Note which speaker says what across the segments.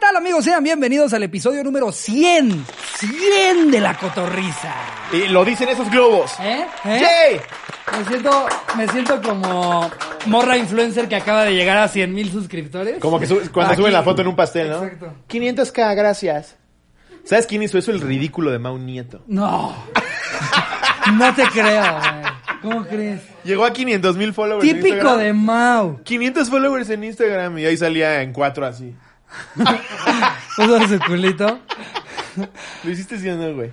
Speaker 1: tal amigos? Sean bienvenidos al episodio número 100. 100 de la cotorriza.
Speaker 2: Y lo dicen esos globos.
Speaker 1: ¿Eh? ¿Eh?
Speaker 2: ¡Yay!
Speaker 1: Me siento, me siento como morra influencer que acaba de llegar a 100 mil suscriptores.
Speaker 2: Como que sube- cuando
Speaker 1: Aquí.
Speaker 2: suben la foto en un pastel, ¿no?
Speaker 1: Exacto.
Speaker 2: 500k, gracias. ¿Sabes quién hizo eso? El ridículo de Mau Nieto.
Speaker 1: No. No te creo, güey. ¿Cómo crees?
Speaker 2: Llegó a 500 mil followers. en
Speaker 1: Típico
Speaker 2: Instagram.
Speaker 1: de Mau.
Speaker 2: 500 followers en Instagram y ahí salía en cuatro así.
Speaker 1: Puso su culito.
Speaker 2: Lo hiciste sí o no, güey.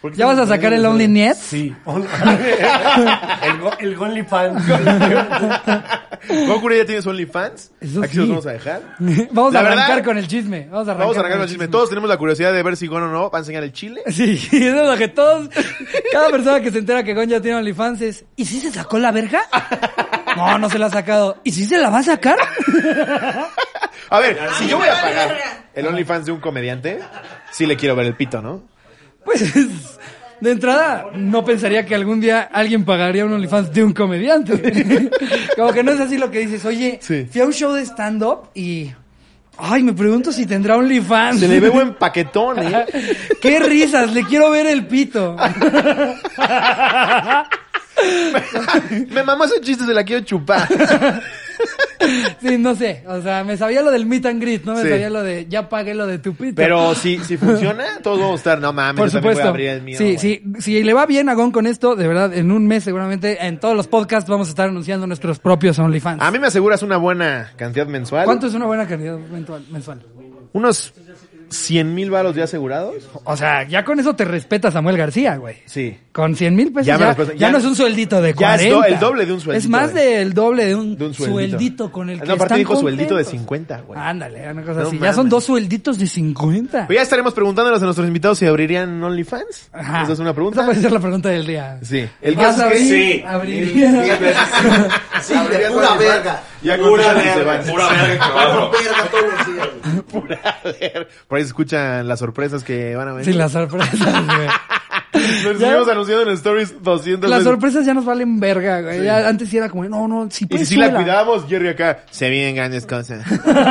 Speaker 2: ¿Por qué
Speaker 1: ¿Ya
Speaker 2: se-
Speaker 1: vas a sacar el Only Net?
Speaker 3: Sí. el, go- el OnlyFans.
Speaker 2: Goku ya tienes OnlyFans.
Speaker 1: Eso
Speaker 2: Aquí
Speaker 1: sí.
Speaker 2: los vamos a dejar.
Speaker 1: Vamos a
Speaker 2: La verdad-
Speaker 1: arrancar con el chisme. Vamos a arrancar,
Speaker 2: Vamos a arrancar con el chisme. Todos tenemos la curiosidad de ver si Gon o no va a enseñar el chile.
Speaker 1: Sí, eso es lo que todos. Cada persona que se entera que Gon ya tiene OnlyFans es. ¿Y si se sacó la verga? No, no se la ha sacado. ¿Y si se la va a sacar?
Speaker 2: A ver, si yo voy a
Speaker 4: vale
Speaker 2: pagar
Speaker 4: verga.
Speaker 2: el OnlyFans de un comediante, sí le quiero ver el pito, ¿no?
Speaker 1: Pues. De entrada, no pensaría que algún día alguien pagaría un OnlyFans de un comediante. Como que no es así lo que dices. Oye,
Speaker 2: Sí.
Speaker 1: fui a un show de stand-up y. Ay, me pregunto si tendrá OnlyFans.
Speaker 2: Se le ve buen paquetón, ¿eh?
Speaker 1: ¡Qué risas! Le quiero ver el pito.
Speaker 2: Me mamó ese chiste, se la quiero chupar.
Speaker 1: Sí, no sé. O sea, me sabía lo del meet and greet, no me
Speaker 2: Sí.
Speaker 1: sabía lo de ya pagué lo de tu pito.
Speaker 2: Pero si, si funciona, todos vamos a estar, no mames,
Speaker 1: Por
Speaker 2: yo también voy a
Speaker 1: supuesto.
Speaker 2: abrir el mío.
Speaker 1: sí,
Speaker 2: güey".
Speaker 1: sí, si le va bien a Gon con esto, de verdad, en un mes seguramente en todos los podcasts vamos a estar anunciando nuestros propios OnlyFans.
Speaker 2: A mí me aseguras una buena cantidad mensual.
Speaker 1: ¿Cuánto es una buena cantidad mensual? mensual?
Speaker 2: Unos 100 mil varos ya asegurados.
Speaker 1: O sea, ya con eso te respeta Samuel García, güey.
Speaker 2: Sí.
Speaker 1: Con 100 mil pesos
Speaker 2: Ya
Speaker 1: ya,
Speaker 2: me las cosas-
Speaker 1: ya
Speaker 2: ya-
Speaker 1: no es un sueldito de
Speaker 2: ya
Speaker 1: 40.
Speaker 2: es do- el doble de un sueldito,
Speaker 1: Es más
Speaker 2: güey.
Speaker 1: del doble de un,
Speaker 2: De un
Speaker 1: sueldito.
Speaker 2: sueldito.
Speaker 1: con el que
Speaker 2: No, aparte
Speaker 1: están
Speaker 2: dijo sueldito de
Speaker 1: contentos.
Speaker 2: 50, güey.
Speaker 1: Ándale, una cosa
Speaker 2: No
Speaker 1: así. Ya son
Speaker 2: mames.
Speaker 1: dos suelditos de 50.
Speaker 2: Pues ya estaremos preguntándonos a nuestros invitados si abrirían OnlyFans.
Speaker 1: Ajá. pues,
Speaker 2: Esa es una pregunta.
Speaker 1: Esa puede ser la pregunta del día.
Speaker 2: Sí. El
Speaker 1: ¿Vas
Speaker 2: caso
Speaker 1: a
Speaker 2: es que
Speaker 1: abrir?
Speaker 3: sí.
Speaker 1: Abriría.
Speaker 4: Sí, de pura verga.
Speaker 2: Ya con
Speaker 3: Pura
Speaker 2: eso se
Speaker 3: verga.
Speaker 2: van.
Speaker 3: Pura verga.
Speaker 4: Cuatro verga todos los días. güey.
Speaker 2: Pura verga. Por ahí se escuchan las sorpresas que van a venir.
Speaker 1: Sí, las sorpresas, güey.
Speaker 2: Nos
Speaker 1: Ya.
Speaker 2: estuvimos anunciando en Stories 200
Speaker 1: Las
Speaker 2: veces.
Speaker 1: sorpresas ya nos valen verga, güey. Ya antes sí era como, no, no, sí,
Speaker 2: Y
Speaker 1: pues,
Speaker 2: si la
Speaker 1: súbela.
Speaker 2: cuidábamos, Jerry acá, se vienen grandes cosas.
Speaker 1: creo, que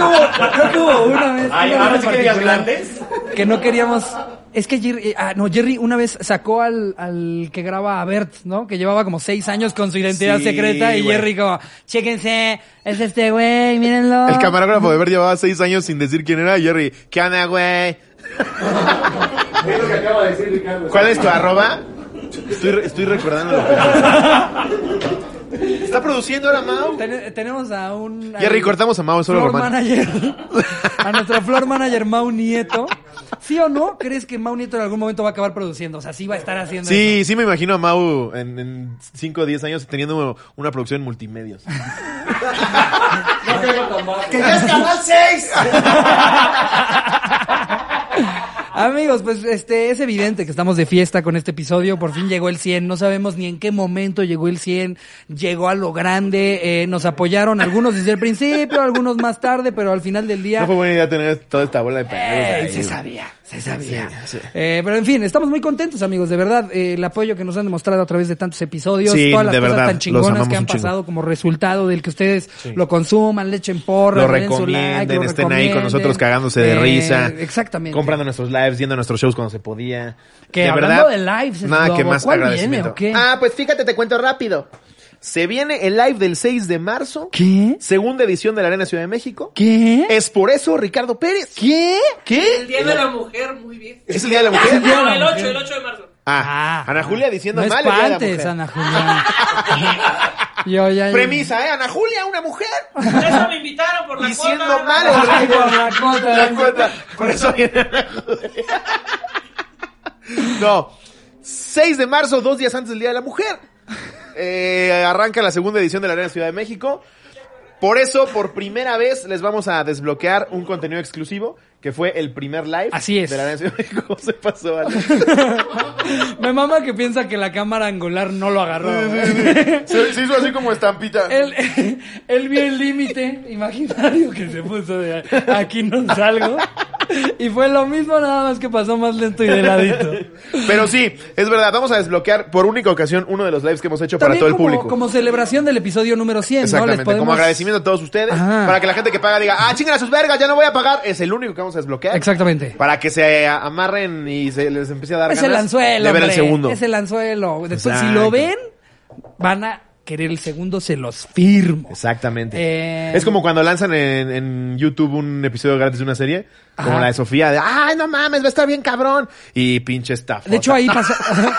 Speaker 1: hubo, creo que hubo una vez.
Speaker 3: Ay,
Speaker 1: una
Speaker 3: ahora
Speaker 1: vez
Speaker 3: sí querías
Speaker 1: particular
Speaker 3: grandes.
Speaker 1: Que no queríamos. Es que Jerry, eh, ah, no, Jerry una vez sacó al, al que graba a Bert, ¿no? Que llevaba como seis años con su identidad
Speaker 2: Sí,
Speaker 1: secreta y
Speaker 2: güey.
Speaker 1: Jerry como, chéquense, es este güey, mírenlo.
Speaker 2: El camarógrafo de Ver llevaba seis años sin decir quién era Jerry. ¿Qué onda,
Speaker 3: Es
Speaker 2: güey?
Speaker 3: lo que acaba de decir Ricardo.
Speaker 2: ¿Cuál es tu arroba? Estoy, re- estoy recordando lo que- ¿Está produciendo ahora Mau?
Speaker 1: Ten- tenemos a un.
Speaker 2: Jerry, cortamos a Mau, solo
Speaker 1: floor
Speaker 2: Román.
Speaker 1: manager. A nuestro floor manager Mau Nieto. ¿Sí o no crees que Mau Nieto en algún momento va a acabar produciendo? O sea, sí va a estar haciendo. eso.
Speaker 2: Sí, sí me imagino a Mau en, en 5 o 10 años teniendo una producción en multimedios.
Speaker 4: ¡Que ya es canal 6!
Speaker 1: Amigos, pues este es evidente que estamos de fiesta con este episodio. Por fin llegó el 100. No sabemos ni en qué momento llegó el 100. Llegó a lo grande. eh, nos apoyaron algunos desde el principio, algunos más tarde, pero al final del día.
Speaker 2: No fue buena idea tener toda esta
Speaker 1: Eh,
Speaker 2: bola de pendejos
Speaker 1: Ey,
Speaker 2: ahí,
Speaker 1: se
Speaker 2: güey.
Speaker 1: sabía, se sabía.
Speaker 2: Sí, sí.
Speaker 1: Eh, pero en fin, estamos muy contentos, amigos, de verdad. eh, el apoyo que nos han demostrado a través de tantos episodios,
Speaker 2: Sí,
Speaker 1: todas las
Speaker 2: de
Speaker 1: cosas
Speaker 2: verdad,
Speaker 1: tan
Speaker 2: los
Speaker 1: chingonas que
Speaker 2: amamos
Speaker 1: han
Speaker 2: un chingo.
Speaker 1: pasado como resultado del que ustedes lo consuman, le echen porras,
Speaker 2: Lo
Speaker 1: le den su like,
Speaker 2: recomienden,
Speaker 1: lo
Speaker 2: estén ahí con
Speaker 1: recomienden.
Speaker 2: nosotros cagándose de
Speaker 1: Eh,
Speaker 2: risa.
Speaker 1: Exactamente.
Speaker 2: Comprando nuestros lives, yendo a nuestros shows cuando se podía.
Speaker 1: Que
Speaker 2: de
Speaker 1: hablando
Speaker 2: verdad,
Speaker 1: de lives,
Speaker 2: nada que
Speaker 1: Slobo,
Speaker 2: más
Speaker 1: ¿cuál viene
Speaker 2: agradecimiento.
Speaker 1: o qué?
Speaker 2: Ah, pues fíjate, te cuento rápido. Se viene el live del 6 de marzo.
Speaker 1: ¿Qué?
Speaker 2: Segunda edición de la Arena Ciudad de México.
Speaker 1: ¿Qué?
Speaker 2: Es por eso, Ricardo Pérez. ¿Qué?
Speaker 4: El
Speaker 2: ¿Qué?
Speaker 4: Día de la Mujer, muy bien.
Speaker 2: ¿Es el Día de la
Speaker 1: el Día de
Speaker 2: Mujer?
Speaker 1: la
Speaker 4: No, el
Speaker 1: Mujer.
Speaker 4: 8, el 8 de marzo.
Speaker 2: Ah, Ana Julia diciendo
Speaker 1: no
Speaker 2: mal el Día de la
Speaker 1: espantes,
Speaker 2: Mujer.
Speaker 1: Ana Julia. Yo ya-
Speaker 2: Premisa, ¿eh? Ana Julia, una mujer.
Speaker 4: Por eso me invitaron por la
Speaker 2: Diciendo
Speaker 4: cuota.
Speaker 2: mal el
Speaker 1: Ay, por la cuota.
Speaker 2: La cuota. Por eso viene Ana Julia. No. 6 de marzo, dos días antes del Día de la Mujer. Eh, arranca la segunda edición de la Arena Ciudad de México. Por eso, por primera vez, les vamos a desbloquear un contenido exclusivo, que fue el primer live
Speaker 1: Así es.
Speaker 2: de la Arena Ciudad de México. Se pasó, Ale.
Speaker 1: Me mama que piensa que la cámara angular no lo agarró. ¿eh? güey.
Speaker 2: se, se hizo así como estampita.
Speaker 1: Él, él vio el límite imaginario que se puso de aquí no salgo. Y fue lo mismo, nada más que pasó más lento y de ladito.
Speaker 2: Pero sí, es verdad, vamos a desbloquear por única ocasión uno de los lives que hemos hecho para
Speaker 1: También
Speaker 2: todo el
Speaker 1: como,
Speaker 2: público.
Speaker 1: como celebración del episodio número 100, ¿no?
Speaker 2: Exactamente,
Speaker 1: Les podemos... Ah.
Speaker 2: como agradecimiento a todos ustedes,
Speaker 1: Ajá.
Speaker 2: para que la gente que paga diga, ah, chingan a sus vergas, ya no voy a pagar, es el único que vamos a desbloquear.
Speaker 1: Exactamente.
Speaker 2: Para que se amarren y se les empiece a dar
Speaker 1: Es
Speaker 2: ganas
Speaker 1: el anzuelo,
Speaker 2: de ver el
Speaker 1: hombre.
Speaker 2: segundo.
Speaker 1: Es el anzuelo. Después, si
Speaker 2: Exacto.
Speaker 1: lo ven, van a querer el segundo, se los firmo.
Speaker 2: Exactamente.
Speaker 1: Eh,
Speaker 2: es como cuando lanzan en, en YouTube un episodio gratis de una serie, como
Speaker 1: Ajá.
Speaker 2: la de Sofía, de, ay, no mames, va a estar bien cabrón. Y pinche estafa.
Speaker 1: De hecho, ahí pasó...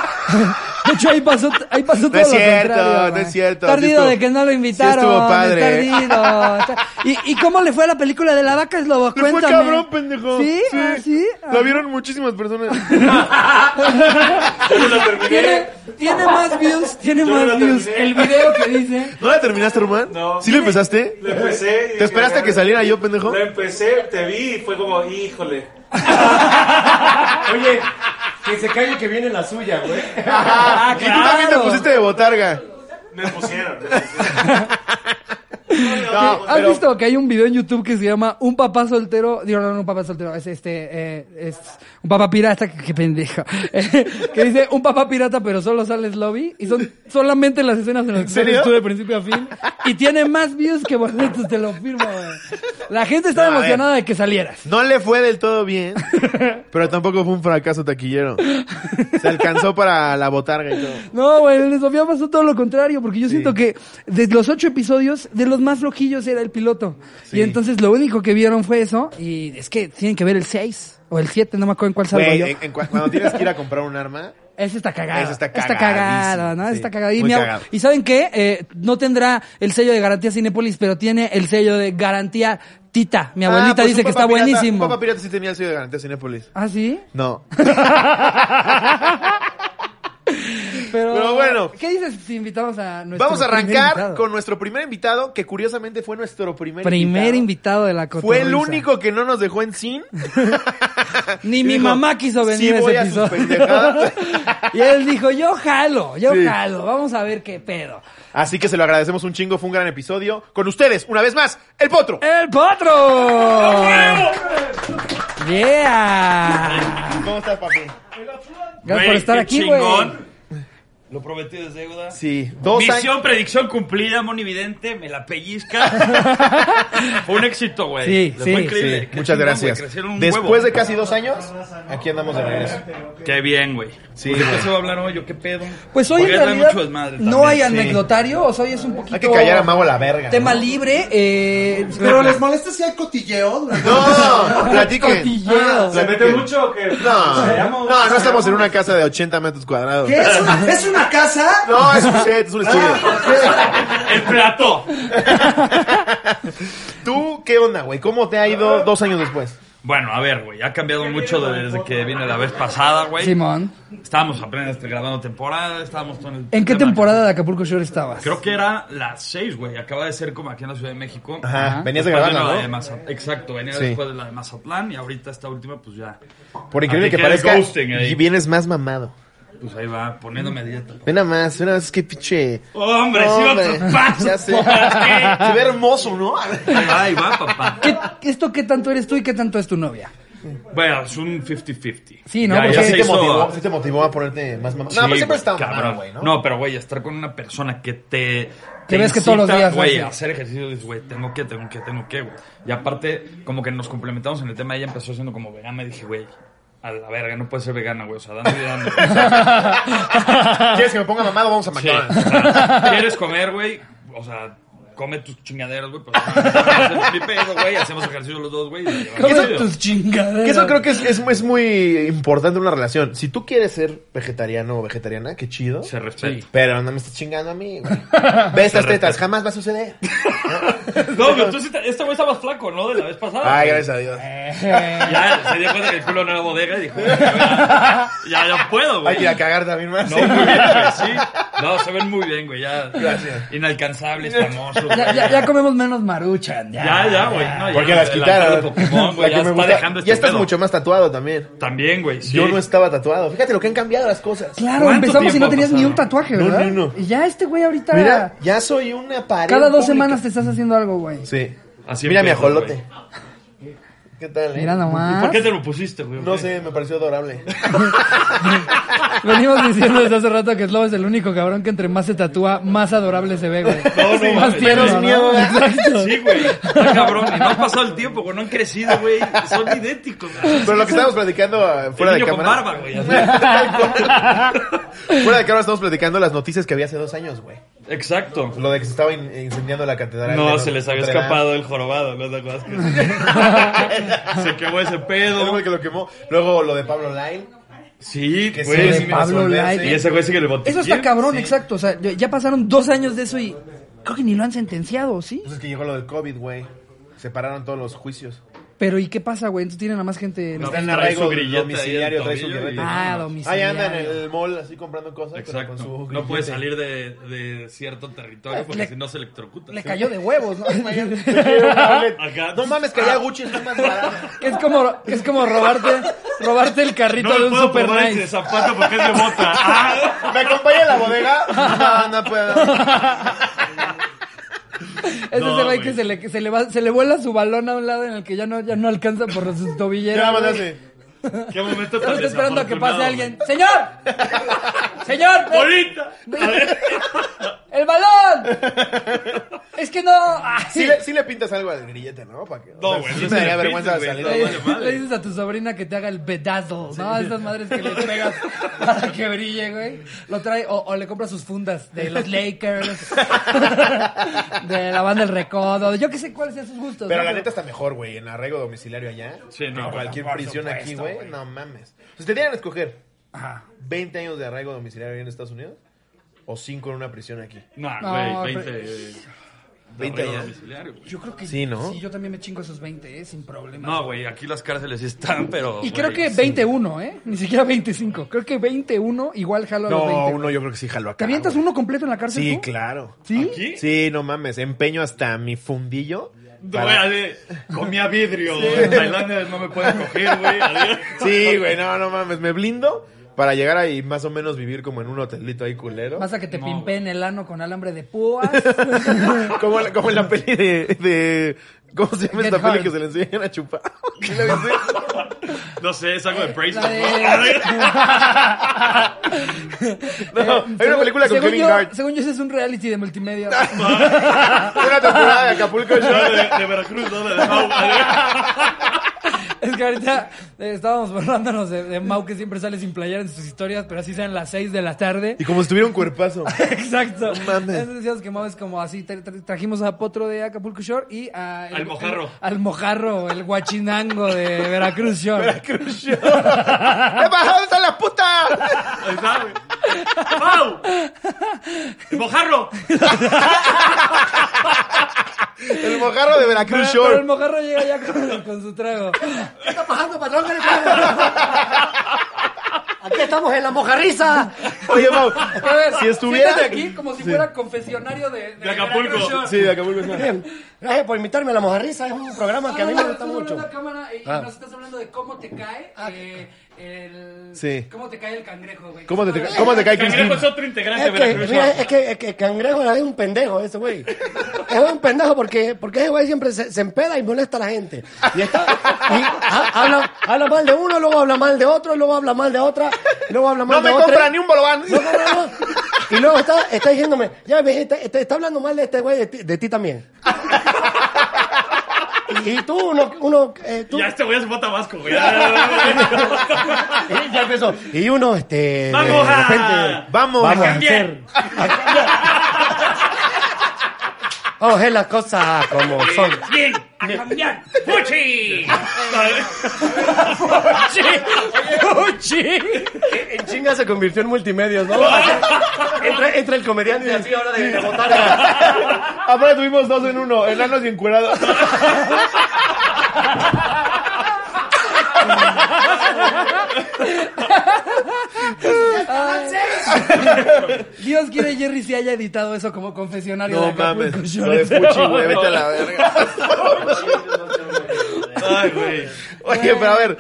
Speaker 1: De hecho, ahí pasó, ahí pasó todo
Speaker 2: es
Speaker 1: lo
Speaker 2: cierto,
Speaker 1: contrario,
Speaker 2: no
Speaker 1: güey.
Speaker 2: es cierto,
Speaker 1: Tardido
Speaker 2: sí estuvo-
Speaker 1: de que no lo
Speaker 2: sí
Speaker 1: invitaron.
Speaker 2: estuvo padre. ¿eh?
Speaker 1: Tardido. Está- ¿Y, ¿Y cómo le fue a la película de la vaca? Es lo
Speaker 2: Le
Speaker 1: cuéntame.
Speaker 2: fue cabrón, pendejo.
Speaker 1: ¿Sí? Ah, ¿sí?
Speaker 2: Lo
Speaker 1: Ah.
Speaker 2: vieron muchísimas personas.
Speaker 3: Yo no la terminé.
Speaker 1: Tiene, tiene más views, tiene
Speaker 3: Yo
Speaker 1: más
Speaker 3: la
Speaker 1: views.
Speaker 3: terminé.
Speaker 1: El video que dice.
Speaker 2: ¿No la terminaste, hermano?
Speaker 3: No.
Speaker 2: ¿Sí la empezaste?
Speaker 3: La empecé. y
Speaker 2: ¿Te
Speaker 3: dije,
Speaker 2: esperaste
Speaker 3: "Ah,
Speaker 2: que saliera yo, pendejo?
Speaker 3: La empecé, te vi y fue como, híjole. Oye, que se calle que viene la suya, güey.
Speaker 1: Ah,
Speaker 2: Y tú también te
Speaker 1: claro.
Speaker 2: pusiste de botarga.
Speaker 3: Me pusieron.
Speaker 2: No,
Speaker 1: ¿Has
Speaker 2: pero-
Speaker 1: visto que hay un video en YouTube que se llama Un papá soltero? Digo, no, no, un papá soltero, es este, eh, es un papá pirata, que, que pendejo. que dice un papá pirata, pero solo sales lobby. Y son solamente las escenas en las que
Speaker 2: serio?
Speaker 1: sales tú de principio a fin. Y tiene más views que boletos, te lo firmo, güey. La gente estaba
Speaker 2: No, a ver.
Speaker 1: emocionada de que salieras.
Speaker 2: No le fue del todo bien, pero tampoco fue un fracaso taquillero. Se alcanzó para la botarga y todo.
Speaker 1: No, güey, el de Sofía pasó todo lo contrario, porque yo siento que de los ocho episodios, de los más flojillos era el piloto.
Speaker 2: Sí.
Speaker 1: Y entonces lo único que vieron fue eso, y es que tienen que ver el seis o el siete, no me acuerdo en cuál salgo
Speaker 2: Güey,
Speaker 1: yo.
Speaker 2: en- en cua- cuando tienes que ir a comprar un arma,
Speaker 1: Ese está cagado.
Speaker 2: Ese está
Speaker 1: cagado,
Speaker 2: cagadísimo,
Speaker 1: ¿no? Ese
Speaker 2: sí.
Speaker 1: Está cagado. Y,
Speaker 2: Muy
Speaker 1: mi ab-
Speaker 2: cagado.
Speaker 1: y ¿saben qué? Eh, no tendrá el sello de garantía Cinépolis, pero tiene el sello de garantía Tita. Mi abuelita
Speaker 2: Ah, pues
Speaker 1: dice
Speaker 2: un
Speaker 1: que
Speaker 2: Papa
Speaker 1: está
Speaker 2: Pirata-
Speaker 1: buenísimo.
Speaker 2: Un papá pirata sí tenía el sello de garantía Cinépolis.
Speaker 1: ¿Ah, sí?
Speaker 2: No.
Speaker 1: Pero,
Speaker 2: Pero bueno.
Speaker 1: ¿Qué dices si invitamos a nuestro
Speaker 2: Vamos a
Speaker 1: primer
Speaker 2: arrancar
Speaker 1: invitado?
Speaker 2: con nuestro primer invitado, que curiosamente fue nuestro primer,
Speaker 1: Primer
Speaker 2: invitado.
Speaker 1: invitado de la
Speaker 2: Fue el
Speaker 1: cotorriza.
Speaker 2: único que no nos dejó en sin.
Speaker 1: Ni mi
Speaker 2: Dijo,
Speaker 1: mamá quiso venir
Speaker 2: "Sí
Speaker 1: a ese
Speaker 2: voy a sus
Speaker 1: episodio.
Speaker 2: pendejadas.
Speaker 1: y él dijo, yo jalo, yo
Speaker 2: Sí.
Speaker 1: jalo, vamos a ver qué pedo.
Speaker 2: Así que se lo agradecemos un chingo, fue un gran episodio. Con ustedes, una vez más, el potro.
Speaker 1: ¡El potro! ¡Yeah!
Speaker 2: ¿Cómo estás, papi?
Speaker 1: Gracias por estar aquí, güey.
Speaker 5: chingón. Lo prometí desde deuda.
Speaker 2: Sí, dos
Speaker 5: Misión,
Speaker 2: años.
Speaker 5: predicción cumplida, monividente, me la pellizca. Fue un éxito, güey.
Speaker 1: Sí,
Speaker 5: Les
Speaker 1: sí,
Speaker 5: fue
Speaker 1: sí.
Speaker 5: increíble. Qué
Speaker 2: Muchas
Speaker 5: chingón, güey,
Speaker 2: gracias.
Speaker 5: crecieron un
Speaker 2: Después
Speaker 5: huevo.
Speaker 2: de casi dos años, aquí andamos de regreso.
Speaker 5: Qué bien, güey.
Speaker 2: Sí,
Speaker 5: ¿De qué
Speaker 2: güey.
Speaker 5: se va a hablar hoy? ¿O ¿Qué pedo?
Speaker 1: Pues hoy en
Speaker 5: Porque trae
Speaker 1: realidad
Speaker 5: mucho desmadre
Speaker 1: no
Speaker 5: también.
Speaker 1: hay anecdotario, o sea, hoy es un poquito
Speaker 2: Hay que callar a Mago la verga.
Speaker 1: tema libre. Eh,
Speaker 4: Pero les molesta si hay cotilleo durante
Speaker 2: No, platiquen.
Speaker 1: cotilleo.
Speaker 3: ¿Se mete mucho o qué?
Speaker 2: No,
Speaker 3: Se llama-
Speaker 2: no, no estamos en una casa de 80 metros cuadrados.
Speaker 4: ¿Qué? ¿Es una, ¿Es una casa?
Speaker 2: No, es un set, es un estudio.
Speaker 5: El plato.
Speaker 2: ¿Tú qué onda, güey? ¿Cómo te ha ido dos años después?
Speaker 5: Bueno, a ver, güey. Ha cambiado mucho desde que vine la vez pasada, güey.
Speaker 1: Simón,
Speaker 5: Estábamos apenas grabando temporada. Estábamos con el
Speaker 1: ¿en qué
Speaker 5: tema.
Speaker 1: temporada de Acapulco Shore estabas?
Speaker 5: Creo que era las seis, güey. Acaba de ser como aquí en la Ciudad de México.
Speaker 2: Ajá, venías de
Speaker 5: Después
Speaker 2: grabarla,
Speaker 5: vino la
Speaker 2: ¿no?
Speaker 5: de Mazat- Exacto, venía
Speaker 2: Sí.
Speaker 5: después de la de Mazatlán y ahorita esta última, pues ya.
Speaker 2: Por increíble que
Speaker 5: Apliqué el
Speaker 2: parezca,
Speaker 5: ghosting ahí.
Speaker 2: y vienes más mamado.
Speaker 5: Pues ahí va, poniéndome a dieta.
Speaker 2: Ve nada más, ve nada más, es que pinche...
Speaker 5: ¡Hombre, sí,
Speaker 2: Hombre,
Speaker 5: otro paso! Ah,
Speaker 2: ya sé.
Speaker 5: ¿Qué?
Speaker 2: Se ve hermoso, ¿no?
Speaker 5: Ahí va, ahí va, papá.
Speaker 1: ¿Qué- ¿Esto qué tanto eres tú y qué tanto es tu novia?
Speaker 5: Bueno, es un 50-50.
Speaker 1: Sí, ¿no?
Speaker 5: Ya,
Speaker 1: Porque
Speaker 2: Pero
Speaker 5: ya
Speaker 2: sí
Speaker 5: se
Speaker 2: te,
Speaker 5: hizo-
Speaker 2: motivó, sí te motivó a ponerte más mamá.
Speaker 5: Sí,
Speaker 2: no, pero siempre
Speaker 5: güey,
Speaker 2: está
Speaker 5: cabrón.
Speaker 2: mamado, güey, ¿no?
Speaker 5: pero güey, estar con una persona que te.
Speaker 1: Que
Speaker 5: te
Speaker 1: ves que todos los días
Speaker 5: Güey,
Speaker 1: hace.
Speaker 5: a hacer ejercicio, dices, güey, tengo que, tengo que, tengo que, güey. Y aparte, como que nos complementamos en el tema, ella empezó siendo como vegana y dije, güey. A la verga, no puede ser vegana, güey. O sea, dando y dando. güey. O sea,
Speaker 2: ¿Quieres que me ponga mamado? Vamos a
Speaker 5: sí,
Speaker 2: McDonald's.
Speaker 5: o sea, ¿Quieres comer, güey? O sea, come tus chingaderas, güey. Pero hacemos mi pedo, güey. Hacemos ejercicio los dos, güey. y la llevamos
Speaker 1: ¿Cómo
Speaker 5: chido.
Speaker 1: tus chingaderas?
Speaker 2: Que eso creo que es, es, es muy importante en una relación. Si tú quieres ser vegetariano o vegetariana, qué chido.
Speaker 5: Se respeta.
Speaker 2: Pero no me estás chingando a mí, güey. Ve estas tetas, jamás va a suceder.
Speaker 5: No, pero tú sí te- este güey está más flaco, ¿no? De la vez pasada.
Speaker 2: Ay,
Speaker 5: güey.
Speaker 2: gracias a Dios.
Speaker 5: Ya se dio cuenta que el culo no era bodega y dijo, ya, ya, ya puedo,
Speaker 2: Hay
Speaker 5: güey.
Speaker 2: que ir a cagar también más.
Speaker 5: No, muy bien, güey, sí. No, se ven muy bien, güey, ya.
Speaker 2: Gracias.
Speaker 5: Inalcanzables, famosos.
Speaker 1: Ya, ya- ya comemos menos maruchan, ya.
Speaker 5: ya, ya, güey. no, ya,
Speaker 2: Porque las
Speaker 5: el altar
Speaker 2: quitaron.
Speaker 5: de Pokémon,
Speaker 2: La
Speaker 5: güey,
Speaker 2: que me
Speaker 5: ya está
Speaker 2: gusta.
Speaker 5: dejando este
Speaker 2: ya estás
Speaker 5: pedo.
Speaker 2: mucho más tatuado también.
Speaker 5: También, güey, sí.
Speaker 2: Yo no estaba tatuado. Fíjate lo que han cambiado las cosas.
Speaker 1: Claro,
Speaker 5: ¿Cuánto
Speaker 1: empezamos y
Speaker 5: tiempo
Speaker 1: no tenías
Speaker 5: ha pasado?
Speaker 1: ni un tatuaje,
Speaker 2: No,
Speaker 1: ¿verdad?
Speaker 2: no, no.
Speaker 1: Y ya este güey ahorita...
Speaker 2: Mira, ya soy una pared.
Speaker 1: cada dos
Speaker 2: pública.
Speaker 1: semanas te estás haciendo algo, güey.
Speaker 2: Sí.
Speaker 5: Así
Speaker 2: Mira mi
Speaker 5: empiezas,
Speaker 2: ajolote. ¿Qué tal? eh?
Speaker 1: Mira nomás.
Speaker 5: ¿Por qué te lo pusiste, güey?
Speaker 2: No sé, me pareció adorable.
Speaker 1: Venimos diciendo desde hace rato que Slobo es el único cabrón que entre más se tatúa, más adorable se ve, güey.
Speaker 5: No, no,
Speaker 1: más
Speaker 5: mames.
Speaker 1: tierno,
Speaker 5: Menos
Speaker 1: ¿no?
Speaker 2: miedo, ¿verdad?
Speaker 1: Exacto.
Speaker 5: Sí, güey. Está cabrón. Y no ha pasado el tiempo, güey. No han crecido, güey. Son idénticos. güey.
Speaker 2: Pero lo que estábamos platicando eh,
Speaker 5: El
Speaker 2: fuera de
Speaker 5: niño con
Speaker 2: cámara.
Speaker 5: barba, güey. así.
Speaker 2: Fuera de cámara estamos platicando las noticias que había hace dos años, güey.
Speaker 5: Exacto.
Speaker 2: Lo de que se estaba in- incendiando la catedral. de
Speaker 5: No,
Speaker 2: Notre-
Speaker 5: se les había
Speaker 2: Notre Dame.
Speaker 5: escapado el jorobado, ¿no te acuerdas? que- se quemó ese
Speaker 2: El
Speaker 5: pedo.
Speaker 2: güey que lo quemó. Luego lo de Pablo Line.
Speaker 5: Sí,
Speaker 2: Que
Speaker 5: güey.
Speaker 2: se
Speaker 1: de
Speaker 5: sí me
Speaker 1: Pablo
Speaker 5: sorprende.
Speaker 1: Lai.
Speaker 5: Y ese güey sigue el botiquín.
Speaker 1: Eso está cabrón,
Speaker 5: Sí.
Speaker 1: exacto. O sea, ya- ya pasaron dos años de eso y creo que ni lo han sentenciado, ¿sí?
Speaker 2: Entonces que llegó lo del COVID, güey. Se pararon todos los juicios.
Speaker 1: Pero ¿y qué pasa, güey? Entonces tienen a más gente. en-
Speaker 5: No,
Speaker 2: Está en
Speaker 5: pues, trae
Speaker 2: arraigo
Speaker 5: su grillete
Speaker 2: domiciliario,
Speaker 5: ahí en el
Speaker 2: trae su
Speaker 5: tobillo y-
Speaker 2: grillete.
Speaker 1: Ah, domicilio.
Speaker 2: Ahí anda en el mall así comprando cosas. pero con su
Speaker 5: Exacto. No
Speaker 2: grillete.
Speaker 5: puede salir de, de cierto territorio porque
Speaker 1: Le-
Speaker 5: si no se electrocuta.
Speaker 1: Le cayó de huevos, ¿no?
Speaker 5: Acá. Ah.
Speaker 2: No mames, que allá Gucci está más barato.
Speaker 1: es como, es como robarte, robarte el carrito
Speaker 5: No
Speaker 1: de
Speaker 5: le
Speaker 1: un
Speaker 5: puedo
Speaker 1: super
Speaker 5: poner ese
Speaker 1: nice.
Speaker 5: zapato porque es de bota. Ah.
Speaker 2: ¿Me acompaña a la bodega? No, no puedo.
Speaker 1: Es
Speaker 5: No,
Speaker 1: ese güey que
Speaker 5: güey.
Speaker 1: se le, que se, le va- se le vuela su balón a un lado en el que ya no, ya no alcanza por sus tobilleras.
Speaker 2: Ya,
Speaker 1: güey.
Speaker 2: mandase.
Speaker 5: Qué momento
Speaker 1: Solo
Speaker 5: tan
Speaker 1: está esperando a que pase
Speaker 5: desafortunado,
Speaker 1: alguien. ¡Señor! ¡Señor!
Speaker 5: güey. ¡Ahorita! A ver.
Speaker 1: ¡El balón! Es que no. Ay.
Speaker 2: Sí le, sí le pintas algo al grillete, ¿no? Pa' que- o
Speaker 5: No,
Speaker 2: sea,
Speaker 5: güey,
Speaker 2: Sí
Speaker 5: no
Speaker 2: me
Speaker 5: se
Speaker 2: daría
Speaker 5: le
Speaker 2: vergüenza
Speaker 5: pintes, güey,
Speaker 2: salir.
Speaker 5: no,
Speaker 1: Le,
Speaker 5: vale madre.
Speaker 1: le dices a tu sobrina que te haga el bedazo, ¿no? Estas madres que le pegas para que brille, güey. Lo trae, o, o le compra sus fundas de los Lakers, de la banda El Recodo, yo qué sé cuáles sean sus gustos.
Speaker 2: Pero
Speaker 1: ¿no?
Speaker 2: la neta está mejor, güey, en arraigo domiciliario allá. que
Speaker 5: Sí, no,
Speaker 2: en
Speaker 5: güey,
Speaker 2: cualquier
Speaker 5: por
Speaker 2: prisión
Speaker 5: supuesto,
Speaker 2: aquí, güey.
Speaker 5: güey.
Speaker 2: No mames. Entonces, te dieran a escoger 20 años de arraigo domiciliario en Estados Unidos o 5 en una prisión aquí.
Speaker 1: No,
Speaker 5: No, güey,
Speaker 1: pero-
Speaker 5: 20.
Speaker 2: 20
Speaker 5: arreglo
Speaker 2: ya.
Speaker 5: domiciliario, güey.
Speaker 1: Yo creo que
Speaker 2: Sí, ¿no?
Speaker 1: Sí, yo también me chingo esos 20, ¿eh? Sin problema.
Speaker 5: No, güey, aquí las cárceles sí están, pero.
Speaker 1: y creo
Speaker 5: güey,
Speaker 1: que
Speaker 5: sí.
Speaker 1: 21, ¿eh? Ni siquiera 25. Creo que 21 igual jalo a los 20.
Speaker 2: No,
Speaker 1: güey.
Speaker 2: uno yo creo que sí jaló acá.
Speaker 1: ¿Te avientas
Speaker 2: güey.
Speaker 1: uno completo en la cárcel?
Speaker 2: Sí,
Speaker 1: tú?
Speaker 2: claro.
Speaker 1: ¿Sí?
Speaker 5: Ah, ¿Aquí?
Speaker 2: Sí, no mames. Empeño hasta mi fundillo.
Speaker 5: No, güey,
Speaker 2: para-
Speaker 5: así, comía vidrio. En Tailandia no me pueden coger, güey. adiós.
Speaker 2: Sí, güey, no, no mames. Me blindo para llegar ahí más o menos vivir como en un hotelito ahí culero.
Speaker 1: Vas a que te
Speaker 5: No,
Speaker 1: pimpen el ano con alambre de púas.
Speaker 2: Como, la- como en la peli de, de- ¿Cómo se llama
Speaker 1: Get
Speaker 2: esta peli
Speaker 1: Hard.
Speaker 2: que se le enseñan a chupar? ¿Sí la viste?
Speaker 5: No sé, es algo de Praise.
Speaker 1: La
Speaker 5: the
Speaker 1: de-
Speaker 5: Lord. Adiós.
Speaker 2: No, hay una película con
Speaker 1: según
Speaker 2: Kevin
Speaker 1: yo,
Speaker 2: Hart.
Speaker 1: Según yo, ese es un reality de multimedia.
Speaker 2: Una temporada de Acapulco
Speaker 5: No,
Speaker 2: Shore.
Speaker 5: de, de Veracruz, no, de Mau. adiós.
Speaker 1: es que ahorita eh, estábamos burlándonos de, de Mau que siempre sale sin playar en sus historias, pero así sean las 6 de la tarde.
Speaker 2: Y como si tuviera un cuerpazo.
Speaker 1: Exacto.
Speaker 2: mames.
Speaker 1: Entonces decíamos que Mau es como así. tra- tra- trajimos a Potro de Acapulco Shore y a.
Speaker 5: Al mojarro.
Speaker 1: al mojarro, el guachinango de Veracruz Shore.
Speaker 2: Veracruz Shore. ¡Te bajaste a la puta!
Speaker 5: Ahí está, güey. ¡Mau! ¡El mojarro!
Speaker 2: El mojarro de
Speaker 1: Pero,
Speaker 2: Veracruz
Speaker 1: pero el
Speaker 2: Shore.
Speaker 1: mojarro llega ya con, con su trago.
Speaker 4: ¿Qué está pasando, patrón? ¿Qué le pasa? Aquí estamos en la mojarriza.
Speaker 2: Oye, Mau,
Speaker 1: A ver,
Speaker 2: si estuvieras
Speaker 1: siéntate aquí como si fuera confesionario de, de,
Speaker 5: De Acapulco.
Speaker 1: Veracruz Shore.
Speaker 2: Sí, de Acapulco Shore.
Speaker 4: Gracias por invitarme a la mojarriza. Es un programa que a mí me gusta mucho.
Speaker 1: La cámara y y
Speaker 4: Ah.
Speaker 1: nos estás hablando de cómo te cae eh, el
Speaker 2: Ah. Sí.
Speaker 1: cómo te cae el cangrejo, güey. Eh,
Speaker 2: ¿Cómo te, te- cómo te cae Chris
Speaker 5: Cangrejo
Speaker 2: Dean?
Speaker 5: es otro integrante de
Speaker 4: Es que,
Speaker 5: Veracruz.
Speaker 4: mira, es que, es que Cangrejo es un pendejo ese güey. Es un pendejo porque, porque ese güey siempre se, se empeda y molesta a la gente. Y, está, y ha- habla, habla mal de uno, luego habla mal de otro, luego habla mal de otra, luego habla mal
Speaker 2: No
Speaker 4: de
Speaker 2: me
Speaker 4: otra.
Speaker 2: compra ni un bolobán.
Speaker 4: No, no, no, no. Y luego está, está diciéndome, ya ves, está, está- está hablando mal de este güey, de ti, de ti también. Y, y tú, uno, uno eh, tú,
Speaker 5: Ya este güey es bota vasco, güey. Ya, ya, ya, ya.
Speaker 4: y ya empezó. Y uno, este, de-
Speaker 5: ¡Vamos
Speaker 4: de
Speaker 5: a-
Speaker 4: repente,
Speaker 2: Vamos.
Speaker 4: Vamos.
Speaker 2: Vamos.
Speaker 5: Bien.
Speaker 4: vamos a ver las cosas como son.
Speaker 5: Bien, a cambiar. ¡Fuchi!
Speaker 4: En chinga se convirtió en multimedia, ¿no? Entra, entra el comediante así ahora de, de botarga.
Speaker 2: Ahora tuvimos dos en uno, enanos y encuerados.
Speaker 1: Dios quiere Jerry si haya editado eso como confesionario de
Speaker 2: No
Speaker 1: Acapulco
Speaker 2: mames. Lo
Speaker 1: Shore.
Speaker 2: de Fuchi, güey, vete a la verga.
Speaker 5: Ay, güey.
Speaker 2: Oye, pero a ver.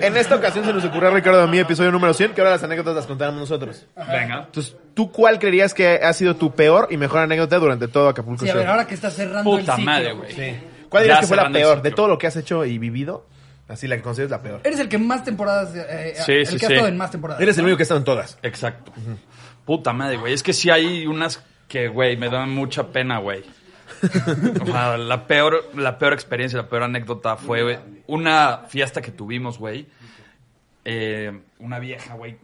Speaker 2: En esta ocasión se nos ocurrió a Ricardo a mí, episodio número 100, que ahora las anécdotas las contaremos nosotros.
Speaker 5: Venga.
Speaker 2: Entonces, ¿tú cuál creerías que ha sido tu peor y mejor anécdota durante todo Acapulco
Speaker 1: Sí, a ver,
Speaker 2: Shore?
Speaker 1: ahora que está cerrando el
Speaker 5: Puta
Speaker 1: ciclo.
Speaker 5: madre, güey.
Speaker 2: Sí. ¿Cuál dirías
Speaker 5: Ya
Speaker 2: que fue la
Speaker 5: cerrando el
Speaker 2: peor? De
Speaker 5: ciclo.
Speaker 2: todo lo que has hecho y vivido, así la que consideras la peor.
Speaker 1: Eres el que más temporadas. eh,
Speaker 5: Sí,
Speaker 1: el
Speaker 5: sí,
Speaker 1: que ha
Speaker 5: sí.
Speaker 1: estado en más temporadas.
Speaker 2: Eres el único que está en todas.
Speaker 5: Exacto. Puta madre, güey. Es que sí hay unas que, güey, me dan mucha pena, güey. O sea, la peor, la peor experiencia, la peor anécdota fue güey, una fiesta que tuvimos, güey. Eh, una vieja, güey.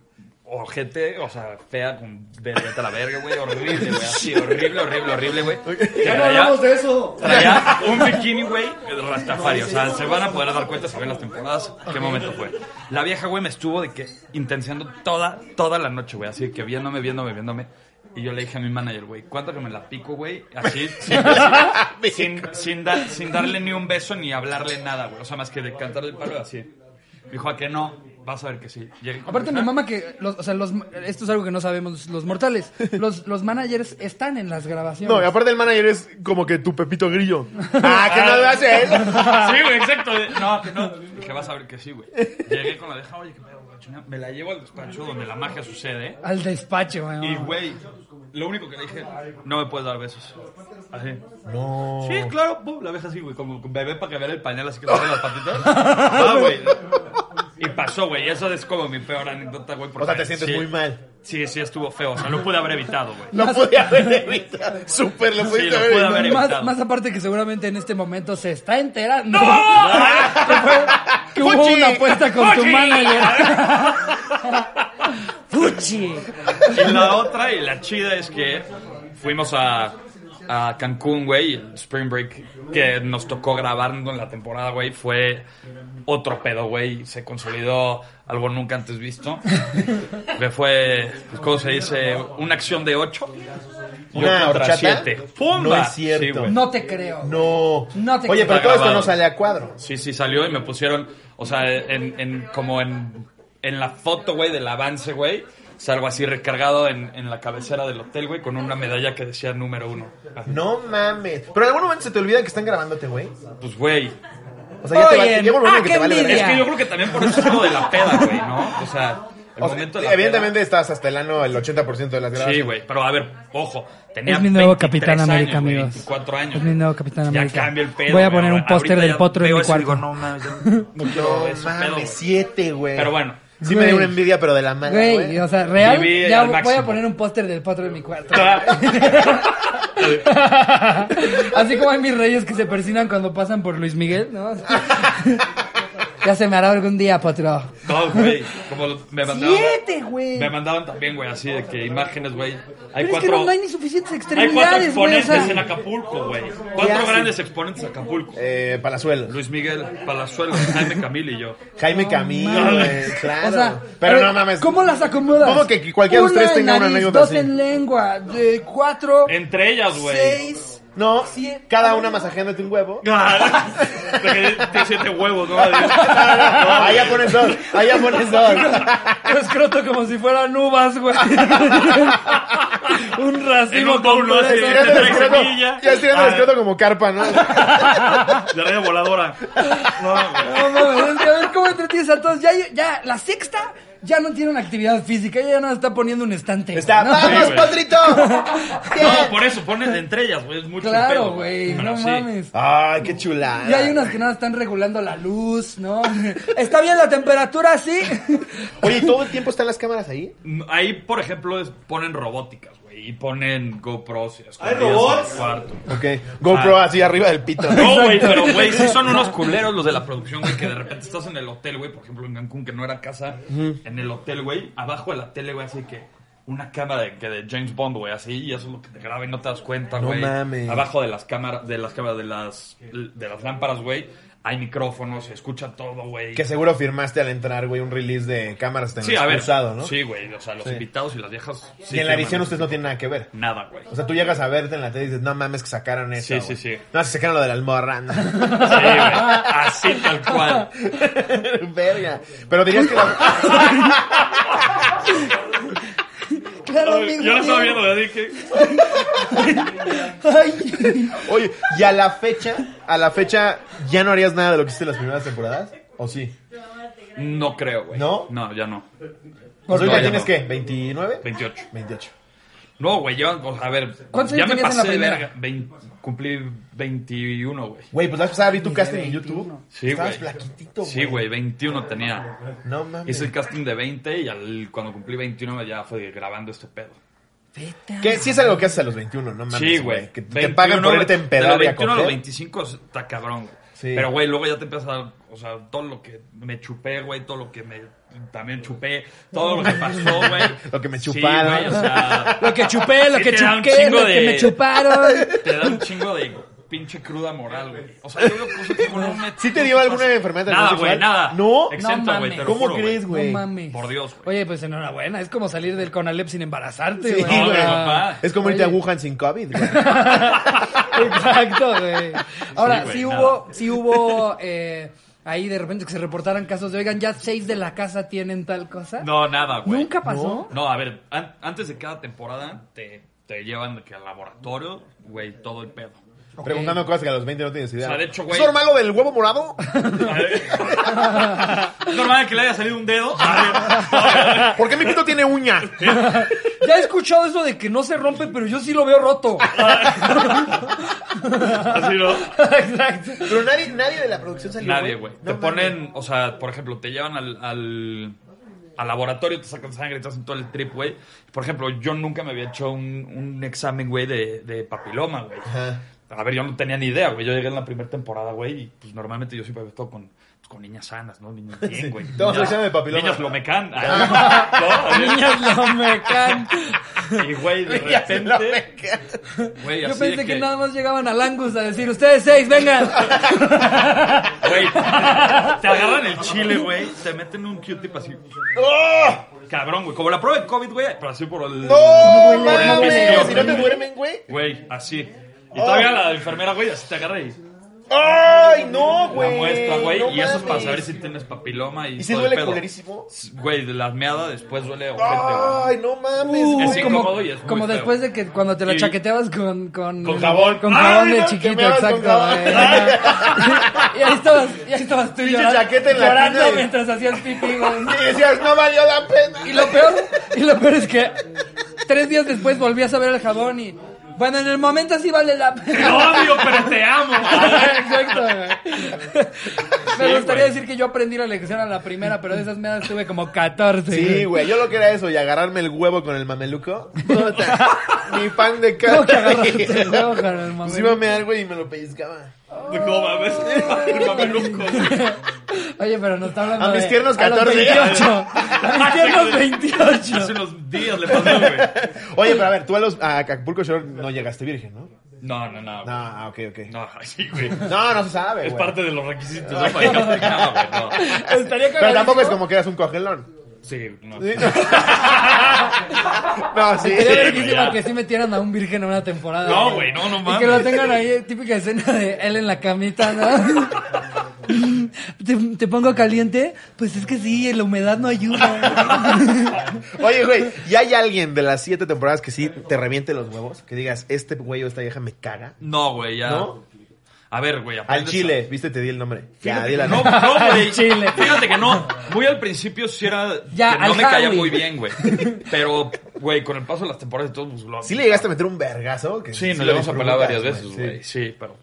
Speaker 5: Ojete, o sea, fea, con de vete a la verga, güey. Horrible, güey. Así, horrible, horrible, horrible, güey. Que
Speaker 4: Ya no
Speaker 5: traía-
Speaker 4: hablamos de eso.
Speaker 5: Traía un bikini, güey, de Rastafari. O sea, se van a poder dar cuenta si ven las temporadas qué momento fue. La vieja, güey, me estuvo de que intenciando toda, toda la noche, güey. Así de que viéndome, viéndome, viéndome. Y yo le dije a mi manager, güey, ¿cuánto que me la pico, güey? Así, sin, sin, sin dar- sin darle ni un beso ni hablarle nada, güey. O sea, más que de cantarle el palo así. Me Dijo, ¿a que no? Vas a ver que sí. Llegué con
Speaker 1: Aparte,
Speaker 5: mi
Speaker 1: mi
Speaker 5: hija.
Speaker 1: mamá que. Los, o sea, los, esto es algo que no sabemos los mortales. Los, los managers están en las grabaciones.
Speaker 2: No, y aparte el manager es como que tu Pepito Grillo. ¡Ah, que no lo haces!
Speaker 5: Sí, güey, exacto. No, que no. Que vas a ver que sí, güey. Llegué con la deja, oye, que pedo, güey, chingada. Me la llevo al despacho donde la magia sucede.
Speaker 1: Al despacho, güey.
Speaker 5: Y, güey, lo único que le dije, no me puedes dar besos. Así.
Speaker 2: No.
Speaker 5: Sí, claro, pum, la abeja así, güey, como un bebé para que vea el pañal, así que le pone las patitas. Va, güey. Y pasó, güey, eso es como mi peor anécdota, güey.
Speaker 2: O sea, te sientes
Speaker 5: sí-
Speaker 2: muy mal.
Speaker 5: Sí, sí, estuvo feo, o sea, lo pude haber evitado, güey.
Speaker 2: Lo pude haber evitado. Súper, lo pudiste
Speaker 5: lo
Speaker 2: haber
Speaker 5: pude
Speaker 2: evitado.
Speaker 5: haber
Speaker 1: Más,
Speaker 5: evitado.
Speaker 1: más aparte que seguramente en este momento se está enterando. que hubo
Speaker 2: ¡Fuchi!
Speaker 1: una apuesta con tu
Speaker 5: ¡Fuchi!
Speaker 1: manager. ¡Fuchi!
Speaker 5: Y la otra y la chida es que fuimos a, a Cancún, güey, y el Spring Break que nos tocó grabando en la temporada, güey, fue otro pedo, güey. Se consolidó algo nunca antes visto. Que fue, pues, ¿cómo se dice? Una acción de ocho. y
Speaker 2: ¿Una
Speaker 5: otra
Speaker 2: horchata?
Speaker 5: siete. ¡Pumba!
Speaker 2: No es cierto.
Speaker 5: Sí, güey.
Speaker 1: No te creo.
Speaker 2: No.
Speaker 1: No te
Speaker 2: Oye, pero
Speaker 1: creo.
Speaker 2: todo esto
Speaker 5: Grabado.
Speaker 2: no sale a cuadro.
Speaker 5: Sí, sí, salió y me pusieron, o sea, en, en- como en, en la foto, güey, del avance, güey. Salgo así recargado en, en la cabecera del hotel, güey, con una medalla que decía número uno.
Speaker 2: No mames. Pero en algún momento se te olvida que están grabándote, güey.
Speaker 5: Pues, güey.
Speaker 2: O sea, ya te va,
Speaker 1: Oye,
Speaker 2: llega un momento
Speaker 1: ah,
Speaker 2: que
Speaker 1: qué
Speaker 2: te vale
Speaker 1: envidia.
Speaker 5: Es
Speaker 2: verga.
Speaker 5: que yo creo que también por eso es lo de la peda, güey, ¿no? O sea, el
Speaker 2: O sea,
Speaker 5: momento de la
Speaker 2: evidentemente
Speaker 5: peda-
Speaker 2: estás hasta el ano el 80% de las grabaciones.
Speaker 5: Sí, güey, pero a ver, ojo, tenía
Speaker 1: Es mi nuevo
Speaker 5: 23
Speaker 1: Capitán
Speaker 5: años,
Speaker 1: América,
Speaker 5: güey,
Speaker 1: amigos.
Speaker 5: 24 años.
Speaker 1: Es mi nuevo Capitán América.
Speaker 5: Ya cambia el pedo.
Speaker 1: Voy a
Speaker 5: güey,
Speaker 1: poner un
Speaker 5: ahora-
Speaker 1: póster
Speaker 5: ahorita
Speaker 1: del
Speaker 5: ya
Speaker 1: potro en
Speaker 5: veo
Speaker 1: mi
Speaker 5: eso y digo,
Speaker 1: cuarto.
Speaker 5: No mames, yo no quiero
Speaker 2: No
Speaker 5: ese pedo, güey.
Speaker 2: mames, siete, güey.
Speaker 5: Pero bueno,
Speaker 2: Sí me dio una
Speaker 1: Güey.
Speaker 2: envidia, pero de la mala,
Speaker 1: Güey,
Speaker 2: güey.
Speaker 1: o sea, real.
Speaker 5: Viví
Speaker 1: Ya
Speaker 5: al
Speaker 1: voy a
Speaker 5: máximo.
Speaker 1: poner un póster del potro en mi cuarto.
Speaker 5: Claro.
Speaker 1: Así como hay mis reyes que se persinan cuando pasan por Luis Miguel, ¿no? ya se me hará algún día, potro.
Speaker 5: No, güey. Como lo- me mandaban.
Speaker 1: ¡Siete, güey!
Speaker 5: Me mandaban también, güey, así de que imágenes, güey. Hay
Speaker 1: Pero es
Speaker 5: cuatro.
Speaker 1: que no, no hay ni suficientes
Speaker 5: hay cuatro
Speaker 1: extremidades, güey. o
Speaker 5: exponentes
Speaker 1: sea.
Speaker 5: en Acapulco, güey.
Speaker 2: ¿Qué
Speaker 5: Cuatro
Speaker 2: hacen?
Speaker 5: grandes exponentes en Acapulco.
Speaker 2: Eh, Palazuelos.
Speaker 5: Luis Miguel, Palazuelo, Jaime Camil y yo.
Speaker 2: Jaime Camilo, güey. Claro.
Speaker 1: O sea, a
Speaker 2: pero
Speaker 1: ver,
Speaker 2: no mames.
Speaker 1: ¿Cómo las acomodas?
Speaker 2: ¿Cómo que cualquiera de los
Speaker 1: Una
Speaker 2: tres
Speaker 1: en
Speaker 2: tenga una
Speaker 1: nariz,
Speaker 2: anécdota
Speaker 1: Dos
Speaker 2: así?
Speaker 1: en lengua, de cuatro,
Speaker 5: Entre ellas, güey.
Speaker 1: seis.
Speaker 2: No,
Speaker 1: Siete.
Speaker 2: cada una masajeándote un huevo.
Speaker 5: Te te siete huevos, ¿no?
Speaker 2: Allá pones dos, allá pones dos.
Speaker 1: Yo escroto como si fueran uvas, güey. un
Speaker 5: En
Speaker 1: racimo
Speaker 5: un bowl, ¿no? Así,
Speaker 1: completo.
Speaker 2: Ya
Speaker 5: te
Speaker 2: estoy
Speaker 5: traes
Speaker 2: escroto,
Speaker 5: semilla.
Speaker 2: ya estirando el
Speaker 5: Ah.
Speaker 2: escroto como carpa, ¿no?
Speaker 5: De raya voladora. No, güey.
Speaker 1: No mames, es que a ver cómo entretienes a todos. Ya, ya, la sexta ya no tiene una actividad física, ella ya no está poniendo un estante.
Speaker 2: Está,
Speaker 1: ¿no?
Speaker 2: ¡vamos,
Speaker 5: Sí, güey.
Speaker 2: Patrito!
Speaker 5: No, por eso pones entre ellas, güey. Es mucho el pedo,
Speaker 1: Claro, güey,
Speaker 5: Pero
Speaker 1: no
Speaker 5: sí.
Speaker 1: mames.
Speaker 2: Ay, qué chulada.
Speaker 1: Y hay unas que nada están regulando la luz, ¿no? ¿Está bien la temperatura así?
Speaker 2: Oye, ¿y ¿todo el tiempo están las cámaras ahí?
Speaker 5: Mm, Ahí, por ejemplo, es- ponen robóticas, güey. Y ponen GoPros. y
Speaker 3: ¿Hay
Speaker 5: escondidas
Speaker 3: robots?
Speaker 5: en el cuarto.
Speaker 2: Ok, GoPro
Speaker 5: Ah.
Speaker 2: así arriba del pito.
Speaker 5: No, güey, pero, güey, sí son unos culeros los de la producción, güey, que de repente estás en el hotel, güey, por ejemplo, en Cancún, que no era casa, en el hotel, güey, abajo de la tele, güey, así que una cámara de, que de James Bond, güey, así, y eso es lo que te graba y no te das cuenta,
Speaker 2: No
Speaker 5: güey.
Speaker 2: mames.
Speaker 5: Abajo de las cámaras, de las cámaras, de las, de las lámparas, güey, hay micrófonos, se escucha todo, güey.
Speaker 2: Que seguro firmaste al entrar, güey, un release de cámaras tan
Speaker 5: Sí, a ver.
Speaker 2: expulsado, ¿no?
Speaker 5: Sí, güey, o sea, los
Speaker 2: Sí.
Speaker 5: invitados y las viejas. sí
Speaker 2: y en la
Speaker 5: firman.
Speaker 2: edición ustedes no tienen nada que ver.
Speaker 5: Nada, güey.
Speaker 2: O sea, tú llegas a verte en la tele y dices, no mames que sacaron eso.
Speaker 5: Sí, sí,
Speaker 2: güey.
Speaker 5: sí.
Speaker 2: No, se sacaron lo de la almorra. ¿no?
Speaker 5: Sí, güey. Así tal cual.
Speaker 2: Verga. Pero dirías que la...
Speaker 1: Claro, amigo.
Speaker 5: Yo la estaba viendo, güey, dije.
Speaker 1: Ay.
Speaker 2: Oye, y a la fecha, a la fecha, ¿ya no harías nada de lo que hiciste las primeras temporadas? ¿O sí?
Speaker 5: No creo, güey.
Speaker 2: ¿No?
Speaker 5: No, ya no.
Speaker 2: Pues
Speaker 5: No,
Speaker 2: ahorita
Speaker 5: ya
Speaker 2: tienes
Speaker 5: no.
Speaker 2: qué, ¿29?
Speaker 5: 28.
Speaker 2: 28.
Speaker 5: No, güey, yo, o sea, a ver,
Speaker 1: ¿Cuántos
Speaker 5: ya
Speaker 1: años
Speaker 5: me
Speaker 1: tenías en la
Speaker 5: pasé de
Speaker 1: primera?
Speaker 5: verga. Vein- cumplí 21, güey.
Speaker 2: Güey, pues la vez pasada vi tu casting en YouTube.
Speaker 5: Sí,
Speaker 2: Estabas
Speaker 5: güey.
Speaker 2: flaquitito, güey.
Speaker 5: Sí, güey, 21 tenía.
Speaker 2: No mames.
Speaker 5: Hice el casting de 20 y al- cuando cumplí 21 ya fue grabando este pedo.
Speaker 1: Vete a-
Speaker 2: Que sí es algo que haces a los 21, no mames.
Speaker 5: sí, güey.
Speaker 2: Que te pagan
Speaker 5: 21,
Speaker 2: por irte en
Speaker 5: De
Speaker 2: pedal
Speaker 5: los
Speaker 2: y a
Speaker 5: 21 a los
Speaker 2: coger.
Speaker 5: 25 está cabrón, güey.
Speaker 2: Sí.
Speaker 5: Pero, güey, luego ya te empieza a dar, o sea, todo lo que me chupé, güey, todo lo que me también chupé, todo lo que pasó, güey.
Speaker 2: Lo que me
Speaker 5: Sí,
Speaker 2: chuparon.
Speaker 5: güey, o sea,
Speaker 1: Lo que chupé, lo
Speaker 5: Sí
Speaker 1: que
Speaker 5: te da un
Speaker 1: chupé,
Speaker 5: chingo
Speaker 1: lo que
Speaker 5: de-
Speaker 1: me chuparon.
Speaker 5: te da un chingo de pinche cruda moral, güey. O sea, yo veo cosas que no me...
Speaker 2: ¿Sí te dio alguna enfermedad
Speaker 5: Nada, güey,
Speaker 2: sexual?
Speaker 5: nada.
Speaker 2: No.
Speaker 5: Exento, güey,
Speaker 1: mames.
Speaker 5: te lo
Speaker 2: ¿Cómo
Speaker 5: juro, güey.
Speaker 2: crees, güey?
Speaker 1: No mames.
Speaker 5: Por Dios, güey.
Speaker 1: Oye, pues enhorabuena. Es como salir del Conalep sin embarazarte,
Speaker 2: Sí,
Speaker 1: güey.
Speaker 2: güey.
Speaker 1: O sea,
Speaker 5: papá.
Speaker 2: Es como irte a
Speaker 1: Oye.
Speaker 2: Wuhan sin COVID, güey.
Speaker 1: Exacto, güey. Ahora,
Speaker 5: Sí,
Speaker 1: sí,
Speaker 5: güey,
Speaker 1: hubo,
Speaker 5: nada.
Speaker 1: sí hubo eh, ahí de repente que se reportaran casos de, oigan, ya seis de la casa tienen tal cosa.
Speaker 5: No, nada, güey.
Speaker 1: ¿Nunca pasó?
Speaker 5: No, a ver, an- antes de cada temporada te, te llevan de que al laboratorio, güey, todo el pedo.
Speaker 1: Ok.
Speaker 2: Preguntando cosas que a los 20 no tienes idea.
Speaker 5: O sea, de hecho,
Speaker 2: ¿Es
Speaker 5: güey-
Speaker 2: normal lo del huevo morado?
Speaker 5: ¿Es normal que le haya salido un dedo?
Speaker 2: ¿Por qué mi pito tiene uña?
Speaker 1: Ya he escuchado eso de que no se rompe, pero yo sí lo veo roto.
Speaker 5: Así no.
Speaker 1: Exacto.
Speaker 2: Pero nadie, nadie de la producción salió.
Speaker 5: Nadie, güey.
Speaker 2: No
Speaker 5: te
Speaker 2: mames.
Speaker 5: ponen, o sea, por ejemplo, te llevan al, al, al laboratorio, te sacan sangre, te hacen todo el trip, güey. Por ejemplo, yo nunca me había hecho un, un examen, güey, de, de papiloma, güey. A ver, yo no tenía ni idea, güey. Yo llegué en la primera temporada, güey, y pues normalmente yo siempre había estado con, pues, con niñas sanas, ¿no? Niñas bien, güey.
Speaker 2: Todos
Speaker 5: Niñas-
Speaker 2: examen de papiloma.
Speaker 5: Niñas lomecan. Ah, no,
Speaker 1: Niñas lo me can.
Speaker 5: Y, güey, de
Speaker 2: Ya se lo
Speaker 5: repente...
Speaker 2: pegué.
Speaker 5: güey,
Speaker 1: Yo
Speaker 5: así
Speaker 1: pensé
Speaker 5: de
Speaker 1: que... nada más llegaban al Angus a decir, ustedes seis, vengan.
Speaker 5: Güey, te agarran el chile, güey. Te meten un Q-tip así.
Speaker 2: ¡Oh!
Speaker 5: Cabrón, güey. Como la prueba de COVID, güey. Pero así por el.
Speaker 2: ¡No,
Speaker 1: No duele, no
Speaker 2: mames!
Speaker 1: duele.
Speaker 2: Si no te duermen, güey.
Speaker 5: Güey, así. Y todavía la enfermera, güey, así te agarra y
Speaker 2: ¡Ay, no,
Speaker 5: la
Speaker 2: güey!
Speaker 5: muestra, güey.
Speaker 2: No
Speaker 5: y eso es para
Speaker 2: mames.
Speaker 5: saber si tienes papiloma y.
Speaker 2: ¿Y si
Speaker 5: todo el
Speaker 2: duele
Speaker 5: pedo.
Speaker 2: culerísimo?
Speaker 5: Güey, de la meada después duele ojete, güey.
Speaker 2: ¡Ay, no mames,
Speaker 1: Uh,
Speaker 5: Es
Speaker 2: güey!
Speaker 1: como
Speaker 5: incómodo y es muy
Speaker 1: como
Speaker 5: feo.
Speaker 1: después de que cuando te la
Speaker 5: Y-
Speaker 1: chaqueteabas con, con,
Speaker 5: Con jabón.
Speaker 1: Con jabón
Speaker 2: Ay,
Speaker 1: de
Speaker 2: no, que
Speaker 1: chiquito,
Speaker 2: me hagas con
Speaker 1: exacto.
Speaker 2: jabón.
Speaker 1: eh. y ahí estabas, y ahí estabas tú
Speaker 2: Pinche
Speaker 1: llorando,
Speaker 2: chaqueta en la
Speaker 1: llorando
Speaker 2: tina y-
Speaker 1: mientras hacías pipí, güey.
Speaker 2: Y decías, no valió la pena.
Speaker 1: Y lo peor, y lo peor es que tres días después volvías a ver el jabón y bueno, en el momento sí vale la
Speaker 5: Te
Speaker 1: pena.
Speaker 5: odio, pero te amo.
Speaker 1: Exacto, güey. Me
Speaker 5: Sí,
Speaker 1: gustaría
Speaker 5: güey.
Speaker 1: decir que yo aprendí la lección a la primera, pero de esas meadas tuve como 14.
Speaker 2: Sí, güey, yo lo que era eso, y agarrarme el huevo con el mameluco. Puta, Mi pan de
Speaker 1: Tengo que
Speaker 2: cara.
Speaker 1: agarrarte el huevo con el
Speaker 2: Pues iba a
Speaker 1: momento.
Speaker 2: mear, güey, y me lo pellizcaba.
Speaker 5: No mames. El mameluco.
Speaker 1: Oye, pero nos está hablando
Speaker 2: A mis
Speaker 1: de-
Speaker 2: tiernos
Speaker 1: a los
Speaker 2: 14.
Speaker 1: 28. A mis tiernos 28.
Speaker 5: Hace unos días le pasó, güey.
Speaker 2: Oye, pero a ver, tú a, los, a Acapulco Shore no llegaste virgen, ¿no?
Speaker 5: No, no, no.
Speaker 2: No,
Speaker 5: güey.
Speaker 2: ah, ok, ok.
Speaker 5: No, sí, güey.
Speaker 2: No, no se sabe,
Speaker 5: Es
Speaker 2: güey.
Speaker 5: parte de los requisitos, ¿no? Para llegar a la cama, güey. No.
Speaker 1: Estaría
Speaker 2: Pero tampoco es
Speaker 1: cagadísimo.
Speaker 2: como que eras un cogelón.
Speaker 5: Sí, no.
Speaker 2: No, sí.
Speaker 1: Sería
Speaker 5: güey,
Speaker 1: verguísima
Speaker 5: ya.
Speaker 1: que sí metieran a un virgen en una temporada.
Speaker 5: No, güey, no, no
Speaker 1: Y
Speaker 5: mames.
Speaker 1: que lo tengan ahí, típica escena de él en la camita, ¿no? ¿Te, te pongo caliente? Pues es que sí, la humedad no ayuda.
Speaker 2: Oye, güey, ¿y hay alguien de las siete temporadas que sí te reviente los huevos? Que digas, este güey o esta vieja me caga.
Speaker 5: No, güey, ya.
Speaker 2: ¿No?
Speaker 5: A ver, güey.
Speaker 2: Al
Speaker 5: aprendes
Speaker 2: chile, viste, te di el nombre. Ya,
Speaker 5: Fíjate
Speaker 2: di
Speaker 5: que
Speaker 2: la
Speaker 5: no, no, güey.
Speaker 1: Chile.
Speaker 5: Fíjate que no. Muy al principio sí era.
Speaker 1: Ya,
Speaker 5: que no
Speaker 1: al
Speaker 5: me caía
Speaker 1: Howie.
Speaker 5: muy bien, güey. Pero, güey, con el paso de las temporadas y todo, pues lo.
Speaker 2: ¿Sí le llegaste a meter un vergazo? Que
Speaker 5: Sí,
Speaker 2: lo
Speaker 5: nos llevamos a
Speaker 2: disfrutas,
Speaker 5: pelar varias veces, güey.
Speaker 2: Sí.
Speaker 5: Sí. pero.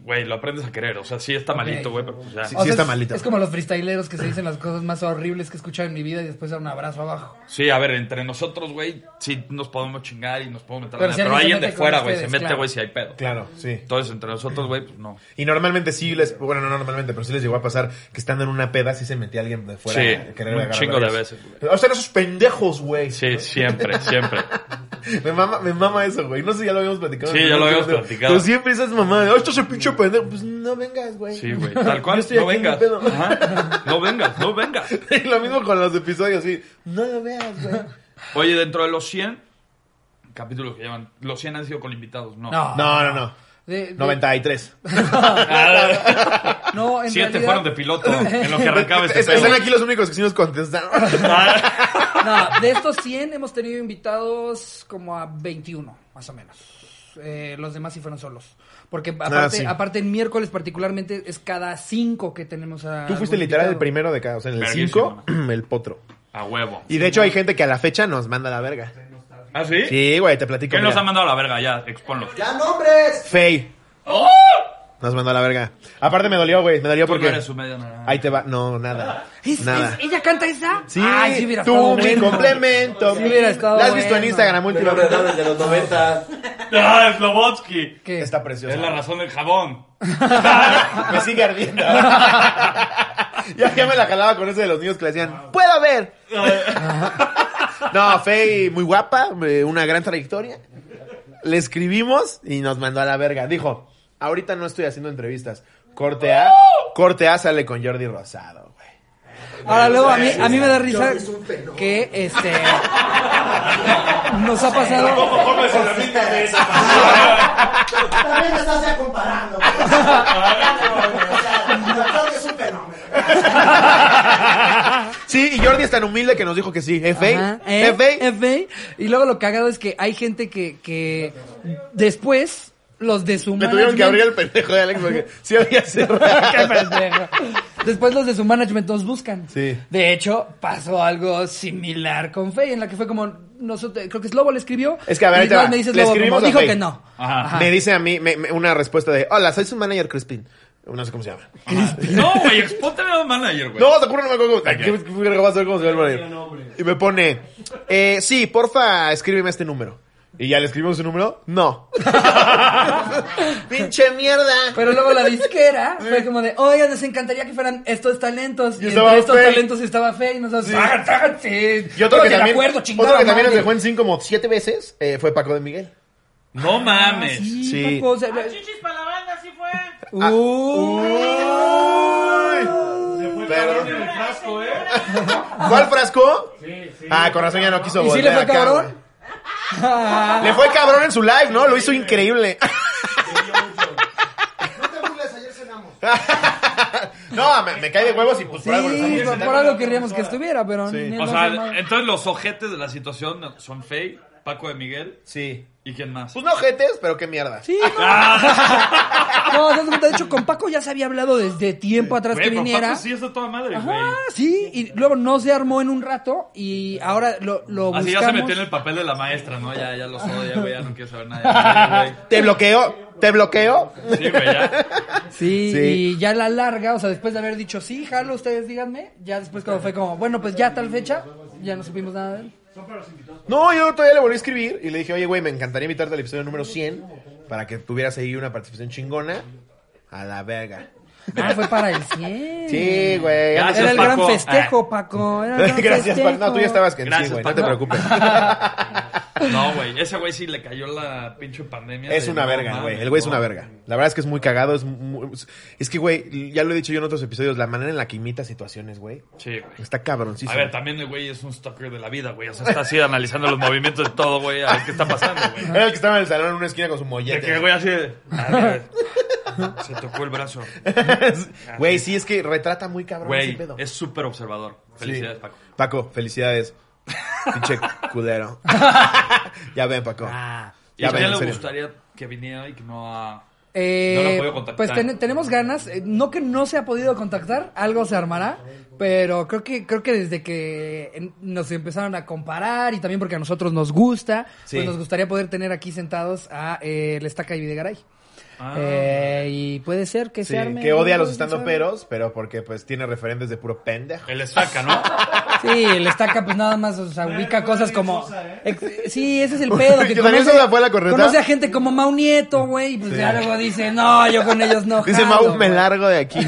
Speaker 5: Güey, lo aprendes a querer. O sea, sí está malito, güey, pero pues ya.
Speaker 2: Sí,
Speaker 5: Sí,
Speaker 1: O sea,
Speaker 2: está
Speaker 1: es-
Speaker 2: malito.
Speaker 1: Es como los freestyleros que se dicen las cosas más horribles que he escuchado en mi vida y después dan un abrazo abajo.
Speaker 5: a ver, entre nosotros, güey, sí nos podemos chingar y nos podemos meter.
Speaker 1: Pero
Speaker 5: la-
Speaker 1: si
Speaker 5: Pero,
Speaker 1: alguien se
Speaker 5: alguien de
Speaker 1: mete con
Speaker 5: fuera, güey, se
Speaker 1: ustedes,
Speaker 5: mete,
Speaker 1: claro.
Speaker 5: güey, si hay pedo.
Speaker 2: Claro, sí.
Speaker 5: Entonces, entre nosotros, güey, pues no.
Speaker 2: Y normalmente sí les, bueno, no normalmente, pero sí les llegó a pasar que estando en una peda sí se metía alguien de fuera.
Speaker 5: Sí,
Speaker 2: a querer
Speaker 5: un
Speaker 2: agarrar
Speaker 5: chingo de
Speaker 2: vergas.
Speaker 5: veces,
Speaker 2: O sea, eran esos pendejos, güey.
Speaker 5: Sí, siempre, siempre.
Speaker 2: Me mama, me mama eso, güey. No sé si ya lo habíamos platicado.
Speaker 5: Sí, ya lo habíamos platicado.
Speaker 2: Pero siempre esas mamás de, "Oh, esto es el pinche pendejo. Pues no vengas, güey.
Speaker 5: Sí, güey. Tal cual,
Speaker 2: Yo estoy
Speaker 5: no
Speaker 2: aquí en mi
Speaker 5: vengas.
Speaker 2: pedo.
Speaker 5: Ajá. No vengas, no vengas.
Speaker 2: Y lo mismo con los episodios, sí. No lo veas, güey.
Speaker 5: Oye, dentro de los 100 capítulos que llevan, los 100 han sido con invitados, ¿no?
Speaker 1: No.
Speaker 2: No, no, no.
Speaker 1: De- de-
Speaker 2: 93.
Speaker 1: No, en
Speaker 5: Siete
Speaker 1: realidad-
Speaker 5: fueron de piloto en lo que arrancaba este
Speaker 2: Es-
Speaker 5: pedo.
Speaker 2: Están aquí los únicos que sí nos contestaron.
Speaker 5: Ah,
Speaker 1: No, de estos 100 hemos tenido invitados como a 21, más o menos. Eh, los demás sí fueron solos. Porque aparte,
Speaker 2: Ah, sí.
Speaker 1: aparte en miércoles particularmente es cada 5 que tenemos a...
Speaker 2: Tú fuiste
Speaker 1: algún
Speaker 2: literal el
Speaker 1: invitado.
Speaker 2: primero de cada, o sea, en el
Speaker 5: Verguísima.
Speaker 2: 5, el potro.
Speaker 5: A huevo.
Speaker 2: Y de hecho hay gente que a la fecha nos manda la verga.
Speaker 5: ¿Ah, sí?
Speaker 2: Sí, güey, te platico.
Speaker 5: ¿Quién nos
Speaker 2: mira.
Speaker 5: ha mandado a la verga? Ya, exponlo.
Speaker 6: ¡Ya nombres!
Speaker 2: Fey. Nos mandó a la verga. Aparte me dolió, güey. Me dolió
Speaker 5: ¡Oh! Tú no
Speaker 2: porque.
Speaker 5: eres su media naranja.
Speaker 2: Ahí te va. No, nada.
Speaker 1: ¿Es-
Speaker 2: nada.
Speaker 1: es- ¿Ella canta esa?
Speaker 2: Sí,
Speaker 1: Ay, sí hubiera
Speaker 2: tú
Speaker 1: estado
Speaker 2: mi
Speaker 1: bueno.
Speaker 2: complemento.
Speaker 1: Sí hubiera estado
Speaker 2: La has visto en
Speaker 1: bueno.
Speaker 2: Instagram
Speaker 6: El nombre
Speaker 2: últimamente.
Speaker 6: de Donald de los 90.
Speaker 5: ¡Ah, Slobotsky!
Speaker 1: ¿Qué?
Speaker 2: Está preciosa.
Speaker 5: Es la razón del jabón.
Speaker 2: me sigue ardiendo. ya, ya me la jalaba con ese de los niños que le decían, ¡puedo ver! no, Faye, muy guapa, eh, una gran trayectoria. Le escribimos y nos mandó a la verga. Dijo, ahorita no estoy haciendo entrevistas. Corte A, corte A sale con Jordi Rosado, güey.
Speaker 1: Ahora luego a mí, a mí me da risa
Speaker 6: Jordi es un fenómeno.
Speaker 1: que este nos ha pasado
Speaker 3: Poco a poco es la misma vez.
Speaker 6: También me estás ya comparando. güey. O sea, Jordi es un fenómeno.
Speaker 2: Sí, y Jordi es tan humilde que nos dijo que sí. F,
Speaker 1: Ajá, ¿eh?
Speaker 2: F,
Speaker 1: F. Y luego lo cagado es que hay gente que, que después los de su
Speaker 2: Le tuvieron que
Speaker 1: management-
Speaker 2: abrir el pendejo de Alex porque sí había cerrado.
Speaker 1: eh, Qué pendejo. Después los de su management nos buscan.
Speaker 2: Sí.
Speaker 1: De hecho, pasó algo similar con Faye, en la que fue como, nosotros, creo que es Lobo le escribió.
Speaker 2: Es que, a ver,
Speaker 1: y
Speaker 2: ahí te
Speaker 1: no,
Speaker 2: va.
Speaker 1: me dices
Speaker 2: Le
Speaker 1: Lobo,
Speaker 2: escribimos
Speaker 1: como
Speaker 2: a
Speaker 1: dijo
Speaker 2: Faye. Ah.
Speaker 1: que no.
Speaker 5: Ajá.
Speaker 2: Me dice a mí me- me- una respuesta de, hola, soy su manager Crispin. No sé cómo se llama.
Speaker 5: No, güey, exponte a manager, güey.
Speaker 2: No, te juro, no me acuerdo. Ay, ¿Qué qué verga vas a ver cómo se ve el manager? Y me pone, eh, sí, porfa, escríbeme este número. ¿Y ya le escribimos su número? No. ¡Pinche mierda!
Speaker 1: Pero luego la disquera fue como de, oigan, nos encantaría que fueran estos talentos. Y,
Speaker 2: estaba
Speaker 1: entre estos
Speaker 2: Faye.
Speaker 1: talentos estaba Faye y nosotros, "Hagan, hagan, sí".
Speaker 2: Y otro que
Speaker 1: Todos de
Speaker 2: también,
Speaker 1: acuerdo, chingada
Speaker 2: otro que también nos
Speaker 1: madre.
Speaker 2: dejó en zinc como siete veces eh, fue Paco de Miguel.
Speaker 5: No
Speaker 1: Ah,
Speaker 5: mames.
Speaker 1: sí,
Speaker 2: Sí. Ah,
Speaker 1: Paco, o sea,
Speaker 7: para la banda, sí fue.
Speaker 2: Perdón.
Speaker 3: El frasco, ¿eh?
Speaker 2: ¿Cuál frasco? Sí, sí. Ah, con razón ya no quiso
Speaker 1: ¿Y sí
Speaker 2: volver
Speaker 1: le fue
Speaker 2: acá,
Speaker 1: cabrón?
Speaker 2: güey. Le fue cabrón en su live, ¿no? Lo hizo increíble.
Speaker 6: No te burles, ayer cenamos.
Speaker 2: no, me, me cae de huevos y pues por algo lo
Speaker 1: Sí,
Speaker 2: estamos
Speaker 1: por, por algo queríamos que estuviera, pero...
Speaker 2: Sí.
Speaker 1: ni
Speaker 5: O
Speaker 1: nos
Speaker 5: sea,
Speaker 1: llamaron.
Speaker 5: entonces los ojetes de la situación son Fey, Paco de Miguel
Speaker 2: Sí.
Speaker 5: y quién más.
Speaker 2: Pues no jetes, pero qué mierda.
Speaker 1: Sí, no. No, das cuenta, de hecho, con Paco ya se había hablado desde tiempo atrás
Speaker 5: Güey,
Speaker 1: que
Speaker 5: con
Speaker 1: viniera.
Speaker 5: Paco Ah. sí está toda madre, güey.
Speaker 1: Ajá, sí, y luego no se armó en un rato y ahora lo, lo
Speaker 5: Así Ah, ya se
Speaker 1: buscamos.
Speaker 5: metió en el papel de la maestra, ¿no? Ya, ya los odia, güey, ya no quiero saber nada. de
Speaker 2: Te bloqueo, te bloqueo.
Speaker 5: nadie, güey. Sí, güey, ya.
Speaker 1: Sí,
Speaker 2: Sí.
Speaker 1: y ya la larga, o sea, después de haber dicho, sí, jalo, ustedes díganme, ya después cuando fue como, bueno, pues ya tal fecha, ya no supimos nada de él.
Speaker 2: No, yo todavía le volví a escribir y le dije, oye, güey, me encantaría invitarte al episodio número 100 para que tuvieras ahí una participación chingona. A la verga.
Speaker 1: Ah, fue para el 100.
Speaker 2: Sí, güey.
Speaker 5: Ya,
Speaker 2: antes-
Speaker 1: Era el
Speaker 5: Gracias,
Speaker 1: gran
Speaker 5: Paco. Ah.
Speaker 1: festejo, Paco. Era el gran
Speaker 2: Gracias,
Speaker 1: festejo.
Speaker 2: Paco. No, tú ya estabas que sí,
Speaker 5: Gracias,
Speaker 2: güey. No
Speaker 5: Paco.
Speaker 2: te preocupes.
Speaker 5: No, güey, ese güey sí le cayó la pinche pandemia.
Speaker 2: Es
Speaker 5: de
Speaker 2: una
Speaker 5: no
Speaker 2: verga,
Speaker 5: mames,
Speaker 2: güey. El güey es
Speaker 5: ¿no?
Speaker 2: una verga. La verdad es que es muy cagado. Es, muy- es que, güey, ya lo he dicho yo en otros episodios, la manera en la que imita situaciones, güey,
Speaker 5: Sí, güey.
Speaker 2: está cabroncísimo.
Speaker 5: A ver, también el güey es un stalker de la vida, güey. O sea, está así analizando los movimientos de todo, güey, a ver qué está pasando, güey.
Speaker 2: Era el que estaba en el salón en una esquina con su
Speaker 5: De que
Speaker 2: mollete.
Speaker 5: el güey así de... a ver, Se tocó el brazo.
Speaker 2: Güey, sí, es que retrata muy cabrón ese
Speaker 5: Ah, Güey,
Speaker 2: pedo.
Speaker 5: es súper observador.
Speaker 2: Sí.
Speaker 5: Felicidades, Paco.
Speaker 2: Paco, felicidades. Pinche culero. ya ven, Paco.
Speaker 5: Ah, ¿Y a
Speaker 2: ven,
Speaker 5: quién
Speaker 2: en
Speaker 5: le
Speaker 2: serio.
Speaker 5: gustaría que viniera y que no ha...
Speaker 1: Eh,
Speaker 5: No lo he podido contactar.
Speaker 1: Pues ten- tenemos ganas, eh, no que no se ha podido contactar, algo se armará, pero creo que creo que desde que en- nos empezaron a comparar y también porque a nosotros nos gusta,
Speaker 2: Sí.
Speaker 1: pues nos gustaría poder tener aquí sentados a eh, el Estaca y Videgaray.
Speaker 5: Ah.
Speaker 1: Eh, y puede ser que
Speaker 2: Sí,
Speaker 1: se arme.
Speaker 2: que odia a los
Speaker 1: algo,
Speaker 2: estando
Speaker 1: ¿quién sabe?
Speaker 2: peros, pero porque pues tiene referentes de puro pendejo.
Speaker 5: El estaca, ¿no?
Speaker 1: Sí, el Estaca pues nada más o sea, ubica cosas como...
Speaker 5: ¿eh?
Speaker 1: ex- sí, ese es el pedo. Que
Speaker 2: Que Daniel
Speaker 1: conoce,
Speaker 2: Sosa fue la corneta.
Speaker 1: conoce a gente como Mau Nieto, güey, y pues ya luego dice, no, yo con ellos no.
Speaker 2: Dice
Speaker 1: jalo,
Speaker 2: Mau, me
Speaker 1: güey".
Speaker 2: largo de aquí.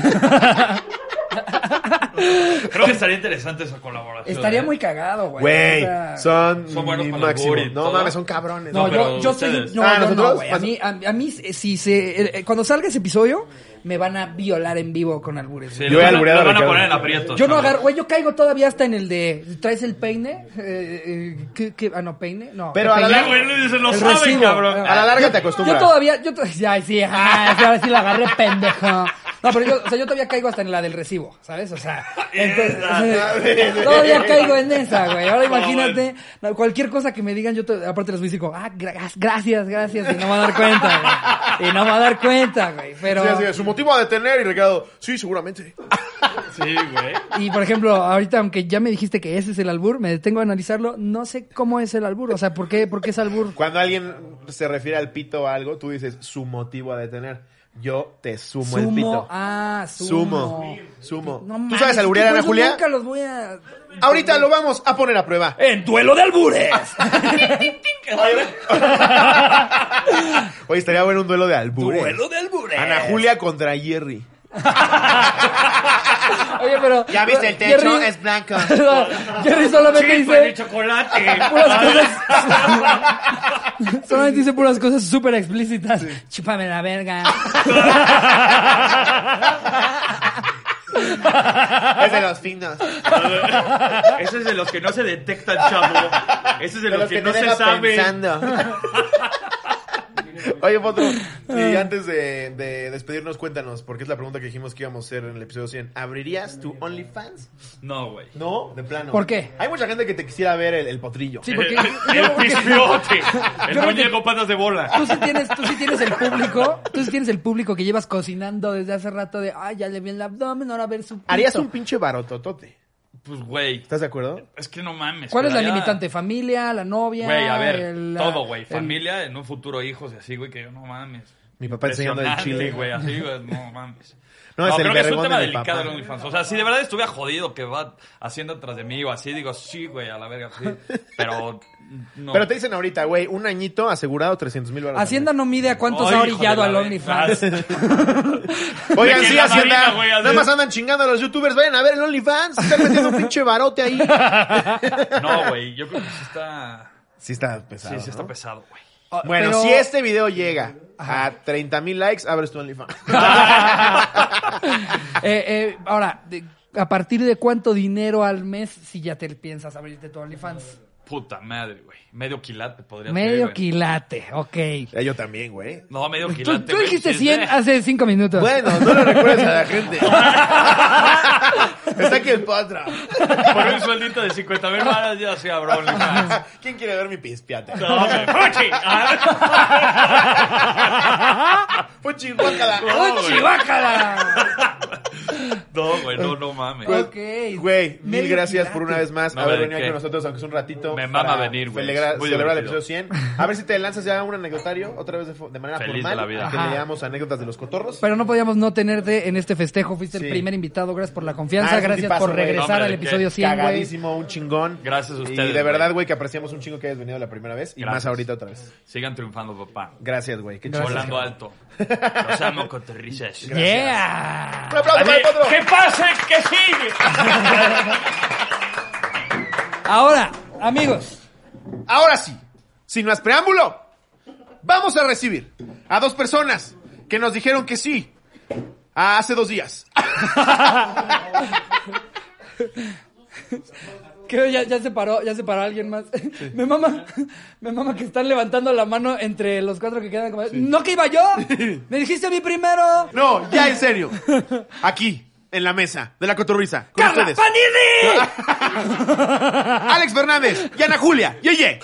Speaker 5: Creo que estaría interesante esa colaboración.
Speaker 1: Estaría
Speaker 5: ¿eh?
Speaker 1: muy cagado, güey.
Speaker 2: Güey,
Speaker 1: O sea,
Speaker 2: son,
Speaker 5: Son buenos
Speaker 2: mi
Speaker 5: para el
Speaker 2: máximo.
Speaker 5: booty y
Speaker 2: No
Speaker 5: todo.
Speaker 2: mames, son cabrones.
Speaker 1: No,
Speaker 5: No, pero
Speaker 1: yo, yo soy.
Speaker 5: ustedes.
Speaker 1: No,
Speaker 2: Ah,
Speaker 1: yo
Speaker 2: ¿nosotros?
Speaker 1: no, güey. A mí, a, a mí, eh, si se. eh, eh, cuando salga ese episodio, me van a violar en vivo con albures.
Speaker 5: Sí,
Speaker 1: güey.
Speaker 2: Yo
Speaker 5: lo
Speaker 2: he
Speaker 5: van a-
Speaker 2: albureado a
Speaker 5: lo van a
Speaker 2: Ricardo.
Speaker 5: poner en aprietos.
Speaker 1: Yo no
Speaker 5: chavos.
Speaker 1: agarro, güey, yo caigo todavía hasta en el de traes el peine, eh, eh, ¿qué- qué? ah no peine, no.
Speaker 2: Pero a la
Speaker 1: peine.
Speaker 5: Ya, güey, no, se lo
Speaker 1: El
Speaker 5: sabe,
Speaker 1: recibo.
Speaker 5: cabrón.
Speaker 2: A la larga te
Speaker 1: Yo
Speaker 2: acostumbras.
Speaker 1: todavía, yo to- ay sí, ay, sí, ahora sí la agarré pendejo. No, pero yo, o sea, yo todavía caigo hasta en la del recibo, ¿sabes? O sea, entonces, todavía caigo en esa, güey. Ahora imagínate, no, cualquier cosa que me digan, yo to- aparte les voy a decir como, ah, gra- gracias, gracias, y no me va a dar cuenta, güey. Y no me va a dar cuenta, güey. Pero, Ah.
Speaker 2: Sí, así es. su motivo a detener y Ricardo, sí, seguramente.
Speaker 5: Sí, güey.
Speaker 1: Y por ejemplo, ahorita, aunque ya me dijiste que ese es el albur, me detengo a analizarlo, no sé cómo es el albur. O sea, ¿por qué, por qué es albur?
Speaker 2: Cuando alguien se refiere al pito o algo, tú dices su motivo a detener. Yo te sumo, el pito.
Speaker 1: Ah, sumo.
Speaker 2: Sumo. Sumo.
Speaker 1: No
Speaker 2: ¿Tú
Speaker 1: mames, este
Speaker 2: sabes alburear,
Speaker 1: estos güeyes
Speaker 2: Ana Julia?
Speaker 1: Nunca los voy a.
Speaker 2: Ahorita lo vamos a poner a prueba.
Speaker 5: ¡En duelo de albures!
Speaker 2: Oye, estaría bueno un duelo de albures.
Speaker 5: ¡Duelo de albures!
Speaker 2: Ana Julia contra Jerry.
Speaker 1: Oye, pero.
Speaker 2: Ya viste, el techo es blanco.
Speaker 1: Jerry solamente
Speaker 5: ¡Chispa de
Speaker 1: dice.
Speaker 5: chocolate! Ah,
Speaker 1: Puras cosas. solamente dice puras cosas súper explícitas. Chúpame la verga.
Speaker 2: Es de los finos.
Speaker 5: Ese es de los que no se detectan, chavo. Ese es de, los, que, no
Speaker 2: te
Speaker 5: se
Speaker 2: deja
Speaker 5: sabe.
Speaker 2: pensando. Oye, Potro, y antes de, de despedirnos, cuéntanos, porque es la pregunta que dijimos que íbamos a hacer en el episodio 100. ¿Abrirías tu OnlyFans?
Speaker 5: No, güey.
Speaker 2: No, de plano.
Speaker 1: ¿Por qué?
Speaker 2: Hay mucha gente que te quisiera ver el, el potrillo.
Speaker 1: Sí, porque.
Speaker 5: El,
Speaker 1: yo-
Speaker 5: el
Speaker 1: porque-
Speaker 5: pispiote. El
Speaker 1: creo que-
Speaker 5: muñeco patas de bola.
Speaker 1: Tú sí, tienes, tú sí tienes el público, tú sí tienes el público que llevas cocinando desde hace rato de, ay, ya le vi el abdomen, ahora a ver su pito".
Speaker 2: Harías un pinche barototote.
Speaker 5: Pues, güey.
Speaker 2: ¿Estás de acuerdo?
Speaker 5: Es que no mames.
Speaker 1: ¿Cuál es la
Speaker 5: pero ya-
Speaker 1: limitante? ¿Familia? ¿La novia?
Speaker 5: Güey, a ver,
Speaker 1: el, la-
Speaker 5: todo, güey.
Speaker 1: el-
Speaker 5: Familia, en un futuro hijos y así, güey, que yo no mames.
Speaker 2: Mi papá enseñando el
Speaker 5: Impresionante,
Speaker 2: chile.
Speaker 5: güey, así, güey, no mames.
Speaker 2: No, es el
Speaker 5: creo que es un
Speaker 2: vergón
Speaker 5: tema
Speaker 2: de mi
Speaker 5: delicado
Speaker 2: papá.
Speaker 5: el OnlyFans. O sea, si de verdad estuviera jodido que va haciendo atrás de mí o así, digo, sí, güey, a la verga, sí. Pero no.
Speaker 2: Pero te dicen ahorita, güey, un añito asegurado 300 mil baros.
Speaker 1: Hacienda no mide a cuántos ha
Speaker 5: Ay, hijo de
Speaker 1: orillado
Speaker 5: la Ah,
Speaker 1: al
Speaker 5: ve-
Speaker 1: OnlyFans.
Speaker 2: Oigan,
Speaker 5: Me
Speaker 2: sí,
Speaker 5: queda
Speaker 2: Hacienda.
Speaker 5: marina, güey, así.
Speaker 2: Nada más andan chingando a los youtubers. Vayan a ver el OnlyFans. Están metiendo un pinche barote ahí.
Speaker 5: No, güey, yo creo que sí está,
Speaker 2: Sí está pesado,
Speaker 5: sí, sí está
Speaker 2: ¿no?
Speaker 5: pesado, güey.
Speaker 2: Bueno,
Speaker 1: Pero-
Speaker 2: si este video llega a 30 mil likes, abres tu OnlyFans.
Speaker 1: Eh, eh, ahora, de- ¿a partir de cuánto dinero al mes si ya te piensas abrirte tu OnlyFans?
Speaker 5: Puta madre, güey. Medio quilate podría ser,
Speaker 1: Medio
Speaker 5: güey.
Speaker 1: quilate, ok.
Speaker 2: Ya yo también, güey.
Speaker 5: No, medio
Speaker 1: Tú,
Speaker 5: quilate.
Speaker 1: tú
Speaker 5: güey,
Speaker 1: dijiste
Speaker 5: sí,
Speaker 1: 100
Speaker 5: eh.
Speaker 1: hace 5 minutos.
Speaker 2: Bueno, no lo recuerdes a la gente. Está aquí el potro.
Speaker 5: Por un sueldito de 50 mil balas ya se abro OnlyFans.
Speaker 2: ¿Quién quiere ver mi pispiate?
Speaker 5: No, me fuchi.
Speaker 2: Fuchi, guácala.
Speaker 1: ¡Oh, chihuácala!
Speaker 5: No, güey, no, no mames.
Speaker 2: Pues,
Speaker 1: Ok.
Speaker 2: Güey, mil
Speaker 1: Medio
Speaker 2: gracias
Speaker 1: quilate.
Speaker 2: por una vez más
Speaker 5: No,
Speaker 2: haber
Speaker 5: ¿de
Speaker 2: venido
Speaker 5: qué?
Speaker 2: con nosotros, aunque es un ratito.
Speaker 5: Me mama
Speaker 2: para
Speaker 5: venir, güey.
Speaker 2: Celebrar,
Speaker 5: Muy
Speaker 2: celebrar el
Speaker 5: divertido.
Speaker 2: episodio 100. A ver si te lanzas ya un anecdotario, otra vez de, fo- de manera
Speaker 5: Feliz de
Speaker 2: formal.
Speaker 5: la vida.
Speaker 2: Que
Speaker 1: Ajá.
Speaker 2: le llamamos anécdotas de los cotorros.
Speaker 1: Pero no podíamos no tenerte en este festejo. Fuiste
Speaker 2: Sí.
Speaker 1: el primer invitado. Gracias por la
Speaker 2: Ah,
Speaker 1: confianza.
Speaker 2: es un
Speaker 1: gracias
Speaker 2: tipazo,
Speaker 1: por
Speaker 2: güey.
Speaker 1: regresar
Speaker 5: Hombre,
Speaker 1: al
Speaker 5: de qué
Speaker 1: episodio 100, güey.
Speaker 2: Cagadísimo, un chingón.
Speaker 5: Gracias a
Speaker 2: Y
Speaker 5: ustedes,
Speaker 2: de verdad,
Speaker 5: güey.
Speaker 2: güey, que apreciamos un chingo que hayas venido la primera vez. Y
Speaker 5: Gracias.
Speaker 2: más ahorita otra vez.
Speaker 5: Sigan triunfando, papá.
Speaker 2: Gracias, güey. Qué chingón.
Speaker 5: Volando alto. Los amo con risas.
Speaker 1: Yeah.
Speaker 2: Un aplauso para el potro.
Speaker 5: ¡Que pase! ¡Que sigue!
Speaker 1: Ahora, amigos.
Speaker 2: Ahora sí, sin más preámbulo, vamos a recibir a dos personas que nos dijeron que sí a- hace dos días.
Speaker 1: Creo ya, ya se paró, ya se paró alguien más. Me mama, me mama que están levantando la mano entre los cuatro que quedan como, ¿no que iba yo? ¡Me dijiste a mí primero!
Speaker 2: No, ya en serio. Aquí, en la mesa de la cotorriza, con
Speaker 1: ¡Carla
Speaker 2: ustedes.
Speaker 1: Panini!
Speaker 2: Alex Fernández y Ana Julia. Yeye.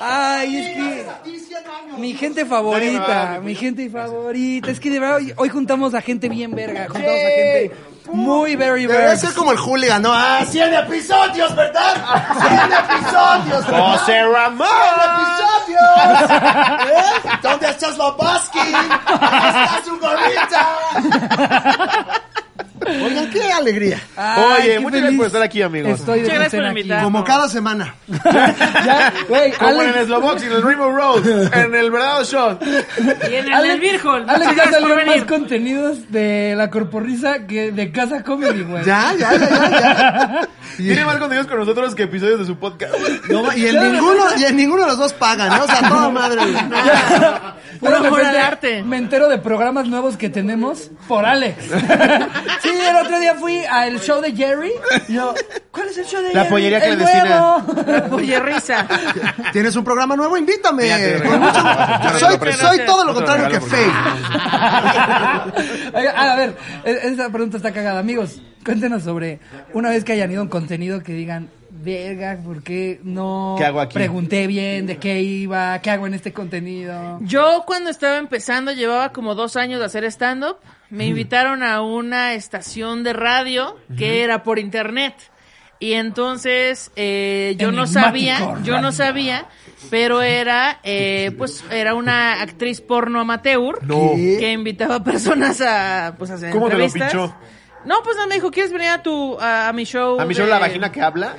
Speaker 1: Ay, es que... Mi gente
Speaker 2: Nadie me va a
Speaker 1: favorita,
Speaker 2: dar mi
Speaker 1: mi gente favorita. Es que de verdad, hoy, hoy juntamos a gente bien verga. Juntamos a gente muy very
Speaker 7: Debería
Speaker 1: verga.
Speaker 7: ser como el hooligan, ¿no? ¡Ah, 100 episodios, ¿verdad? ¡100 episodios, ¿verdad?
Speaker 2: José Ramón.
Speaker 7: episodios! ¿Eh? ¿Dónde estás, Lobaski? ¿Dónde está su gorrita? Oigan, qué alegría.
Speaker 1: Ay,
Speaker 2: Oye,
Speaker 1: qué
Speaker 2: muchas gracias por estar aquí, amigos.
Speaker 1: Estoy de
Speaker 5: Muchas gracias
Speaker 1: placer
Speaker 5: por
Speaker 1: aquí.
Speaker 5: invitarnos.
Speaker 7: Como cada semana.
Speaker 1: Ya, güey,
Speaker 2: Como en
Speaker 1: Alex-
Speaker 2: el Slowbox y en el Rainbow Road, en el verdadero show.
Speaker 8: Y en el
Speaker 1: Alex-
Speaker 8: del Virgol.
Speaker 1: Alex ya
Speaker 8: Muchas gracias por
Speaker 1: salió más
Speaker 8: venir.
Speaker 1: contenidos de la corporrisa que de Casa Comedy, güey.
Speaker 7: Ya, ya, ya, ya. ya. Y,
Speaker 2: Tiene más contenidos con nosotros que episodios de su podcast.
Speaker 7: no, y en ninguno, y en ninguno de los dos pagan, ¿no? O sea, toda madre. güey. No.
Speaker 1: Pero
Speaker 8: Puro
Speaker 1: de
Speaker 8: amor al
Speaker 1: repente
Speaker 8: arte.
Speaker 1: Me entero de programas nuevos que tenemos por Alex. sí, el otro día fui al show de Jerry. Yo, ¿cuál es el show de
Speaker 2: La
Speaker 1: Jerry?
Speaker 2: pollería
Speaker 1: el
Speaker 2: clandestina.
Speaker 1: nuevo.
Speaker 8: Oye, risa.
Speaker 7: ¿Tienes un programa nuevo? Invítame.
Speaker 2: Fíjate,
Speaker 7: Con mucho-
Speaker 2: Yo no te lo
Speaker 7: Soy,
Speaker 2: presto.
Speaker 7: soy todo lo
Speaker 2: No te lo
Speaker 7: contrario que
Speaker 2: regalo porque-
Speaker 7: Faye.
Speaker 1: Oiga, a ver, e- esa pregunta está cagada. Amigos, cuéntenos sobre una vez que hayan ido a un contenido que digan, verga, ¿por qué no
Speaker 2: ¿Qué hago aquí?
Speaker 1: pregunté bien de qué iba? ¿Qué hago en este contenido?
Speaker 8: Yo cuando estaba empezando llevaba como dos años de hacer stand-up. Me invitaron a una estación de radio que era por internet. Y entonces eh, yo no
Speaker 1: Enigmático
Speaker 8: sabía, yo
Speaker 1: radio.
Speaker 8: no sabía, pero era eh, pues era una actriz porno amateur que invitaba a personas a pues a hacer
Speaker 2: ¿Cómo te lo
Speaker 8: entrevistas.
Speaker 2: pinchó?
Speaker 8: No, pues no me dijo, ¿quieres venir a tu a, a mi show?
Speaker 2: ¿A mí yo
Speaker 8: de-
Speaker 2: la vagina que habla?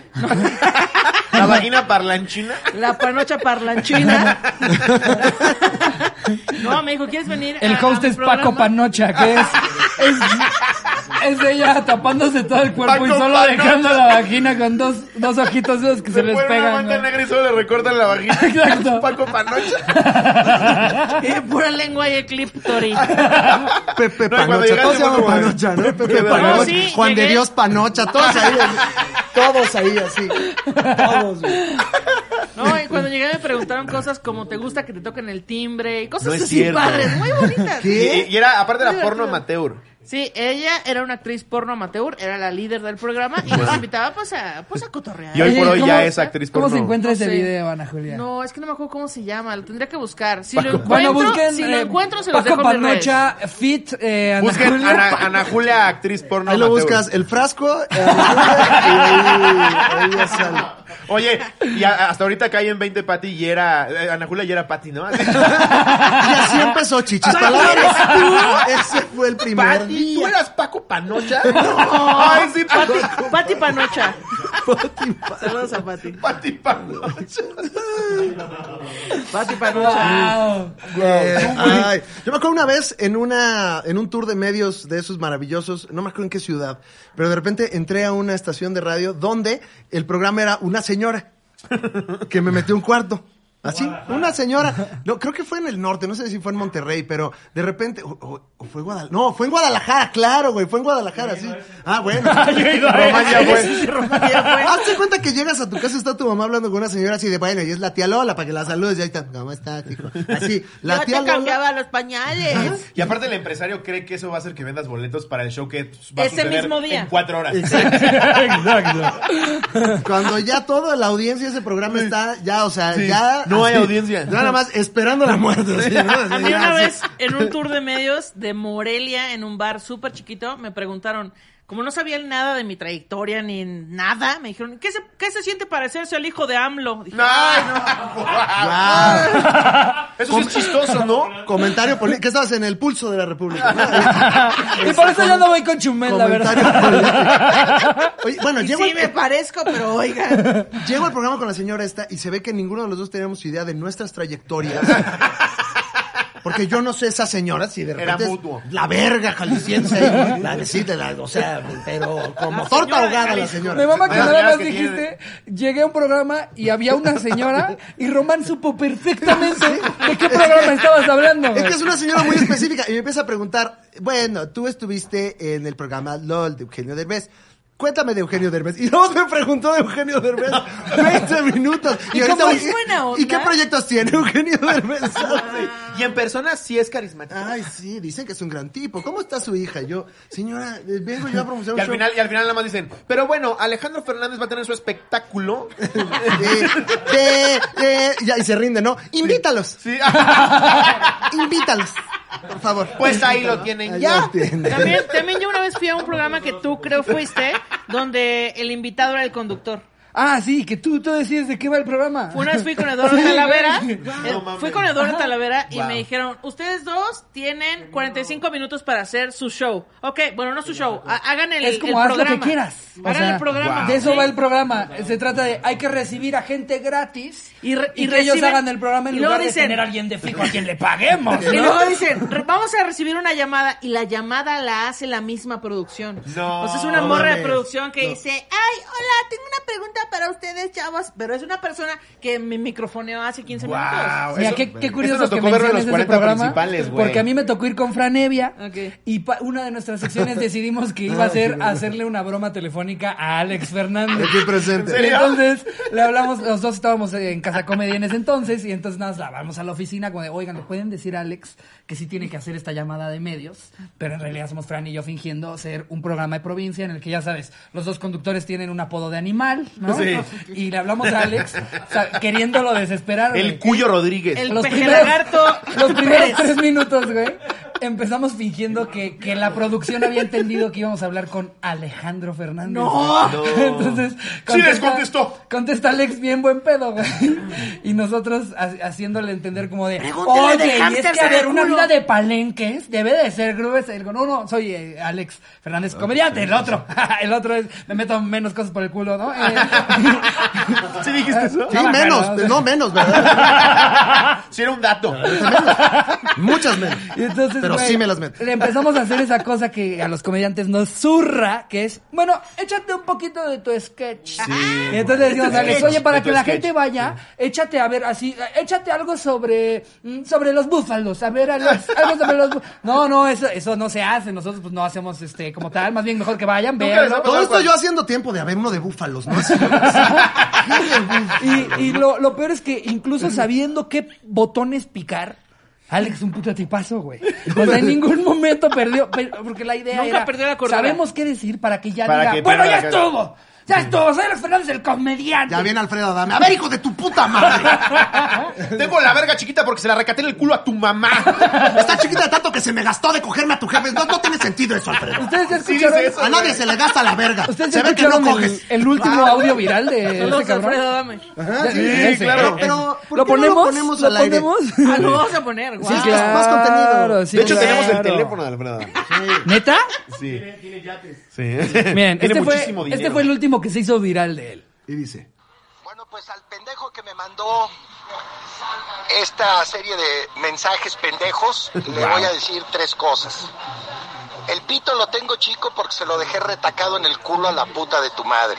Speaker 2: ¿La vagina parlanchina?
Speaker 8: La panocha parlanchina. no, me dijo, ¿quieres venir?
Speaker 1: El
Speaker 8: a- a
Speaker 1: host
Speaker 8: mi
Speaker 1: es Paco
Speaker 8: Ah, programa?"
Speaker 1: Panocha, que es, es, es ella tapándose todo el cuerpo y
Speaker 2: Paco
Speaker 1: solo
Speaker 2: Panocha.
Speaker 1: dejando la vagina con dos, dos ojitos de esos que se, les
Speaker 2: pone una
Speaker 1: pegan.
Speaker 2: manta
Speaker 1: ¿no?
Speaker 2: negra y solo le recortan la vagina.
Speaker 1: Exacto.
Speaker 2: Paco Panocha.
Speaker 8: Eh, Pura lengua y ecliptori.
Speaker 9: Pepe
Speaker 2: No, y cuando
Speaker 9: Panocha,
Speaker 2: llegaste
Speaker 9: todos se
Speaker 2: fue
Speaker 9: llaman
Speaker 2: como de-
Speaker 9: Panocha, ¿no? Pepe
Speaker 2: No,
Speaker 9: Panocha,
Speaker 8: sí,
Speaker 9: Juan de
Speaker 8: llegué-
Speaker 9: Dios Panocha, todos ahí, así, todos ahí así, todos, güey.
Speaker 8: No, y cuando llegué me preguntaron cosas como te gusta que te toquen el timbre y cosas
Speaker 2: No es
Speaker 8: así
Speaker 2: cierto.
Speaker 8: padres, muy bonitas.
Speaker 2: Y, y era, aparte
Speaker 8: Muy
Speaker 2: era porno
Speaker 8: divertido.
Speaker 2: amateur.
Speaker 8: Sí, ella era una actriz porno amateur, era la líder del programa y nos invitaba pues a, pues a cotorrear.
Speaker 2: Y hoy por
Speaker 1: Oye,
Speaker 2: hoy
Speaker 1: ¿cómo-
Speaker 2: ya es actriz
Speaker 1: ¿Cómo
Speaker 2: porno.
Speaker 1: se encuentra
Speaker 8: No
Speaker 1: ese
Speaker 8: sé.
Speaker 1: video, Ana Julia?
Speaker 8: No, es que no me acuerdo cómo se llama, lo tendría que buscar. Si lo
Speaker 1: Bueno,
Speaker 8: encuentro,
Speaker 1: busquen
Speaker 8: si lo
Speaker 1: eh,
Speaker 8: encuentro se los
Speaker 1: Paco
Speaker 8: dejo en mis redes.
Speaker 1: Panocha Fit eh, Ana
Speaker 2: Busquen
Speaker 1: Julia.
Speaker 2: Ana, Ana Julia, actriz porno
Speaker 9: Ahí lo
Speaker 2: amateur.
Speaker 9: buscas, el frasco, eh, y ahí, ahí ya sale.
Speaker 2: Oye, y a- hasta ahorita cae en 20 Pati y era... eh, Ana Julia y era Pati, ¿no? Así.
Speaker 9: Y así empezó Chichis Palabras. Ese fue el primer
Speaker 2: Pati, ¿tú
Speaker 9: día.
Speaker 2: eras Paco Panocha? Ay, sí, Pati.
Speaker 8: Pati, Pati Panocha. Saludos a Pati.
Speaker 2: Pati Panocha.
Speaker 8: Pati Panocha.
Speaker 1: Wow.
Speaker 9: Eh, ay. Yo me acuerdo una vez en una en un tour de medios de esos maravillosos, no me acuerdo en qué ciudad, pero de repente entré a una estación de radio donde el programa era una señora que me metió un cuarto. Así, una señora, no, creo que fue en el norte, no sé si fue en Monterrey, pero de repente, o, o- o fue Guadalajara, no, fue en Guadalajara, claro, güey, fue en Guadalajara, sí. Ah, bueno.
Speaker 2: Romania, güey.
Speaker 9: Hazte cuenta que llegas a tu casa y está tu mamá hablando con una señora así de bueno, y es la tía Lola para que la saludes y ahí está, ¿cómo estás, hijo? Así, la
Speaker 8: Yo
Speaker 9: tía
Speaker 8: te
Speaker 9: Lola.
Speaker 8: cambiaba los pañales.
Speaker 2: Y aparte el empresario cree que eso va a hacer que vendas boletos para el show que va a
Speaker 8: Ese
Speaker 2: suceder
Speaker 8: mismo día.
Speaker 2: en cuatro horas.
Speaker 9: Cuando ya toda la audiencia de ese programa está, ya, o sea,
Speaker 2: Sí,
Speaker 9: ya.
Speaker 2: no hay
Speaker 9: así,
Speaker 2: audiencia.
Speaker 9: ya Nada más esperando la muerte. así, ¿no? Así,
Speaker 8: A mí
Speaker 9: ya,
Speaker 8: una
Speaker 9: así.
Speaker 8: vez, en un tour de medios de Morelia, en un bar súper chiquito, me preguntaron, como no sabían nada de mi trayectoria ni nada, me dijeron, ¿qué se, qué se siente parecerse al hijo de AMLO? Dije,
Speaker 2: Ay,
Speaker 8: "Ay,
Speaker 2: no.
Speaker 9: Guau.
Speaker 2: Eso sí es chistoso, ¿no?
Speaker 9: Comentario político. ¿Qué estabas en el pulso de la República? ¿no?
Speaker 1: Y por eso yo no voy con Chumel, la
Speaker 9: Este
Speaker 1: verdad.
Speaker 9: Comentario político. Oye, bueno,
Speaker 8: y
Speaker 9: llego,
Speaker 8: sí me parezco, pero oiga.
Speaker 9: llego al programa con la señora esta y se ve que ninguno de los dos teníamos idea de nuestras trayectorias. Porque yo no sé esa señora si de
Speaker 2: Era
Speaker 9: repente es
Speaker 2: mutuo.
Speaker 9: la verga jalisciense, la de, sí, de la- o sea, pero como torta ahogada la señora.
Speaker 1: Mi mamá que
Speaker 2: Hay las
Speaker 1: nada más
Speaker 2: señoras que
Speaker 1: dijiste, llegué a un programa y había una señora y Román supo perfectamente de qué programa estabas hablando.
Speaker 9: Es que
Speaker 1: güey.
Speaker 9: es una señora muy específica y me empieza a preguntar, bueno, tú estuviste en el programa LOL de Eugenio Derbez. Cuéntame de Eugenio Derbez. Y luego me preguntó de Eugenio Derbez 20 minutos.
Speaker 8: Y
Speaker 9: ahorita
Speaker 8: como
Speaker 9: voy-
Speaker 8: es buena onda. Ah.
Speaker 9: ¿Y qué proyectos tiene Eugenio Derbez?
Speaker 2: Y en persona sí es carismático.
Speaker 9: Ay, sí, dicen que es un gran tipo. ¿Cómo está su hija? Y Yo, señora, eh, vengo yo a promocionar un
Speaker 2: Y al
Speaker 9: show.
Speaker 2: final, y al final nada más dicen, pero bueno, Alejandro Fernández va a tener su espectáculo.
Speaker 9: Eh, de- de- ya, y se rinde, ¿no? Invítalos,
Speaker 2: Sí.
Speaker 9: invítalos, por favor.
Speaker 2: Pues ahí lo tienen
Speaker 9: Ahí
Speaker 2: ya.
Speaker 9: los tienen.
Speaker 8: También, también yo una vez fui a un programa que tú creo fuiste, donde el invitado era el conductor.
Speaker 1: Ah, sí, que tú, tú decides de qué va el programa.
Speaker 8: Una vez fui con Eduardo
Speaker 1: Sí,
Speaker 8: Talavera.
Speaker 1: güey.
Speaker 8: eh, fui con Eduardo Talavera y me dijeron, ustedes dos tienen 45 minutos para hacer su show. Ok, bueno, no su show. ha- Hagan el,
Speaker 1: Es como
Speaker 8: el
Speaker 1: haz
Speaker 8: programa.
Speaker 1: lo que quieras. O
Speaker 8: Hagan
Speaker 1: sea,
Speaker 8: el programa.
Speaker 1: De eso
Speaker 8: sí.
Speaker 1: va el programa. Se trata de hay que recibir a gente gratis
Speaker 8: Y re- y
Speaker 1: que ellos
Speaker 8: reciben-
Speaker 1: hagan el programa en
Speaker 8: y luego
Speaker 1: lugar de
Speaker 8: dicen-
Speaker 1: tener a alguien de fijo a quien le paguemos.
Speaker 8: Y
Speaker 1: ¿no?
Speaker 8: luego dicen, "Re- vamos a recibir una llamada y la llamada la hace la misma producción.
Speaker 2: No,
Speaker 8: O sea, es una morra de
Speaker 9: mames.
Speaker 8: producción que dice, ay, hola, tengo una pregunta para ustedes, chavos, pero es una persona que me microfoneó hace 15 minutos.
Speaker 2: Wow,
Speaker 1: Mira,
Speaker 2: eso-
Speaker 1: qué, qué
Speaker 2: eso
Speaker 1: curioso
Speaker 2: nos
Speaker 1: que
Speaker 2: tocó verlo
Speaker 1: menciones
Speaker 2: en los
Speaker 1: ese
Speaker 2: 40
Speaker 1: programa,
Speaker 2: principales, güey.
Speaker 1: porque a mí me tocó ir con Fran Evia
Speaker 8: Ok.
Speaker 1: y pa- una de nuestras secciones decidimos que iba a ser hacerle una broma telefónica a Alex Fernández.
Speaker 9: Aquí
Speaker 1: Y
Speaker 9: presente.
Speaker 1: entonces le hablamos, los dos estábamos en Casa Comedia en ese entonces, y entonces nada, más la vamos a la oficina como de, oigan, ¿le pueden decir a Alex que sí tiene que hacer esta llamada de medios? Pero en realidad somos Fran y yo fingiendo ser un programa de provincia en el que ya sabes, los dos conductores tienen un apodo de animal, ¿no? ¿no?
Speaker 5: Sí.
Speaker 1: Y le hablamos a Alex, o sea, queriéndolo desesperar. güey.
Speaker 2: El Cuyo Rodríguez.
Speaker 8: El pejelagarto
Speaker 1: los primeros
Speaker 8: Pérez.
Speaker 1: tres minutos, güey, empezamos fingiendo que, que la producción había entendido que íbamos a hablar con Alejandro Fernández. ¡No! Entonces,
Speaker 2: les contestó.
Speaker 1: Contesta Alex bien buen pedo, güey. Y nosotros ha- haciéndole entender como de,
Speaker 6: Pregúntale de
Speaker 1: oye, y es
Speaker 6: hamsters
Speaker 1: que a
Speaker 6: en
Speaker 1: ver,
Speaker 6: el
Speaker 1: una
Speaker 6: culo".
Speaker 1: vida de palenques debe de ser gruesa. Y digo, no, no, soy eh, Alex Fernández, comediante. El otro, el otro es, me meto menos cosas por el culo, ¿no? Eh, Ah,
Speaker 2: ¿Sí dijiste eso?
Speaker 1: No
Speaker 9: Sí,
Speaker 1: me
Speaker 9: menos,
Speaker 1: acuerdo.
Speaker 9: no menos, ¿verdad?
Speaker 2: Sí, era un dato.
Speaker 9: Muchas menos.
Speaker 1: Y entonces,
Speaker 9: Pero
Speaker 1: güey,
Speaker 9: sí me las meto.
Speaker 1: Le empezamos a hacer esa cosa que a los comediantes nos zurra, que es, bueno, échate un poquito de tu sketch. Y entonces le decimos a Alex,
Speaker 2: Sketch.
Speaker 1: oye, para
Speaker 2: De
Speaker 1: que
Speaker 2: tu
Speaker 1: la
Speaker 2: sketch.
Speaker 1: gente vaya, échate a ver así, échate algo sobre, mm, sobre los búfalos, a ver, Alex, algo sobre los bú- No, no, eso, eso no se hace, nosotros pues no hacemos este como tal, más bien mejor que vayan,
Speaker 2: Nunca
Speaker 1: vean.
Speaker 2: les ha
Speaker 9: Todo esto yo haciendo tiempo de haber uno de búfalos, ¿no? Así,
Speaker 1: Y, y lo, lo peor es que incluso sabiendo qué botones picar, Alex es un puto tipazo, güey. O sea, en ningún momento perdió, per- porque la idea
Speaker 8: Nunca
Speaker 1: era,
Speaker 8: perdió la cordura.
Speaker 1: sabemos qué decir para que ya
Speaker 2: Para
Speaker 1: diga,
Speaker 2: que
Speaker 1: bueno,
Speaker 2: pierda
Speaker 1: ya
Speaker 2: la cara".
Speaker 1: estuvo, ya estuvo, soy Alex Fernández el comediante.
Speaker 9: ya viene Alfredo Adame. A ver, hijo de tu puta madre.
Speaker 2: Tengo la verga chiquita porque se la recaté en el culo a tu mamá.
Speaker 9: Está chiquita de tanto que se me gastó de cogerme a tu jefe. No, no tiene sentido eso, Alfredo.
Speaker 1: Ustedes ya
Speaker 2: Sí
Speaker 1: escucharon,
Speaker 2: dice eso.
Speaker 9: A nadie se le gasta la verga.
Speaker 1: ¿ustedes ya
Speaker 9: Se ve que no
Speaker 1: escucharon
Speaker 9: coges.
Speaker 1: el, el último audio viral de
Speaker 8: Saludos,
Speaker 1: este cabrón.
Speaker 8: Alfredo, dame.
Speaker 9: Ajá, sí,
Speaker 2: Ese,
Speaker 9: claro.
Speaker 2: ese.
Speaker 9: Pero, ¿por
Speaker 1: ¿Lo
Speaker 9: qué no
Speaker 1: ponemos?
Speaker 9: lo ponemos al aire?
Speaker 8: Ah, lo vamos a poner, guau.
Speaker 9: Sí, claro. más contenido.
Speaker 1: sí,
Speaker 2: De hecho,
Speaker 1: claro.
Speaker 2: tenemos el teléfono de Alfredo.
Speaker 1: ¿Neta?
Speaker 2: Sí. Sí.
Speaker 1: Miren,
Speaker 2: Tiene
Speaker 1: este fue,
Speaker 2: muchísimo dinero.
Speaker 1: este fue el último que se hizo viral de él.
Speaker 9: Y dice...
Speaker 10: Bueno, pues al pendejo que me mandó esta serie de mensajes pendejos, le voy a decir tres cosas. El pito lo tengo chico porque se lo dejé retacado en el culo a la puta de tu madre.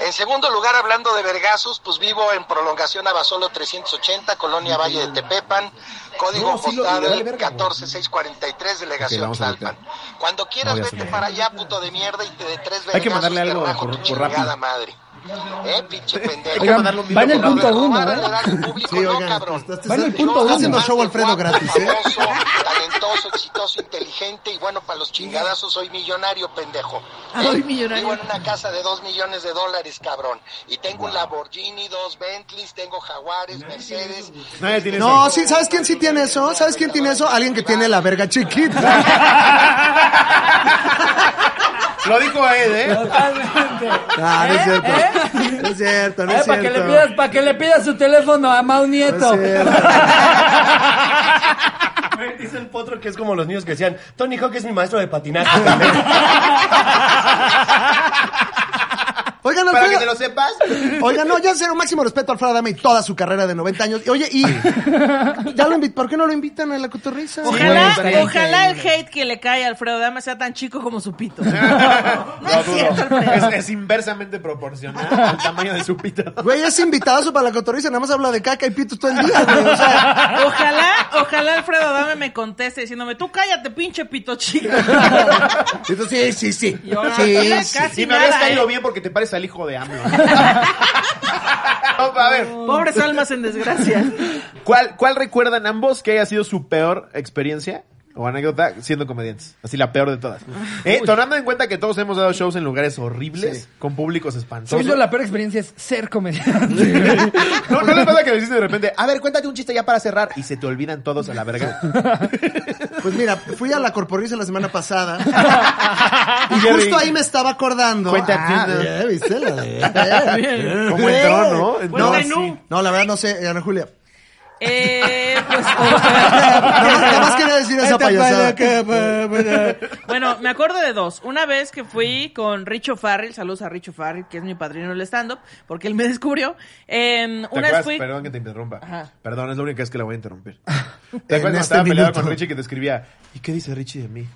Speaker 10: En segundo lugar, hablando de vergazos, pues vivo en prolongación Abasolo 380, Colonia Valle de Tepepan, código postal 14643,
Speaker 2: Ok,
Speaker 10: delegación
Speaker 2: vamos a
Speaker 10: Tlalpan. Cuando quieras, vete para allá, puto de mierda, y te de tres vergazos.
Speaker 2: Hay que mandarle
Speaker 10: te
Speaker 2: algo
Speaker 10: rajo
Speaker 2: por-
Speaker 10: tu
Speaker 2: por rápido.
Speaker 10: chingada madre. Eh, pinche pendejo.
Speaker 1: Oigan,
Speaker 2: mandarle un
Speaker 1: va en
Speaker 2: video
Speaker 1: el
Speaker 2: por
Speaker 1: punto
Speaker 10: Roberto,
Speaker 1: uno,
Speaker 10: no,
Speaker 1: ¿eh?
Speaker 10: dale al público,
Speaker 9: Sí,
Speaker 10: no,
Speaker 9: oigan, pues, este,
Speaker 10: cabrón.
Speaker 9: estás-
Speaker 1: Van el punto
Speaker 10: No,
Speaker 1: uno.
Speaker 9: haciendo
Speaker 10: además
Speaker 9: show
Speaker 10: de
Speaker 9: Alfredo
Speaker 10: guapo,
Speaker 9: gratis, ¿eh?
Speaker 10: famoso, talentoso, exitoso, inteligente y bueno, para los chingadazos soy millonario, pendejo.
Speaker 1: Ah,
Speaker 8: Ay,
Speaker 10: ¿Eh?
Speaker 8: millonario.
Speaker 10: Vivo en una casa de dos millones de dólares, cabrón. Y tengo un Lamborghini, dos Bentleys, tengo Jaguares, Mercedes.
Speaker 2: Nadie tiene
Speaker 9: No,
Speaker 2: eso.
Speaker 9: sí, ¿sabes quién sí tiene eso? ¿Sabes quién tiene eso? Alguien que tiene la verga chiquita.
Speaker 2: Lo dijo él, ¿eh?
Speaker 1: Totalmente.
Speaker 9: Ah, no es cierto.
Speaker 1: ¿Eh?
Speaker 9: No es cierto, no
Speaker 1: Eh,
Speaker 9: es
Speaker 1: para que le
Speaker 9: cierto.
Speaker 1: pidas, para que le pidas su teléfono a Mau Nieto.
Speaker 9: No es cierto.
Speaker 4: Dice el potro que es como los niños que decían, Tony Hawk es mi maestro de patinaje. pendejo".
Speaker 9: Oigan,
Speaker 2: Para que
Speaker 9: Alfredo.
Speaker 2: te lo sepas.
Speaker 9: Oigan, no, ya cero máximo respeto a Alfredo Adame y toda su carrera de 90 años. Y, Oye, y ya lo invi- ¿por qué no lo invitan a la cotorriza?
Speaker 1: güey,
Speaker 8: Ojalá,
Speaker 1: estaría
Speaker 8: ojalá el hate que le cae a Alfredo Dame sea tan chico como su pito.
Speaker 2: No,
Speaker 8: es cierto,
Speaker 2: es,
Speaker 8: Alfredo.
Speaker 2: es inversamente proporcional al tamaño de su pito.
Speaker 9: Güey, es invitadazo para la cotorriza, nada más habla de caca y pitos todo el día, güey. O sea,
Speaker 8: Ojalá, ojalá Alfredo Dame me conteste diciéndome, tú cállate, pinche pito chico.
Speaker 9: entonces, sí, sí, sí.
Speaker 8: Y ahora,
Speaker 9: Sí,
Speaker 8: ya
Speaker 9: sí.
Speaker 8: casi
Speaker 2: Y me habías
Speaker 8: nada,
Speaker 2: caído
Speaker 8: ¿eh?
Speaker 2: bien porque te pares al hijo de AMLO. Vamos a ver.
Speaker 8: Pobres almas en desgracia.
Speaker 2: ¿Cuál, ¿Cuál recuerdan ambos que haya sido su peor experiencia o anécdota siendo comediantes? Así la peor de todas. Eh, tomando en cuenta que todos hemos dado shows en lugares horribles, con públicos espantosos.
Speaker 1: Según yo, la peor experiencia es ser comediante.
Speaker 2: ¿No, ¿No les pasa que le dices de repente, a ver, cuéntate un chiste ya para cerrar? Y se te olvidan todos a la verga.
Speaker 9: Pues mira, fui a la corporrisa la semana pasada y
Speaker 2: Jerry.
Speaker 9: justo ahí me estaba acordando.
Speaker 2: Cuenta,
Speaker 9: ah,
Speaker 2: cuenta.
Speaker 9: bien, ¿viste? La de-
Speaker 2: Como entró, ¿no? Entró.
Speaker 9: No,
Speaker 8: Bueno, menú.
Speaker 9: no, la verdad no sé, Ana Julia.
Speaker 8: Eh, pues,
Speaker 9: Nada más, nada más quería decir esa
Speaker 1: Esta
Speaker 9: payasada.
Speaker 1: para que- pa- para-
Speaker 8: Bueno, me acuerdo de dos. Una vez que fui con Richo Farrell, saludos a Richo Farrell, que es mi padrino del stand-up, porque él me descubrió. Eh,
Speaker 2: ¿Te
Speaker 8: una vez
Speaker 2: acuerdas?
Speaker 8: fui...
Speaker 2: Perdón que te interrumpa.
Speaker 8: Ajá.
Speaker 2: Perdón, es la única vez que la voy a interrumpir. ¿Te acuerdas
Speaker 9: En
Speaker 2: cuando
Speaker 9: este
Speaker 2: estaba peleado
Speaker 9: minuto.
Speaker 2: con Richie que te escribía, ¿y qué dice Richie de mí?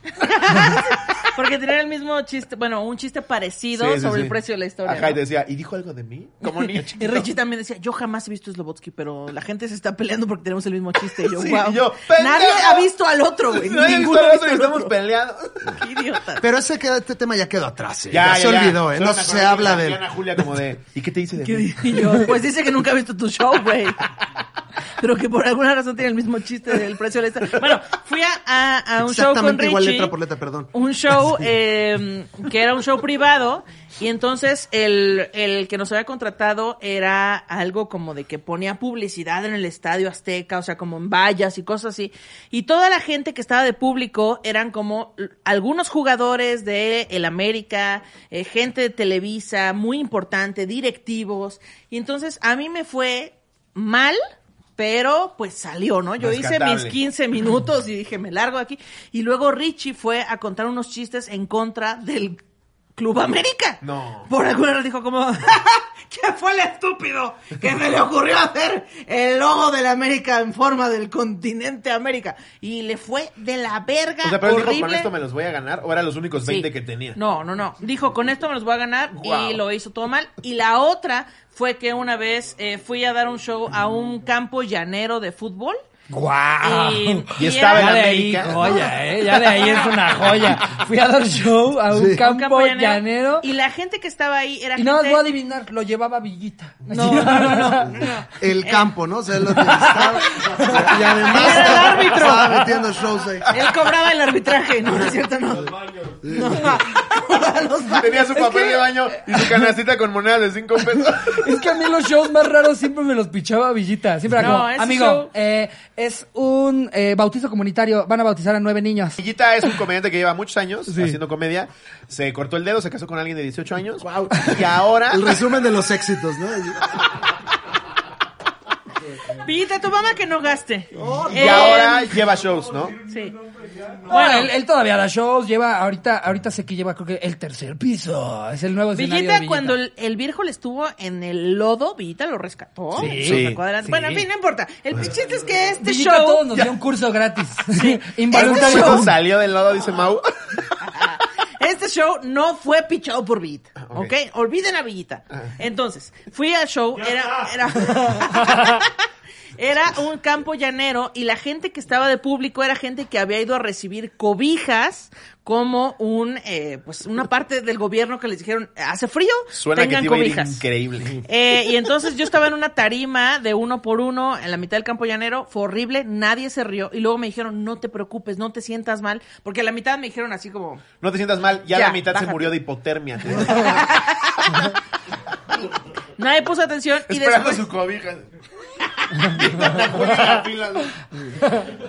Speaker 8: Porque tenía el mismo chiste, bueno, un chiste parecido
Speaker 2: Sí, sí,
Speaker 8: sobre
Speaker 2: sí.
Speaker 8: el precio de la historia.
Speaker 2: Ajá, y
Speaker 8: ¿no?
Speaker 2: decía, ¿y dijo algo de mí? Como niño chiquito.
Speaker 8: Y Richie también decía, yo jamás he visto Slobotsky, pero la gente se está peleando porque tenemos el mismo chiste. Y yo,
Speaker 2: Sí,
Speaker 8: wow.
Speaker 2: y yo,
Speaker 8: Nadie
Speaker 2: "Pendejo".
Speaker 8: ha visto al otro, güey.
Speaker 2: No, ya
Speaker 8: Ninguno
Speaker 2: visto
Speaker 8: ha
Speaker 2: el otro y
Speaker 8: visto al
Speaker 2: estamos
Speaker 8: otro.
Speaker 2: peleados.
Speaker 8: Qué idiota.
Speaker 9: Pero ese que- este tema ya quedó atrás, eh.
Speaker 2: Ya,
Speaker 9: ya,
Speaker 2: ya,
Speaker 9: se
Speaker 2: ya.
Speaker 9: olvidó, eh.
Speaker 2: Solo
Speaker 9: No
Speaker 2: me
Speaker 9: se
Speaker 2: acuerdo
Speaker 9: habla
Speaker 2: que
Speaker 9: de él.
Speaker 2: Ana Julia como de, ¿y qué te dice de
Speaker 8: ¿Qué
Speaker 2: mí?
Speaker 8: di- y yo, pues dice que nunca ha visto tu show, güey. pero que por alguna razón tiene el mismo chiste del precio de la letra. Bueno, fui a, a- a un show con
Speaker 9: Exactamente
Speaker 8: Richie.
Speaker 9: igual letra por letra, perdón.
Speaker 8: Un show eh, que era un show privado y entonces el, el que nos había contratado era algo como de que ponía publicidad en el Estadio Azteca, o sea, como en vallas y cosas así. Y toda la gente que estaba de público eran como l- algunos jugadores de el América, eh, gente de Televisa, muy importante, directivos. Y entonces a mí me fue mal, pero pues salió, ¿no? Yo hice mis
Speaker 2: Rescatable.
Speaker 8: 15 minutos y dije, me largo de aquí. Y luego Richie fue a contar unos chistes en contra del Club América.
Speaker 2: No.
Speaker 8: Por alguna razón dijo como, ¿qué fue el estúpido que me le ocurrió hacer el logo del América en forma del continente América? Y le fue de la verga
Speaker 2: O sea, pero él dijo, con
Speaker 8: horrible.
Speaker 2: esto me los voy a ganar, o eran los únicos
Speaker 8: Sí.
Speaker 2: 20 que tenía.
Speaker 8: No, no, no. Dijo, con esto me los voy a ganar
Speaker 2: Guau.
Speaker 8: y lo hizo todo mal. Y la otra fue que una vez eh, fui a dar un show a un campo llanero de fútbol.
Speaker 1: ¡Guau!
Speaker 8: Y-
Speaker 2: Ah. Y estaba
Speaker 1: ya
Speaker 2: en
Speaker 1: de ahí,
Speaker 2: América.
Speaker 1: joya, ¿eh? Ya de ahí es una joya. Fui a dar show a un
Speaker 9: Sí.
Speaker 1: campo,
Speaker 8: campo llanero.
Speaker 1: llanero.
Speaker 8: Y la gente que estaba ahí era
Speaker 1: Y nada más
Speaker 8: gente...
Speaker 1: voy a adivinar, lo llevaba Villita.
Speaker 8: No, no, no, no.
Speaker 2: Eh.
Speaker 9: El campo, ¿no? O sea, él lo utilizaba. Y además.
Speaker 8: Era el árbitro.
Speaker 9: Estaba metiendo shows ahí.
Speaker 8: Él cobraba el arbitraje, no, no es cierto, no. No, los baños.
Speaker 2: Tenía su papel de baño y su canastita con monedas de 5 pesos.
Speaker 1: Es que a mí los shows más raros siempre me los pichaba Villita. Siempre era
Speaker 8: No,
Speaker 1: como,
Speaker 8: ese
Speaker 1: amigo,
Speaker 8: show-
Speaker 1: eh, es un eh, bautizo comunitario, van a bautizar a nueve niños.
Speaker 2: Villita es un comediante que lleva muchos años
Speaker 1: Sí.
Speaker 2: haciendo comedia. Se cortó el dedo, se casó con alguien de 18 años. Y ahora.
Speaker 9: El resumen de los éxitos, ¿no?
Speaker 8: Pillita, tu mamá que no gaste.
Speaker 2: Oh, Y
Speaker 8: Eh,
Speaker 2: ahora lleva shows, ¿no?
Speaker 8: Sí.
Speaker 1: Bueno, él, él todavía da shows, lleva, ahorita, ahorita sé que lleva, creo que el tercer piso. Es el nuevo escenario de
Speaker 8: Villita,
Speaker 1: Villita.
Speaker 8: cuando el, el le estuvo en el lodo, Villita lo rescató.
Speaker 1: Sí.
Speaker 8: lo sacó adelante.
Speaker 1: Sí.
Speaker 8: Bueno, en fin, no importa. El chiste es que este
Speaker 1: Villita
Speaker 8: show.
Speaker 1: a todos nos dio un curso gratis.
Speaker 2: Pregunta
Speaker 1: Involuntario.
Speaker 2: cómo salió del lado, dice Mau.
Speaker 8: Este show no fue pichado por Villita,
Speaker 2: Ah, ok. Ah.
Speaker 8: ¿ok? Olviden a Villita. Entonces, fui al show, era, era, era un campo llanero y la gente que estaba de público era gente que había ido a recibir cobijas como un, eh, pues una parte del gobierno que les dijeron, hace frío,
Speaker 2: Suena
Speaker 8: tengan
Speaker 2: que te iba a ir
Speaker 8: cobijas.
Speaker 2: increíble.
Speaker 8: Eh, y entonces yo estaba en una tarima de uno por uno en la mitad del campo llanero, fue horrible, nadie se rió y luego me dijeron, no te preocupes, no te sientas mal, porque a la mitad me dijeron así como,
Speaker 2: No te sientas mal, ya,
Speaker 8: Ya,
Speaker 2: la mitad se
Speaker 8: bájate.
Speaker 2: murió de hipotermia.
Speaker 8: nadie puso atención y
Speaker 2: Esperando su
Speaker 8: después,
Speaker 2: cobija.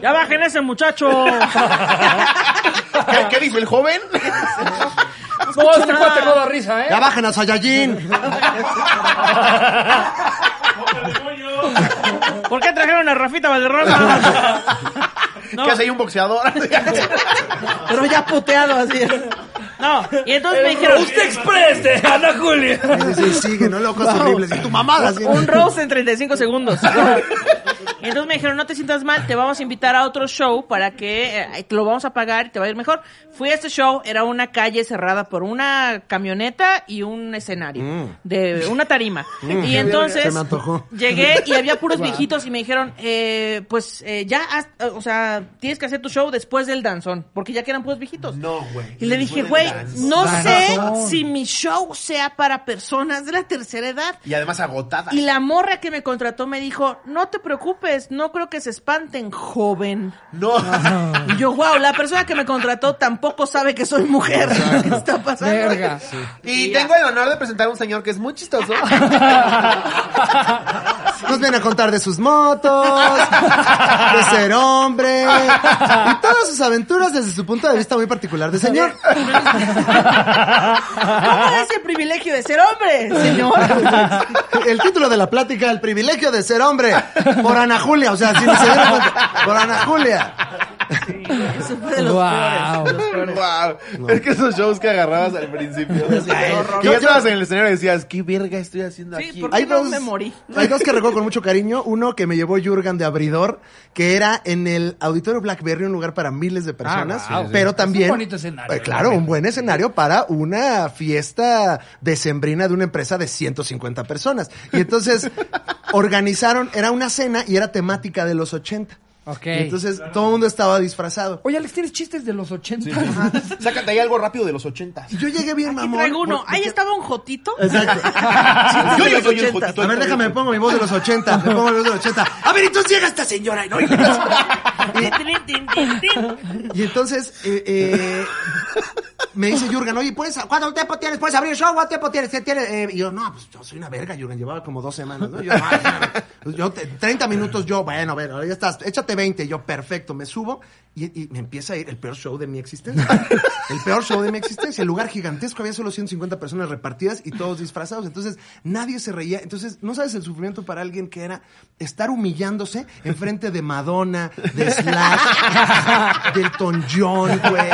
Speaker 8: ya bajen ese muchacho.
Speaker 2: ¿Qué, qué dijo el joven?
Speaker 1: No, este cuate no da risa, ¿eh?
Speaker 9: Ya bajen a Sayajin.
Speaker 8: ¿Por qué trajeron a Rafita Valderrama? No.
Speaker 2: ¿Qué hace ahí un boxeador?
Speaker 8: Pero ya puteado así. No, y entonces me dijeron,
Speaker 1: expreste, Ana Julia.
Speaker 9: Sí, sí, sigue, ¿no? Locos horribles. Y tu mamada. así.
Speaker 8: Un roast en 35 segundos. Y Entonces me dijeron, no te sientas mal, te vamos a invitar a otro show para que eh, lo vamos a pagar y te va a ir mejor. Fui a este show, era una calle cerrada por una camioneta y un escenario, de una tarima. Y entonces
Speaker 9: Mm. Se me antojó.
Speaker 8: llegué y había puros viejitos y me dijeron, eh, pues eh, ya, haz- eh, o sea, tienes que hacer tu show después del danzón, porque ya quedan puros viejitos.
Speaker 2: No, güey.
Speaker 8: Y le dije, güey, no sé si mi show sea para personas de la tercera edad.
Speaker 2: Y además agotada.
Speaker 8: Y la morra que me contrató me dijo, no te preocupes, no creo que se espanten, joven.
Speaker 2: No.
Speaker 8: Y yo, wow, la persona que me contrató tampoco sabe que soy mujer. ¿Qué está pasando?
Speaker 1: Verga.
Speaker 2: Y tengo el honor de presentar a un señor que es muy chistoso.
Speaker 9: Nos viene a contar de sus motos, de ser hombre, y todas sus aventuras desde su punto de vista muy particular de señor.
Speaker 8: ¿Cómo es el privilegio de ser hombre, señor?
Speaker 9: El título de la plática, El privilegio de ser hombre, por Ana Julia, o sea, si no se dieron cuenta, por Ana Julia.
Speaker 8: Eso fue de los
Speaker 1: Wow.
Speaker 8: peores, de los peores.
Speaker 2: Wow. Es que esos shows que agarrabas al principio.
Speaker 8: horror.
Speaker 2: que ya estabas en el escenario y decías, ¿qué verga estoy haciendo
Speaker 8: Sí,
Speaker 2: aquí?
Speaker 8: ¿por qué no me morí?
Speaker 9: Hay dos que recuerdo con mucho cariño. Uno que me llevó Jurgen de abridor, que era en el Auditorio Blackberry, un lugar para miles de personas.
Speaker 1: Ah, wow.
Speaker 9: Pero
Speaker 1: Es un
Speaker 9: también.
Speaker 1: bonito escenario,
Speaker 9: Eh, claro, un buen escenario para una fiesta decembrina de una empresa de 150 personas. Y entonces organizaron, era una cena y era temática de los 80.
Speaker 1: Ok.
Speaker 9: Y entonces todo el mundo estaba disfrazado.
Speaker 1: Oye, Alex, ¿tienes chistes de los 80?
Speaker 2: Sácate ahí algo rápido de los 80.
Speaker 9: Yo llegué bien,
Speaker 8: Aquí
Speaker 9: mamón.
Speaker 8: traigo uno.
Speaker 9: porque-
Speaker 8: Ahí estaba un jotito.
Speaker 9: Exacto.
Speaker 2: Yo ya soy un
Speaker 9: A
Speaker 2: jotito.
Speaker 9: ver, déjame, me pongo mi voz de los 80. Me pongo mi voz de los 80. A ver, entonces llega esta señora y no.
Speaker 8: Tin, tin, tin, tin.
Speaker 9: Y entonces eh, eh, me dice Jurgen, oye, ¿puedes, ¿cuánto tiempo tienes? ¿Puedes abrir el show? ¿Cuánto tiempo tienes? ¿Qué tienes? Eh, y yo, no, pues yo soy una verga, Jurgen. Llevaba como dos semanas, ¿no? Yo, no, yo soy una verga. Pues yo te- 30 minutos, yo, bueno, a ver, ahora ya estás, échate 20. Yo, perfecto, me subo y, y me empieza a ir el peor show de mi existencia. El peor show de mi existencia. El lugar gigantesco, había solo 150 personas repartidas y todos disfrazados. Entonces, nadie se reía. Entonces, no sabes el sufrimiento para alguien que era estar humillándose enfrente de Madonna, de Slash, del Elton John, güey.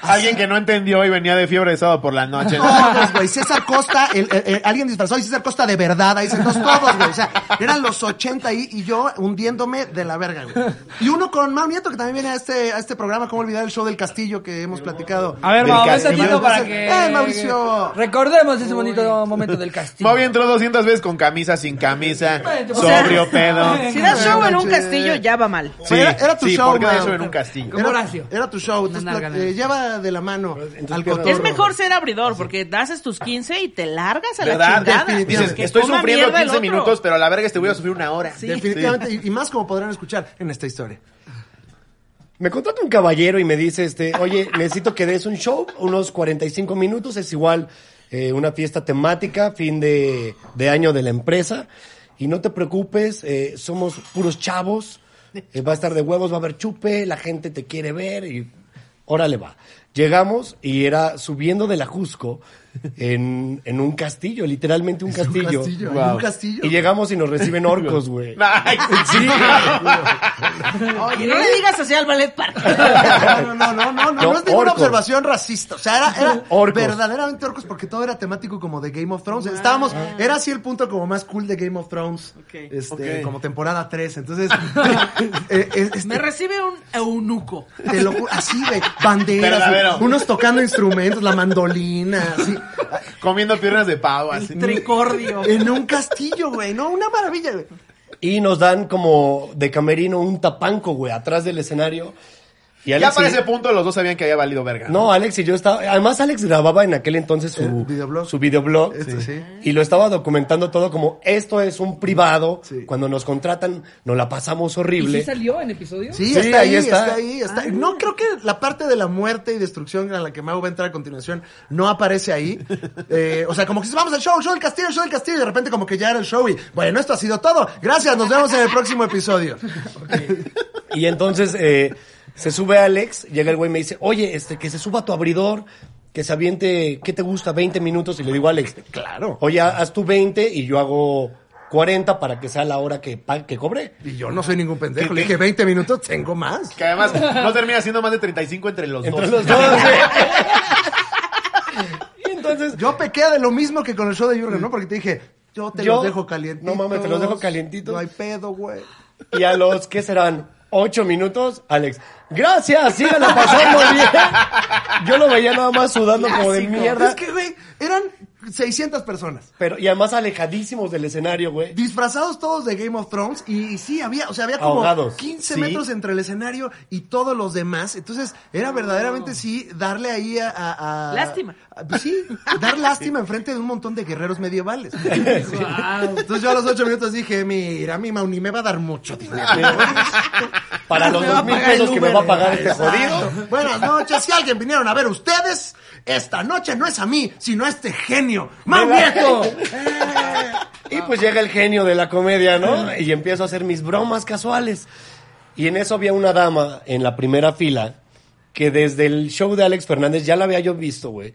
Speaker 2: Alguien que no entendió y venía de fiebre de sábado por la noche.
Speaker 9: Todos, güey. César Costa, el- el- el- alguien disfrazado y César Costa de verdad. Ahí sentados todos, güey. O sea, eran los 80 ahí y yo hundiéndome de la verga, güey. Y uno con Mau Nieto, que también viene a este, a este programa, ¿Cómo olvidar el show del castillo que hemos platicado?
Speaker 1: A ver,
Speaker 2: Del
Speaker 1: Mau, ven
Speaker 2: castillo.
Speaker 1: tantito para que...
Speaker 9: ¡Eh, Mauricio!
Speaker 1: Recordemos ese bonito momento del castillo.
Speaker 2: Moby entró 200 veces con camisa, sin camisa,
Speaker 1: Bueno, pues,
Speaker 8: o
Speaker 2: sobrio,
Speaker 8: sea,
Speaker 2: pedo.
Speaker 8: Si das show en un
Speaker 9: Noche.
Speaker 8: castillo, ya va mal.
Speaker 2: Sí,
Speaker 9: era, era tu
Speaker 2: sí,
Speaker 9: show,
Speaker 2: ¿por qué
Speaker 9: Mau?
Speaker 2: de eso en un castillo?
Speaker 1: Como
Speaker 9: Era-
Speaker 1: Horacio.
Speaker 9: Era tu show. Entonces,
Speaker 1: nalga,
Speaker 9: pla-
Speaker 1: nada.
Speaker 9: eh, lleva de la mano al
Speaker 4: piernas-
Speaker 9: cotorro.
Speaker 8: Es mejor ser abridor porque haces tus 15 y te largas a la
Speaker 2: ¿Verdad?
Speaker 8: chingada.
Speaker 2: Dices,
Speaker 8: Que
Speaker 2: estoy
Speaker 8: coma
Speaker 2: sufriendo
Speaker 8: mierda el
Speaker 2: 15
Speaker 8: otro.
Speaker 2: minutos, pero a la verga este voy a sufrir una hora.
Speaker 9: Definitivamente. Y, y más como podrán escuchar en esta historia.
Speaker 4: Me contrata un caballero y me dice, este, oye, necesito que des un show, unos 45 minutos, es igual eh, una fiesta temática, fin de, de año de la empresa, y no te preocupes, eh, somos puros chavos, eh, va a estar de huevos, va a haber chupe, la gente te quiere ver, y órale va. Llegamos y era subiendo de la Jusco en, en un castillo, literalmente un
Speaker 9: Un
Speaker 4: castillo.
Speaker 9: castillo.
Speaker 2: Wow.
Speaker 9: Un castillo.
Speaker 4: Y llegamos y nos reciben orcos, güey.
Speaker 2: Ay,
Speaker 4: Sí, güey.
Speaker 8: Oye, no le digas así al ballet park.
Speaker 9: No, no, no, no, no, no,
Speaker 4: No,
Speaker 9: no es ninguna
Speaker 4: orcos.
Speaker 9: observación racista. O sea, era, era
Speaker 4: Orcos.
Speaker 9: verdaderamente orcos porque todo era temático como de Game of Thrones.
Speaker 8: Ah.
Speaker 9: Estábamos, era así el punto como más cool de Game of Thrones. Este,
Speaker 2: Ok.
Speaker 9: como temporada 3. Entonces, eh, eh, este,
Speaker 8: Me recibe un eunuco.
Speaker 9: te lo juro, así, güey, banderas,
Speaker 2: Verdadero.
Speaker 9: güey, unos tocando instrumentos, la mandolina, así.
Speaker 2: comiendo piernas de pavo, así.
Speaker 8: El tricordio.
Speaker 9: En un castillo, güey, no, una maravilla, güey.
Speaker 4: Y nos dan como de camerino un tapanco, güey, atrás del escenario. Y
Speaker 2: Ya
Speaker 4: Alex
Speaker 2: para
Speaker 4: y-
Speaker 2: ese punto los dos sabían que había valido verga.
Speaker 4: No, Alex y yo estaba... Además, Alex grababa en aquel entonces su
Speaker 9: El videoblog.
Speaker 4: Su videoblog
Speaker 9: Este, sí.
Speaker 4: Y lo estaba documentando todo como, esto es un privado.
Speaker 9: Sí.
Speaker 4: Cuando nos contratan, nos la pasamos
Speaker 1: ¿Y sí
Speaker 4: horrible.
Speaker 1: salió en episodio?
Speaker 9: Sí,
Speaker 4: Sí,
Speaker 9: está,
Speaker 4: ahí
Speaker 9: ahí, está.
Speaker 4: está. Ah.
Speaker 9: ahí, está ahí. No, creo que la parte de la muerte y destrucción a la que Mau va a entrar a continuación no aparece ahí. Eh, o sea, como que dices, vamos al show, show del castillo, show del castillo, y de repente como que ya era el show y, bueno, esto ha sido todo. Gracias, nos vemos en el próximo episodio.
Speaker 4: Y entonces eh, se sube Alex, llega el güey y me dice, oye, este, que se suba tu abridor, que se aviente, ¿qué te gusta? 20 minutos. Y le digo, Alex, claro. Oye, haz tú 20 y yo hago 40 para que sea la hora que, pa- que cobré.
Speaker 9: Y yo no soy ningún pendejo, le dije 20 minutos, tengo más.
Speaker 2: Que además no termina siendo más de 35 entre los
Speaker 4: Entre
Speaker 2: dos.
Speaker 4: los dos, güey. Y entonces,
Speaker 9: Yo pequé de lo mismo que con el show de Jürgen, ¿no? Porque te dije, yo te
Speaker 4: Yo-
Speaker 9: los dejo calientitos.
Speaker 4: no mames, te los dejo calientitos.
Speaker 9: No hay pedo, güey.
Speaker 4: y a los que serán ocho minutos, Alex, gracias, síganla pasando bien. Yo lo veía nada más sudando como de mierda.
Speaker 9: Es que, güey, eran 600 personas.
Speaker 4: Pero, y además alejadísimos del escenario, güey.
Speaker 9: disfrazados todos de Game of Thrones y, y sí, había, o sea, había como
Speaker 4: Ahogados.
Speaker 9: 15
Speaker 4: Sí.
Speaker 9: metros entre el escenario y todos los demás. Entonces, era verdaderamente sí darle ahí a... a- a-
Speaker 8: Lástima.
Speaker 9: a- pues sí, dar lástima enfrente de un montón de guerreros medievales. Entonces yo a los ocho minutos dije, mira, mi Mauni me va a dar mucho dinero.
Speaker 4: Para los
Speaker 9: Me va
Speaker 4: dos
Speaker 9: a
Speaker 4: mil
Speaker 9: pagar el
Speaker 4: pesos que me
Speaker 9: Uber,
Speaker 4: va a pagar este
Speaker 9: exacto.
Speaker 4: jodido.
Speaker 9: Buenas noches, si alguien vinieron a ver ustedes, esta noche no es a mí, sino a este genio. ¡Mau Nieto! ¡Eh!
Speaker 4: Y pues llega el genio de la comedia, ¿no? Y empiezo a hacer mis bromas casuales. Y en eso había una dama en la primera fila que desde el show de Alex Fernández ya la había yo visto, güey.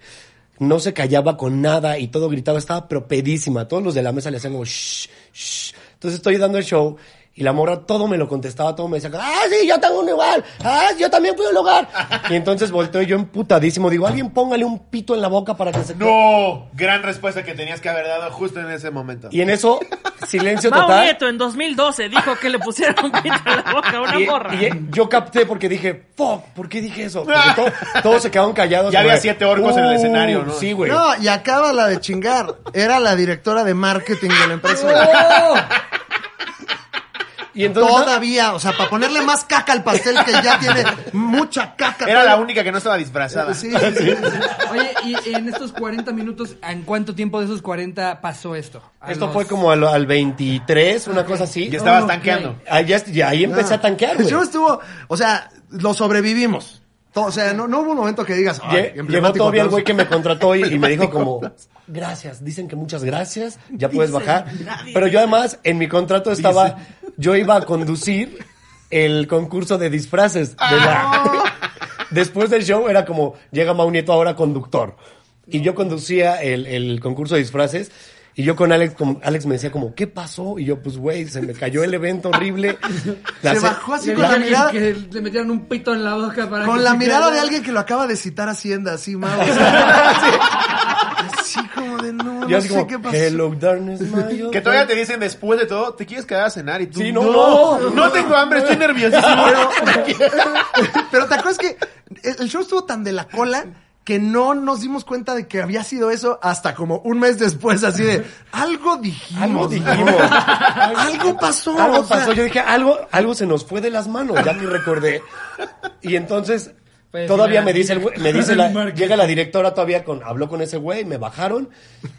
Speaker 4: No se callaba con nada y todo gritaba, estaba pero pedísima. Todos los de la mesa le hacían como shh, shh. Entonces estoy dando el show y la morra todo me lo contestaba, todo me decía, ah, sí, yo tengo un lugar, ah, yo también fui a un lugar. Y entonces volteo y yo emputadísimo, digo, alguien póngale un pito en la boca para que se...
Speaker 2: No, gran respuesta que tenías que haber dado justo en ese momento.
Speaker 4: Y en eso, silencio
Speaker 8: Mao
Speaker 4: total.
Speaker 8: Nieto en 2012 dijo que le pusieron pito en la boca a una
Speaker 4: Y-
Speaker 8: morra.
Speaker 4: y, eh, yo capté porque dije, fuck, ¿por qué dije eso? Porque to- todos se quedaron callados.
Speaker 2: Ya había
Speaker 4: güey.
Speaker 2: siete orcos en el escenario, ¿no?
Speaker 4: Sí, güey.
Speaker 9: No, y acaba la de
Speaker 4: Ah,
Speaker 9: chingar. Era la directora de marketing de la empresa.
Speaker 1: ¡Oh!
Speaker 4: Y entonces-
Speaker 9: Todavía, o sea, para ponerle más caca al pastel que ya tiene mucha caca.
Speaker 2: Era la única que no estaba disfrazada.
Speaker 9: Sí, sí, sí.
Speaker 1: Oye, y en estos 40 minutos, ¿en cuánto tiempo de esos 40 pasó esto? A
Speaker 4: Esto
Speaker 1: los-
Speaker 4: fue como al, al 23, una cosa así.
Speaker 2: Y estabas
Speaker 1: ok.
Speaker 2: tanqueando.
Speaker 4: Ahí, ya- ya ahí empecé a tanquear,
Speaker 9: El
Speaker 4: güey.
Speaker 9: show estuvo, o sea, lo sobrevivimos. To- O sea, no, no hubo un momento que digas,
Speaker 4: Lle-
Speaker 9: ay,
Speaker 4: Llegó
Speaker 9: emblemático
Speaker 4: todavía el
Speaker 9: aplauso.
Speaker 4: güey que me contrató y, y me dijo como,
Speaker 9: aplauso.
Speaker 4: gracias, dicen que muchas gracias, ya puedes
Speaker 8: Dicen,
Speaker 4: bajar.
Speaker 8: nadie
Speaker 4: Pero yo además, en mi contrato estaba, yo iba a conducir el concurso de disfraces. de
Speaker 9: Ah.
Speaker 4: la- Después del show era como, llega Mau Nieto ahora conductor. Y yo conducía el, el concurso de disfraces. Y yo con Alex, con Alex me decía como, ¿qué pasó? Y yo, pues, güey, se me cayó el evento horrible.
Speaker 9: Se
Speaker 4: ce-
Speaker 9: bajó así
Speaker 1: Le
Speaker 9: con la
Speaker 1: metieron-
Speaker 9: mirada.
Speaker 1: que le metieron un pito en la boca para que
Speaker 9: Con la
Speaker 1: se
Speaker 9: mirada
Speaker 1: quedara.
Speaker 9: de alguien que lo acaba de citar Hacienda, así, Mau. o sea, así como de no,
Speaker 4: Yo
Speaker 9: no
Speaker 4: así
Speaker 9: sé
Speaker 4: como,
Speaker 9: qué pasó.
Speaker 4: hello, darkness, my old
Speaker 2: Que todavía te dicen después de todo, ¿te quieres quedar a cenar? Y tú,
Speaker 4: Sí, no, no,
Speaker 2: no, tengo hambre, estoy nerviosísimo.
Speaker 9: Pero te acuerdas que el el show estuvo tan de la cola que no nos dimos cuenta de que había sido eso hasta como un mes después, así de algo dijimos.
Speaker 4: Algo
Speaker 9: ¿no?
Speaker 4: dijimos.
Speaker 9: algo pasó.
Speaker 4: Algo
Speaker 9: o sea,
Speaker 4: pasó. Yo dije, algo, algo se nos fue de las manos, ya que recordé. Y entonces,
Speaker 1: Pues,
Speaker 4: todavía
Speaker 1: mira.
Speaker 4: me dice el güey, me dice
Speaker 1: El
Speaker 4: la,
Speaker 1: marketing.
Speaker 4: llega la directora todavía con, habló con ese güey, me bajaron.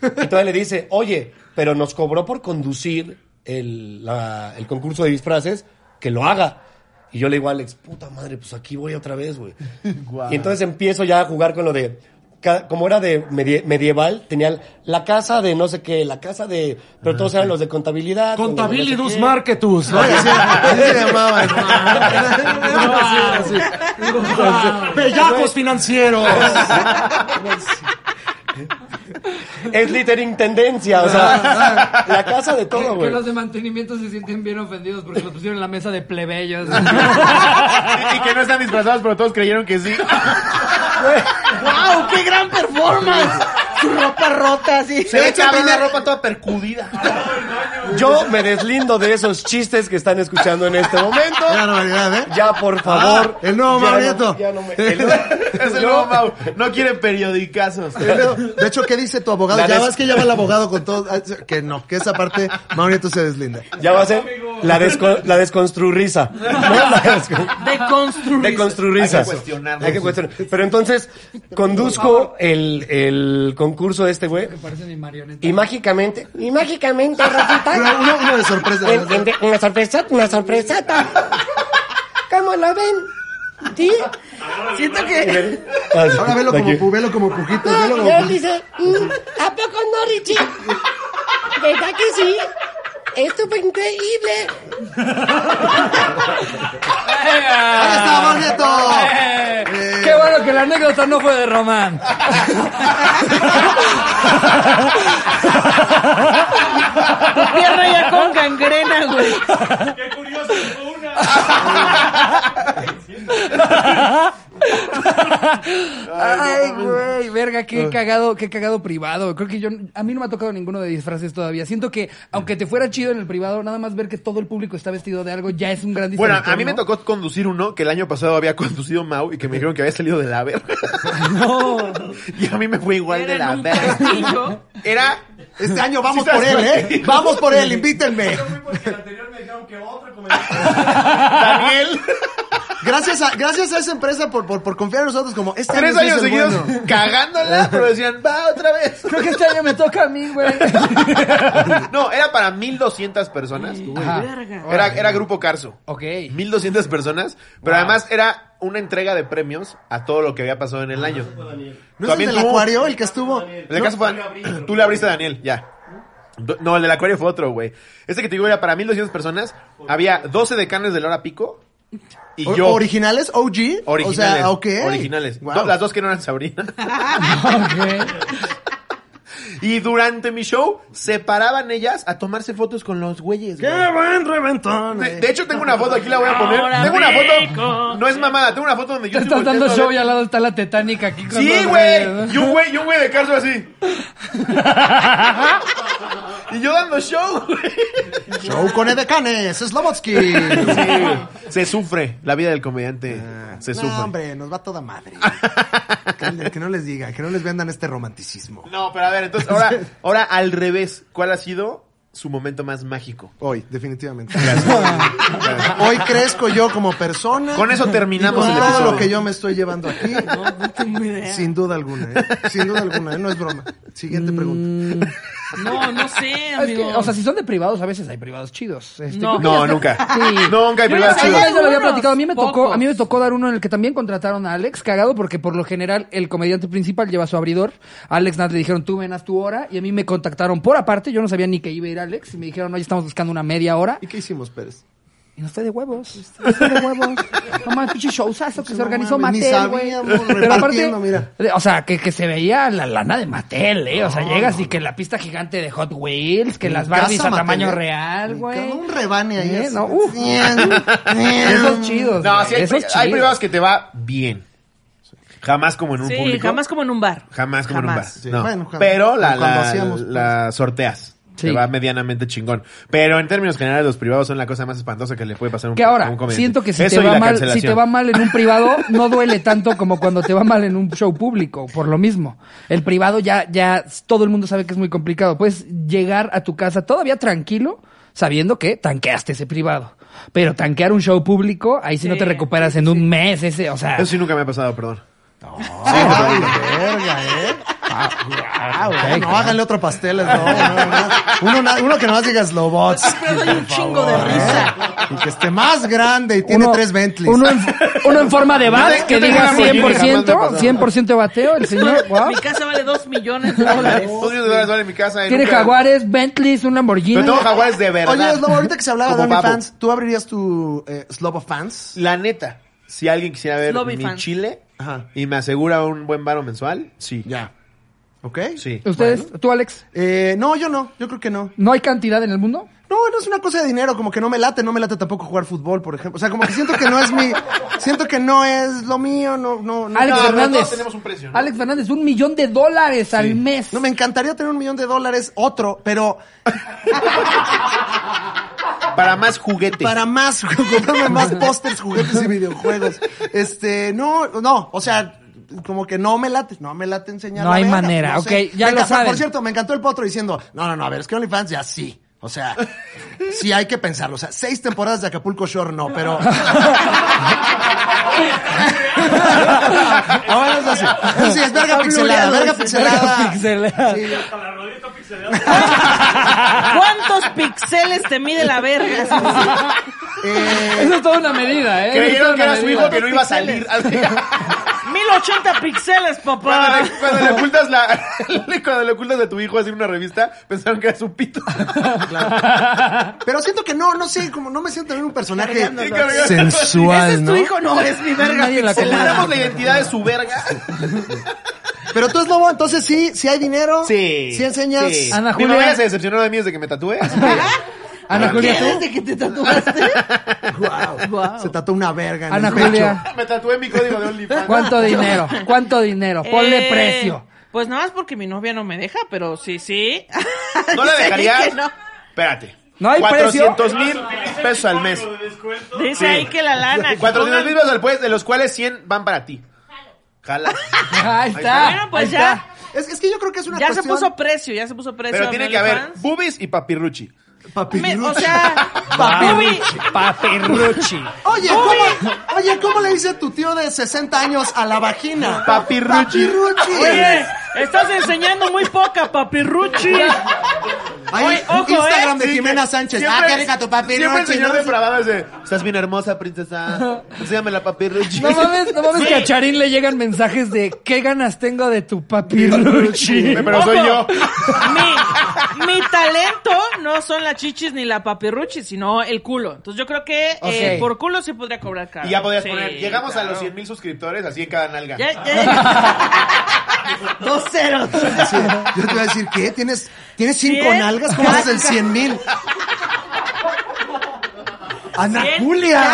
Speaker 4: Y todavía le dice, oye, pero nos cobró por conducir el, la- el concurso de disfraces, que lo haga. Y yo le digo a Alex, puta madre, pues aquí voy otra vez, güey. Y entonces empiezo ya a jugar con lo de. ca- Como era de medie- medieval, tenía la casa de no sé qué, la casa de. Pero
Speaker 1: Ah,
Speaker 4: todos eran los de contabilidad. los de no sé qué.
Speaker 9: marketus. ¿no? Así, pues, así se llamaba.
Speaker 1: Ah,
Speaker 9: Así, así.
Speaker 4: Bellacos
Speaker 9: financieros.
Speaker 4: Es littering tendencia, o sea, la casa de
Speaker 1: Que-
Speaker 4: todo,
Speaker 1: Que
Speaker 4: güey.
Speaker 1: los de mantenimiento se sienten bien ofendidos porque los pusieron en la mesa de plebeyos.
Speaker 2: y que no están disfrazados, pero todos creyeron que sí.
Speaker 8: ¡Wow! ¡Qué gran performance! Su ropa rota así.
Speaker 2: Se ve
Speaker 9: hecho, el
Speaker 2: cabrón la
Speaker 9: primer-
Speaker 2: ropa toda percudida.
Speaker 4: Yo me deslindo de esos chistes que están escuchando en este momento.
Speaker 9: Qué barbaridad, ¿eh?
Speaker 4: Ya, por favor.
Speaker 9: Ah, el nuevo
Speaker 4: ya
Speaker 9: Mau
Speaker 4: no-
Speaker 9: Nieto.
Speaker 4: ya no me-
Speaker 9: El-
Speaker 2: es el nuevo Mau. No quiere periodicazos.
Speaker 9: De hecho, ¿qué dice tu abogado?
Speaker 4: La
Speaker 9: ya
Speaker 4: des-
Speaker 9: ves que llama el abogado con todo. ah, Que no, que esa parte Maurito se deslinda.
Speaker 4: Ya va a ser la, desco la desconstruirrisa. No, la descon-
Speaker 8: De construir.
Speaker 4: de construirrisas.
Speaker 2: Hay que cuestionarnos.
Speaker 4: Hay que cuestionar. Pero entonces, conduzco el, el concurso de este güey.
Speaker 1: Parecen mi marioneta.
Speaker 4: Y mágicamente. Y mágicamente, Rosita.
Speaker 9: Pero uno, uno de sorpresa.
Speaker 4: En- en- de- una sorpresota, una sorpresota. ¿Cómo lo ven? ¿Sí?
Speaker 8: Siento que.
Speaker 9: Ahora velo como, pu- velo como pujito. Velo como
Speaker 11: Yo
Speaker 9: pujito.
Speaker 11: dice, "Mm, ¿a poco no, Richie? ¿Verdad que sí? Esto fue increíble.
Speaker 1: ¡Eh!
Speaker 9: ¡Ahí está Maurito!
Speaker 1: Qué bueno que la anécdota no fue de Román.
Speaker 8: Tu pierna ya con gangrena, güey.
Speaker 3: Qué curioso, tengo una.
Speaker 1: Ay, güey, verga, qué cagado, qué cagado privado. Creo que yo, a mí no me ha tocado ninguno de disfraces todavía. Siento que, aunque te fuera chido en el privado, nada más ver que todo el público está vestido de algo ya es un gran
Speaker 2: Bueno,
Speaker 1: disfraz.
Speaker 2: a mí me tocó conducir uno que el año pasado había conducido Mau y que me dijeron que había salido de la verga. Y a mí me fue igual de
Speaker 8: Era
Speaker 2: la
Speaker 8: en un
Speaker 2: verga.
Speaker 8: castillo.
Speaker 2: Era
Speaker 9: Este año vamos
Speaker 2: Sí,
Speaker 9: por él,
Speaker 2: sabes,
Speaker 9: ¿eh?
Speaker 2: güey.
Speaker 9: Vamos por él, invítenme.
Speaker 3: Yo fui porque el anterior me dijeron que otro comediante.
Speaker 2: Daniel.
Speaker 9: Gracias a, gracias a esa empresa por, por, por confiar en nosotros como este
Speaker 2: Tres
Speaker 9: año sí es
Speaker 2: años
Speaker 9: el
Speaker 2: seguidos
Speaker 9: bueno.
Speaker 2: cagándola, pero decían, va otra vez.
Speaker 1: Creo que este año me toca a mí, güey.
Speaker 2: No, era para 1200 personas.
Speaker 8: Verga.
Speaker 2: Era, era grupo Carso.
Speaker 1: Ok.
Speaker 2: 1200 personas, pero además era una entrega de premios a todo lo que había pasado en el año.
Speaker 9: ¿No es el del
Speaker 2: tuvo-
Speaker 9: acuario el que estuvo?
Speaker 2: El de Carso fue- tú le abriste a Daniel, ya. Do- No, el del acuario fue otro, güey. Este que te digo era para 1200 personas. Había 12 decanes de la hora pico y
Speaker 9: O-
Speaker 2: yo.
Speaker 9: ¿Originales? ¿OG?
Speaker 2: originales.
Speaker 9: O sea, ok.
Speaker 2: Originales.
Speaker 9: Wow.
Speaker 2: Do- las dos que no eran Sabrina.
Speaker 1: Ok.
Speaker 2: Y durante mi show se paraban ellas a tomarse fotos con los güeyes. güey.
Speaker 9: buen reventón!
Speaker 2: De, de hecho, tengo una foto, aquí la voy a poner.
Speaker 8: Ahora
Speaker 2: tengo una
Speaker 8: rico.
Speaker 2: foto. No es mamada, tengo una foto donde yo
Speaker 1: Te estás
Speaker 2: estoy
Speaker 1: dando
Speaker 2: volteando
Speaker 1: show y
Speaker 2: a ver-
Speaker 1: al lado está la tetánica aquí. con
Speaker 2: Sí,
Speaker 1: los
Speaker 2: güey.
Speaker 1: reyes,
Speaker 2: Y
Speaker 1: ¿no?
Speaker 2: un güey, y un güey de Carso así. y yo dando show, güey.
Speaker 9: Show con Edecanes, Slovotsky.
Speaker 2: Se sufre. La vida del comediante se
Speaker 9: No,
Speaker 2: sufre.
Speaker 9: hombre, nos va toda madre. que, que no les diga, que no les vendan este romanticismo.
Speaker 2: No, pero a ver, entonces ahora, ahora al revés. ¿Cuál ha sido su momento más mágico?
Speaker 9: Hoy, definitivamente. Hoy crezco yo como persona.
Speaker 2: Con eso terminamos
Speaker 9: Y con
Speaker 2: el
Speaker 9: todo
Speaker 2: episodio.
Speaker 9: lo que yo me estoy llevando aquí. Sin duda alguna, ¿eh? Sin duda alguna, ¿eh? no es broma. Siguiente
Speaker 2: Mm.
Speaker 9: pregunta.
Speaker 8: No, no sé,
Speaker 1: Es que,
Speaker 8: amigo.
Speaker 1: o sea, si son de privados, a veces hay privados chidos. Este, creo
Speaker 8: No.
Speaker 1: que ya
Speaker 2: No,
Speaker 1: está-
Speaker 2: nunca.
Speaker 1: Sí.
Speaker 2: Nunca hay
Speaker 1: Yo
Speaker 2: privados
Speaker 1: ya-
Speaker 2: chidos.
Speaker 1: ya lo había platicado. A mí me
Speaker 8: Pocos.
Speaker 1: tocó, a mí me tocó dar uno en el que también contrataron a Alex, cagado, porque por lo general el comediante principal lleva su abridor. A Alex Nat le dijeron, tú ven, haz tu hora. Y a mí me contactaron por aparte. Yo no sabía ni que iba a ir Alex. Y me dijeron, oye, estamos buscando una media hora.
Speaker 9: ¿Y qué hicimos, Pérez?
Speaker 1: Y no estoy de huevos. No estoy de huevos. No mames, pinche showzazo que se
Speaker 9: No
Speaker 1: organizó
Speaker 9: mames, ni
Speaker 1: Mattel, güey.
Speaker 9: sabíamos,
Speaker 1: Pero aparte,
Speaker 9: repartiendo, mira.
Speaker 1: de- o sea, que, que se veía la lana de Mattel, ¿eh? O sea, llegas y que la pista gigante de Hot Wheels, que
Speaker 9: Mi
Speaker 1: las Barbies
Speaker 9: casa
Speaker 1: a tamaño
Speaker 9: Mattel, ¿eh?
Speaker 1: real, güey.
Speaker 9: Un rebane ahí.
Speaker 1: ¿Eh?
Speaker 9: así.
Speaker 1: No, uf.
Speaker 9: Esos
Speaker 1: Esos chidos.
Speaker 2: No,
Speaker 1: Pues, güey,
Speaker 2: sí hay,
Speaker 1: esos
Speaker 2: pri-
Speaker 1: chidos.
Speaker 2: hay privados que te va bien. Jamás como en un
Speaker 8: sí,
Speaker 2: público.
Speaker 8: jamás como en un bar.
Speaker 2: Jamás como
Speaker 8: Jamás.
Speaker 2: en un bar. No.
Speaker 9: Bueno, jamás.
Speaker 2: Pero la,
Speaker 9: Cuando
Speaker 2: la,
Speaker 9: hacíamos, pues.
Speaker 2: la sorteas.
Speaker 1: Sí.
Speaker 2: Te va medianamente chingón. Pero en términos generales, los privados son la cosa más espantosa que le puede pasar a un,
Speaker 1: Que
Speaker 2: a un
Speaker 1: ahora,
Speaker 2: comediante.
Speaker 1: siento que si
Speaker 2: Eso
Speaker 1: te,
Speaker 2: y
Speaker 1: va
Speaker 2: la
Speaker 1: mal, si
Speaker 2: cancelación.
Speaker 1: te va mal en un privado, no duele tanto como cuando te va mal en un show público, por lo mismo. El privado ya, ya todo el mundo sabe que es muy complicado. Puedes llegar a tu casa todavía tranquilo, sabiendo que tanqueaste ese privado. Pero tanquear un show público, ahí si no
Speaker 8: Sí,
Speaker 1: te recuperas en un mes, ese, o sea,
Speaker 2: Eso sí nunca me ha pasado, perdón. Ah,
Speaker 9: Ay, verga, ¿eh? Ah, bueno, no, háganle otro pastel. No, no, no. Uno, na- uno que nomás diga Slobots.
Speaker 8: Pero hay un chingo de risa.
Speaker 9: Y que esté más grande y tiene tres Bentleys.
Speaker 1: Uno en, uno en forma de
Speaker 2: Yo
Speaker 1: bat,
Speaker 2: te- yo
Speaker 1: que
Speaker 2: tengo
Speaker 1: diga
Speaker 2: una Lamborghini,
Speaker 1: 100%,
Speaker 2: jamás me ha
Speaker 1: 100% de bateo, el señor, wow.
Speaker 8: Mi casa vale dos millones de dólares.
Speaker 2: Dos millones de dólares vale en mi casa. y
Speaker 1: Tiene
Speaker 2: nunca-
Speaker 1: jaguares, Bentleys, un Lamborghini.
Speaker 2: Pero tengo jaguares de verdad.
Speaker 9: Oye, Slobo, ahorita que se hablaba de
Speaker 2: Como Babu.
Speaker 9: OnlyFans, ¿tú abrirías tu eh, Slobo Fans?
Speaker 2: La neta, si alguien quisiera ver
Speaker 8: Lobby
Speaker 2: mi
Speaker 8: fan.
Speaker 2: chile
Speaker 9: Ajá.
Speaker 2: y me asegura un buen varo mensual, sí.
Speaker 9: Ya. ¿Ok?
Speaker 2: Sí.
Speaker 1: ¿Ustedes? ¿Tú, Alex?
Speaker 9: Eh, no, yo no. Yo creo que no.
Speaker 1: ¿No hay cantidad en el mundo?
Speaker 9: No, no es una cosa de dinero, como que no me late, no me late tampoco jugar fútbol, por ejemplo. O sea, como que siento que no es mi, siento que no es lo mío, no, no, no.
Speaker 1: Alex
Speaker 2: No, pero
Speaker 1: Fernández.
Speaker 2: todos tenemos un precio, ¿no?
Speaker 1: Alex Fernández, un millón de dólares al mes.
Speaker 9: No, me encantaría tener un millón de dólares, otro, pero
Speaker 2: Para más juguetes.
Speaker 9: para más, comprarme más pósters, juguetes y videojuegos. Este, no, no, o sea, como que no me late, no me late enseñar.
Speaker 1: No
Speaker 9: la
Speaker 1: hay
Speaker 9: verga,
Speaker 1: manera, ok,
Speaker 9: sé.
Speaker 1: ya
Speaker 9: Me
Speaker 1: lo
Speaker 9: encanta-
Speaker 1: saben.
Speaker 9: Por cierto, me encantó el potro diciendo, no, no, no, a ver, es que OnlyFans ya sí. O sea, sí hay que pensarlo. O sea, seis temporadas de Acapulco Shore no, pero... Ahora es así. Sí, es verga pixelada, verga pixelada.
Speaker 1: pixelada.
Speaker 9: Sí,
Speaker 3: Hasta la rodilla pixelada.
Speaker 8: ¿Cuántos pixeles te mide la verga?
Speaker 9: eh,
Speaker 1: Eso es toda una medida, ¿eh? Eso es toda
Speaker 2: Creyeron que
Speaker 1: una
Speaker 2: era su
Speaker 1: medida.
Speaker 2: hijo que no iba a salir. Así.
Speaker 8: 1080 píxeles, papá.
Speaker 2: Cuando le, cuando le ocultas la, cuando le ocultas a tu hijo así una revista, pensaron que era su pito.
Speaker 9: pero siento que no, no sé, como no me siento en un personaje
Speaker 2: Sí, cabrón.
Speaker 8: ¿Ese
Speaker 9: sensual,
Speaker 8: es
Speaker 9: ¿no?
Speaker 8: tu hijo? No, es mi verga.
Speaker 1: Nadie la
Speaker 8: pixelada.
Speaker 2: Ocultamos la identidad de su verga.
Speaker 9: Pero tú es lobo, entonces sí, sí hay dinero. Sí enseñas.
Speaker 2: Sí.
Speaker 1: Ana
Speaker 2: Mi
Speaker 1: Julia.
Speaker 2: novia se decepcionó de mí desde que me tatué. así que-
Speaker 1: Ana Julia,
Speaker 8: ¿Qué?
Speaker 1: ¿tú? Ah,
Speaker 8: ¿Desde que te tatuaste?
Speaker 9: Guau.
Speaker 8: Guau.
Speaker 9: Se tatuó una verga en
Speaker 1: Ana
Speaker 9: el pecho.
Speaker 1: Julia,
Speaker 2: me tatué mi código de OnlyFans.
Speaker 1: ¿cuánto dinero? ¿Cuánto dinero? Ponle
Speaker 8: Eh,
Speaker 1: precio.
Speaker 8: Pues nada más porque mi novia no me deja, pero sí, sí.
Speaker 2: ¿No la
Speaker 8: Dice
Speaker 2: dejarías?
Speaker 8: que no.
Speaker 2: Espérate.
Speaker 1: No hay precio.
Speaker 2: 400 mil pesos al mes.
Speaker 3: De descuento.
Speaker 8: Dice
Speaker 2: Sí.
Speaker 8: ahí que la lana. que
Speaker 2: 400 mil
Speaker 8: pongan-
Speaker 2: pesos al mes, de los cuales 100 van para ti. Jala.
Speaker 1: Ahí está.
Speaker 8: Bueno, pues
Speaker 1: ahí
Speaker 8: ya.
Speaker 1: está.
Speaker 9: Es, es que yo creo que es una
Speaker 8: Ya se
Speaker 9: cuestión...
Speaker 8: puso precio, ya se puso precio.
Speaker 2: Pero
Speaker 8: a
Speaker 2: tiene
Speaker 8: mi
Speaker 2: que haber
Speaker 8: OnlyFans.
Speaker 2: boobies y papirruchi.
Speaker 8: Me-
Speaker 9: Papirrucho.
Speaker 8: o sea, Bobby,
Speaker 1: Paperruchi.
Speaker 9: Oye, ¿cómo, oye, ¿cómo le dice tu tío de 60 años a la vagina?
Speaker 2: Papirruchi.
Speaker 9: Papirruchi.
Speaker 8: oye, estás enseñando muy poca, papirruchi.
Speaker 9: Ahí,
Speaker 8: oye, ojo,
Speaker 9: Instagram
Speaker 8: ¿eh?
Speaker 9: de Jimena Sánchez. ah, qué rica tu
Speaker 2: Siempre el
Speaker 9: papirruchi.
Speaker 2: señor
Speaker 9: ¿no?
Speaker 2: depravado dice, estás bien hermosa, princesa. Enséñame la papirruchi.
Speaker 1: No mames, no mames que a Charín le llegan mensajes de ¿qué ganas tengo de tu papirruchi?
Speaker 2: Pero soy yo.
Speaker 8: Ojo, Mi, mi talento no son las chichis ni la papirruchi, sino el culo. Entonces yo creo que eh,
Speaker 1: Ok.
Speaker 8: por culo sí podría cobrar caro.
Speaker 2: Y ya podías
Speaker 8: Sí,
Speaker 2: poner, llegamos a los
Speaker 8: claro.
Speaker 2: 100 mil suscriptores así en cada nalga.
Speaker 8: Ya, ya- Dos ceros.
Speaker 9: Sí, yo te iba a decir, ¿qué? ¿Tienes, ¿tienes cinco
Speaker 8: ¿Cien?
Speaker 9: nalgas? ¿Cómo haces el 100 mil? Ana
Speaker 8: ¿Cien?
Speaker 9: Julia.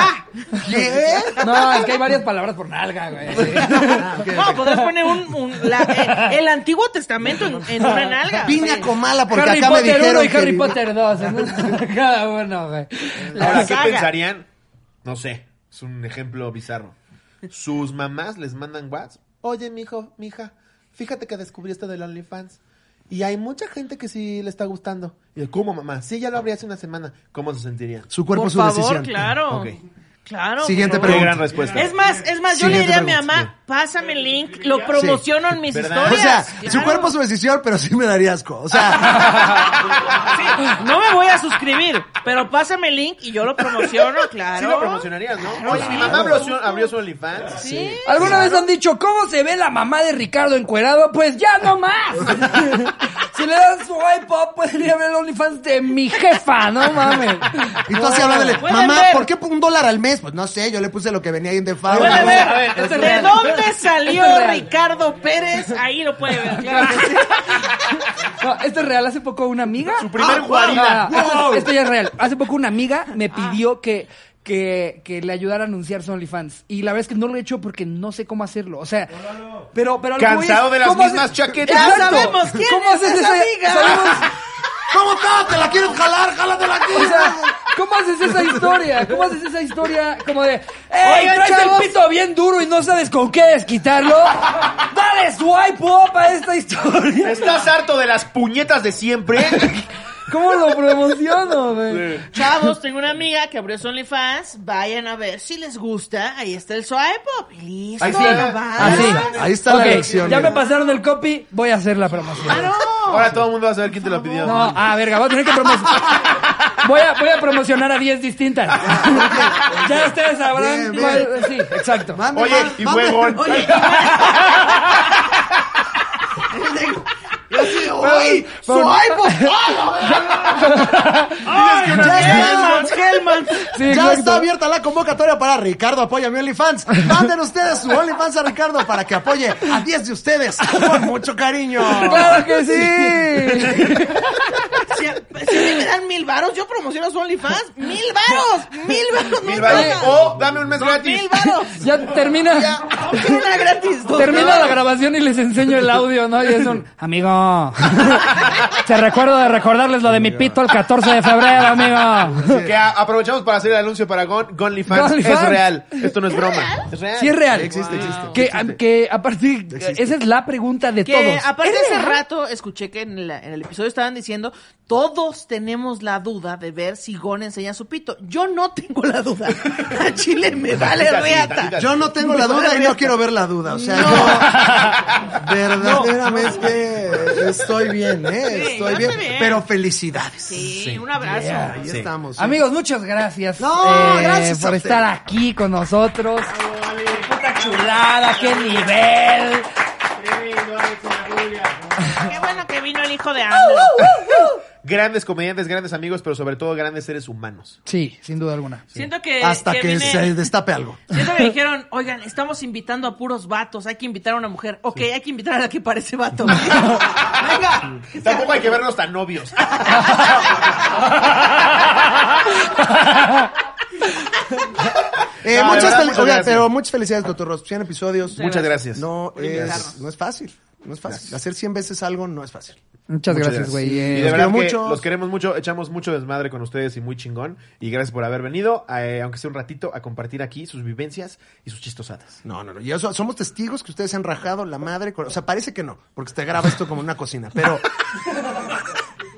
Speaker 9: ¿Qué?
Speaker 1: No, es que hay varias palabras por nalga, güey.
Speaker 8: No, podrías poner un, un- la- eh, el Antiguo Testamento en, en una nalga.
Speaker 9: Vine a
Speaker 8: Sí.
Speaker 9: Comala porque
Speaker 1: Harry
Speaker 9: acá me
Speaker 1: Potter
Speaker 9: dijeron
Speaker 1: 1 y
Speaker 9: que
Speaker 1: Harry
Speaker 9: vivi-
Speaker 1: Potter 2. entonces, Cada uno, güey.
Speaker 2: Ahora, ¿qué
Speaker 8: saga.
Speaker 2: pensarían? No sé, es un ejemplo bizarro. Sus mamás les mandan WhatsApp. Oye, mijo, mija, fíjate que descubrí esto del OnlyFans. Y hay mucha gente que sí le está gustando. Y yo, ¿Cómo, mamá? Sí, ya lo abrí hace una semana. ¿Cómo se sentiría?
Speaker 9: Su cuerpo,
Speaker 8: Por
Speaker 9: su
Speaker 8: favor,
Speaker 9: decisión.
Speaker 8: claro.
Speaker 2: Ok.
Speaker 8: Claro.
Speaker 9: Siguiente
Speaker 8: por favor.
Speaker 9: pregunta.
Speaker 2: Qué gran respuesta.
Speaker 8: Es más, es más, yo le
Speaker 9: Siguiente
Speaker 8: diría a mi
Speaker 9: pregunta.
Speaker 8: mamá, pásame el link, lo promociono en mis
Speaker 9: ¿Verdad?
Speaker 8: historias.
Speaker 9: O sea, su
Speaker 8: Claro.
Speaker 9: cuerpo, su decisión, pero sí me daría asco. O sea,
Speaker 8: No me voy a suscribir, pero pásame el link y yo lo promociono, claro.
Speaker 2: Sí lo promocionarías, ¿no? Oye, mi mamá abrió su, abrió su OnlyFans.
Speaker 8: Sí.
Speaker 1: ¿Alguna vez han dicho cómo se ve la mamá de Ricardo encuerado? Pues ya no más. si le dan su iPod, podría ver el OnlyFans de mi jefa, no mames.
Speaker 9: y tú así
Speaker 1: Wow.
Speaker 9: hablándole,
Speaker 8: Pueden
Speaker 9: mamá,
Speaker 8: ver.
Speaker 9: ¿por qué un dólar al mes? Pues no sé, yo le puse lo que venía ahí en default.
Speaker 8: Puede
Speaker 1: A ver,
Speaker 8: ver
Speaker 1: esto es
Speaker 8: de
Speaker 1: real.
Speaker 8: dónde salió
Speaker 1: Esto es real.
Speaker 8: Ricardo Pérez, ahí lo puede ver. claro.
Speaker 1: No, esto es real. Hace poco una amiga. Su
Speaker 2: primer guarida.
Speaker 1: Esto, esto ya es real. Hace poco una amiga me
Speaker 8: Ah.
Speaker 1: pidió que. Que, que le ayudara a anunciar su OnlyFans. Y la verdad es que no lo he hecho porque no sé cómo hacerlo. O sea, pero, pero. a lo que voy
Speaker 2: Cansado
Speaker 1: es,
Speaker 2: de las
Speaker 1: ¿cómo haces-
Speaker 2: mismas chaquetas.
Speaker 8: Ya
Speaker 1: Exacto.
Speaker 8: sabemos quién
Speaker 1: ¿Cómo
Speaker 8: es
Speaker 1: haces
Speaker 8: esa
Speaker 1: esa-
Speaker 8: amiga.
Speaker 1: sabemos-
Speaker 9: ¿Cómo está? ¿Te la quieres jalar? Jálatela aquí.
Speaker 1: O sea, ¿cómo haces esa historia? ¿Cómo haces esa historia como de, ¡Ey,
Speaker 8: Oigan,
Speaker 1: traes
Speaker 8: chavos!
Speaker 1: el pito bien duro y no sabes con qué desquitarlo! ¡Dale swipe up a esta historia!
Speaker 2: ¿Estás harto de las puñetas de siempre?
Speaker 1: ¿Cómo lo promociono, güey?
Speaker 8: Chavos, tengo una amiga que abrió su OnlyFans, vayan a ver si les gusta, ahí está el swipe up y listo.
Speaker 2: Ahí
Speaker 1: Ah,
Speaker 2: está.
Speaker 8: va.
Speaker 1: Así.
Speaker 9: Ahí está la
Speaker 1: Ok,
Speaker 9: elección.
Speaker 1: Ya
Speaker 9: mira.
Speaker 1: me pasaron el copy, voy a hacer la promoción.
Speaker 9: Ah,
Speaker 8: Claro.
Speaker 2: Ahora todo el mundo va a saber quién te lo pidió.
Speaker 1: No, ah, verga, voy a tener que promocionar. Voy a, voy a promocionar a 10 distintas. ya ustedes sabrán
Speaker 9: Bien,
Speaker 1: cuál-
Speaker 9: bien.
Speaker 1: Sí, exacto.
Speaker 9: Mande,
Speaker 2: Oye,
Speaker 9: mande,
Speaker 2: y
Speaker 9: mande.
Speaker 2: fue gol.
Speaker 8: Oye,
Speaker 9: Yo sí, ¡Uy! ¡Swipe!
Speaker 2: Dices que una
Speaker 9: ya
Speaker 2: amiga-
Speaker 9: está.
Speaker 8: Hellman, Hellman.
Speaker 1: Sí,
Speaker 9: ya
Speaker 1: exacto.
Speaker 9: está abierta la convocatoria para Ricardo Apoya mi OnlyFans. Manden ustedes su OnlyFans a Ricardo para que apoye a 10 de ustedes con mucho cariño.
Speaker 1: ¡Claro que sí!
Speaker 8: Si, a- si a mí me dan mil varos, yo promociono su OnlyFans. ¡Mil varos! ¡Mil varos!
Speaker 2: Mil
Speaker 8: no
Speaker 2: varos.
Speaker 8: es nada.
Speaker 2: O dame un mes gratis.
Speaker 8: ¡Mil varos!
Speaker 1: Ya termina.
Speaker 8: No quiero nada gratis. doctor.
Speaker 1: Termina la grabación y les enseño el audio, ¿no? Y es un amigo. Te recuerdo de recordarles lo de mi pito el 14 de febrero, amigo.
Speaker 2: Que a- aprovechamos para hacer el anuncio para Gon GonlyFans.
Speaker 1: Gonlyfans.
Speaker 2: Es real. Esto no es broma. Es real.
Speaker 1: Sí es real.
Speaker 9: Existe, existe.
Speaker 1: Que, que aparte, esa es la pregunta de
Speaker 8: Que
Speaker 1: todos.
Speaker 8: aparte
Speaker 1: ¿Es
Speaker 8: hace
Speaker 1: real?
Speaker 8: rato escuché que en, la- en el episodio estaban diciendo todos tenemos la duda de ver si Gon enseña su pito. Yo no tengo la duda. A Chile me vale
Speaker 2: Tantita,
Speaker 8: reata.
Speaker 2: tantita.
Speaker 9: Yo no tengo la duda y no quiero ver la duda. O sea, yo verdaderamente estoy bien,
Speaker 8: Sí,
Speaker 9: ¿eh?
Speaker 8: yo
Speaker 9: Estoy
Speaker 8: estoy
Speaker 9: bien.
Speaker 8: bien.
Speaker 9: Pero felicidades.
Speaker 8: Sí, un abrazo.
Speaker 9: Ahí
Speaker 5: Sí.
Speaker 9: estamos. ¿eh? sí.
Speaker 1: Amigos, muchas gracias, eh,
Speaker 9: No, gracias a
Speaker 1: por
Speaker 9: usted.
Speaker 1: estar aquí con nosotros. Qué puta chulada, qué nivel.
Speaker 8: Qué bueno que vino el hijo de AMLO.
Speaker 2: Grandes comediantes, grandes amigos, pero sobre todo grandes seres humanos.
Speaker 1: Sí, sin duda alguna.
Speaker 8: Siento que.
Speaker 9: Hasta que,
Speaker 8: viene-
Speaker 9: se destape algo.
Speaker 8: Siento que dijeron, oigan, estamos invitando a puros vatos, hay que invitar a una mujer. Ok, hay que invitar a la que parece vato. Venga.
Speaker 2: Tampoco hay que vernos tan novios.
Speaker 9: Eh,
Speaker 2: No, de
Speaker 9: muchas
Speaker 2: verdad,
Speaker 9: fel-
Speaker 2: muchas
Speaker 9: oigan,
Speaker 2: gracias.
Speaker 9: pero muchas felicidades, doctor Ross. 100 episodios.
Speaker 2: Muchas gracias.
Speaker 9: No es,
Speaker 8: invitarnos.
Speaker 9: no es fácil. No es fácil. Hacer 100 veces algo no es fácil.
Speaker 1: Muchas, gracias, güey.
Speaker 2: Y
Speaker 1: Eh,
Speaker 2: de verdad
Speaker 9: quiero
Speaker 2: que
Speaker 9: mucho.
Speaker 2: los queremos mucho, echamos mucho desmadre con ustedes y muy chingón. Y gracias por haber venido, eh, aunque sea un ratito, a compartir aquí sus vivencias y sus chistosadas.
Speaker 9: No, no, no. Y eso- somos testigos que ustedes se han rajado la madre. con- o sea, parece que no, porque te graba esto como una cocina. Pero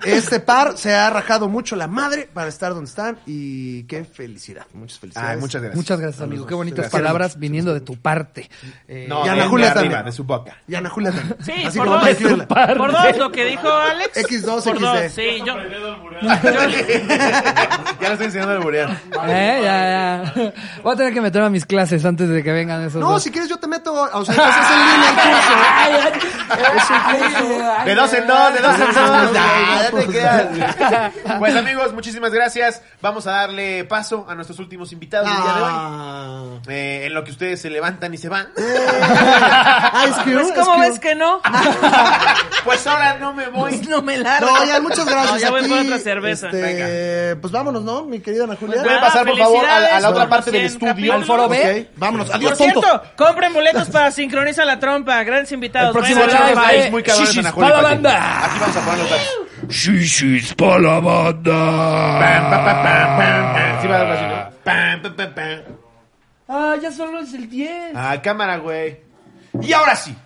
Speaker 9: este par se ha rajado mucho la madre para estar donde están. Y qué felicidad. Muchas felicidades.
Speaker 2: Ay, muchas gracias.
Speaker 1: Muchas gracias, amigo. Qué bonitas
Speaker 9: Gracias.
Speaker 1: palabras viniendo de tu parte. Eh,
Speaker 2: No,
Speaker 9: y
Speaker 2: de,
Speaker 9: Ana
Speaker 2: de
Speaker 9: Julia
Speaker 2: arriba,
Speaker 9: también.
Speaker 2: de su boca.
Speaker 9: Y Ana Julia también.
Speaker 8: Sí,
Speaker 9: Así
Speaker 8: por
Speaker 9: como
Speaker 8: dos.
Speaker 9: para decirla.
Speaker 8: Por dos, lo que dijo Alex.
Speaker 9: X2,
Speaker 8: Por
Speaker 9: XD.
Speaker 8: dos, sí, yo.
Speaker 2: ya lo estoy enseñando a alburear.
Speaker 1: eh, ya, ya. Voy a tener que meterme a mis clases antes de que vengan esos.
Speaker 9: No,
Speaker 1: dos.
Speaker 9: si quieres yo te meto. O sea, haces en línea el curso.
Speaker 1: Ay, ay, ay,
Speaker 2: De dos en dos, de dos en dos. Ya
Speaker 9: Ya,
Speaker 2: te quedas. Pues amigos, muchísimas gracias. Vamos a darle paso a nuestros últimos invitados del día de hoy.
Speaker 9: Ah.
Speaker 2: Eh, en lo que ustedes se levantan y se van.
Speaker 9: Ah, Ice Cube,
Speaker 8: Pues,
Speaker 9: Ice
Speaker 8: ¿cómo
Speaker 9: Cube.
Speaker 8: ves que no?
Speaker 2: Pues ahora no me voy.
Speaker 8: Pues, no me largo.
Speaker 9: No, ya, muchas gracias.
Speaker 8: No, ya voy
Speaker 9: a
Speaker 8: por
Speaker 9: ti.
Speaker 8: otra cerveza. Pues,
Speaker 9: Este, Pues vámonos, ¿no, mi querida Ana Julia?
Speaker 1: Ah,
Speaker 2: Pueden
Speaker 8: nada,
Speaker 2: pasar, por favor, a, a la otra
Speaker 8: felicidades
Speaker 2: parte del
Speaker 8: por los 100
Speaker 2: estudio.
Speaker 8: Al foro B.
Speaker 9: Ok, vámonos.
Speaker 8: pues, Por
Speaker 9: Adiós, tonto.
Speaker 8: cierto, compren boletos para Sincroniza la Trompa. Grandes invitados.
Speaker 1: El próximo
Speaker 8: Vayan a
Speaker 1: live,
Speaker 8: verlo.
Speaker 1: eh.
Speaker 2: Es muy cabrón
Speaker 1: Shishis
Speaker 2: en Anajoli,
Speaker 1: pa' la
Speaker 2: Pati.
Speaker 1: banda.
Speaker 2: Aquí vamos a poner los datos.
Speaker 1: Shishis pa' la
Speaker 2: Pam, pam,
Speaker 1: banda.
Speaker 2: pam, pam, pam, pam. Sí va a dar así, ¿no? Pam, pam, pam, pam.
Speaker 1: Ah, ya solo es el 10.
Speaker 2: Ah, cámara, güey. Y ahora sí.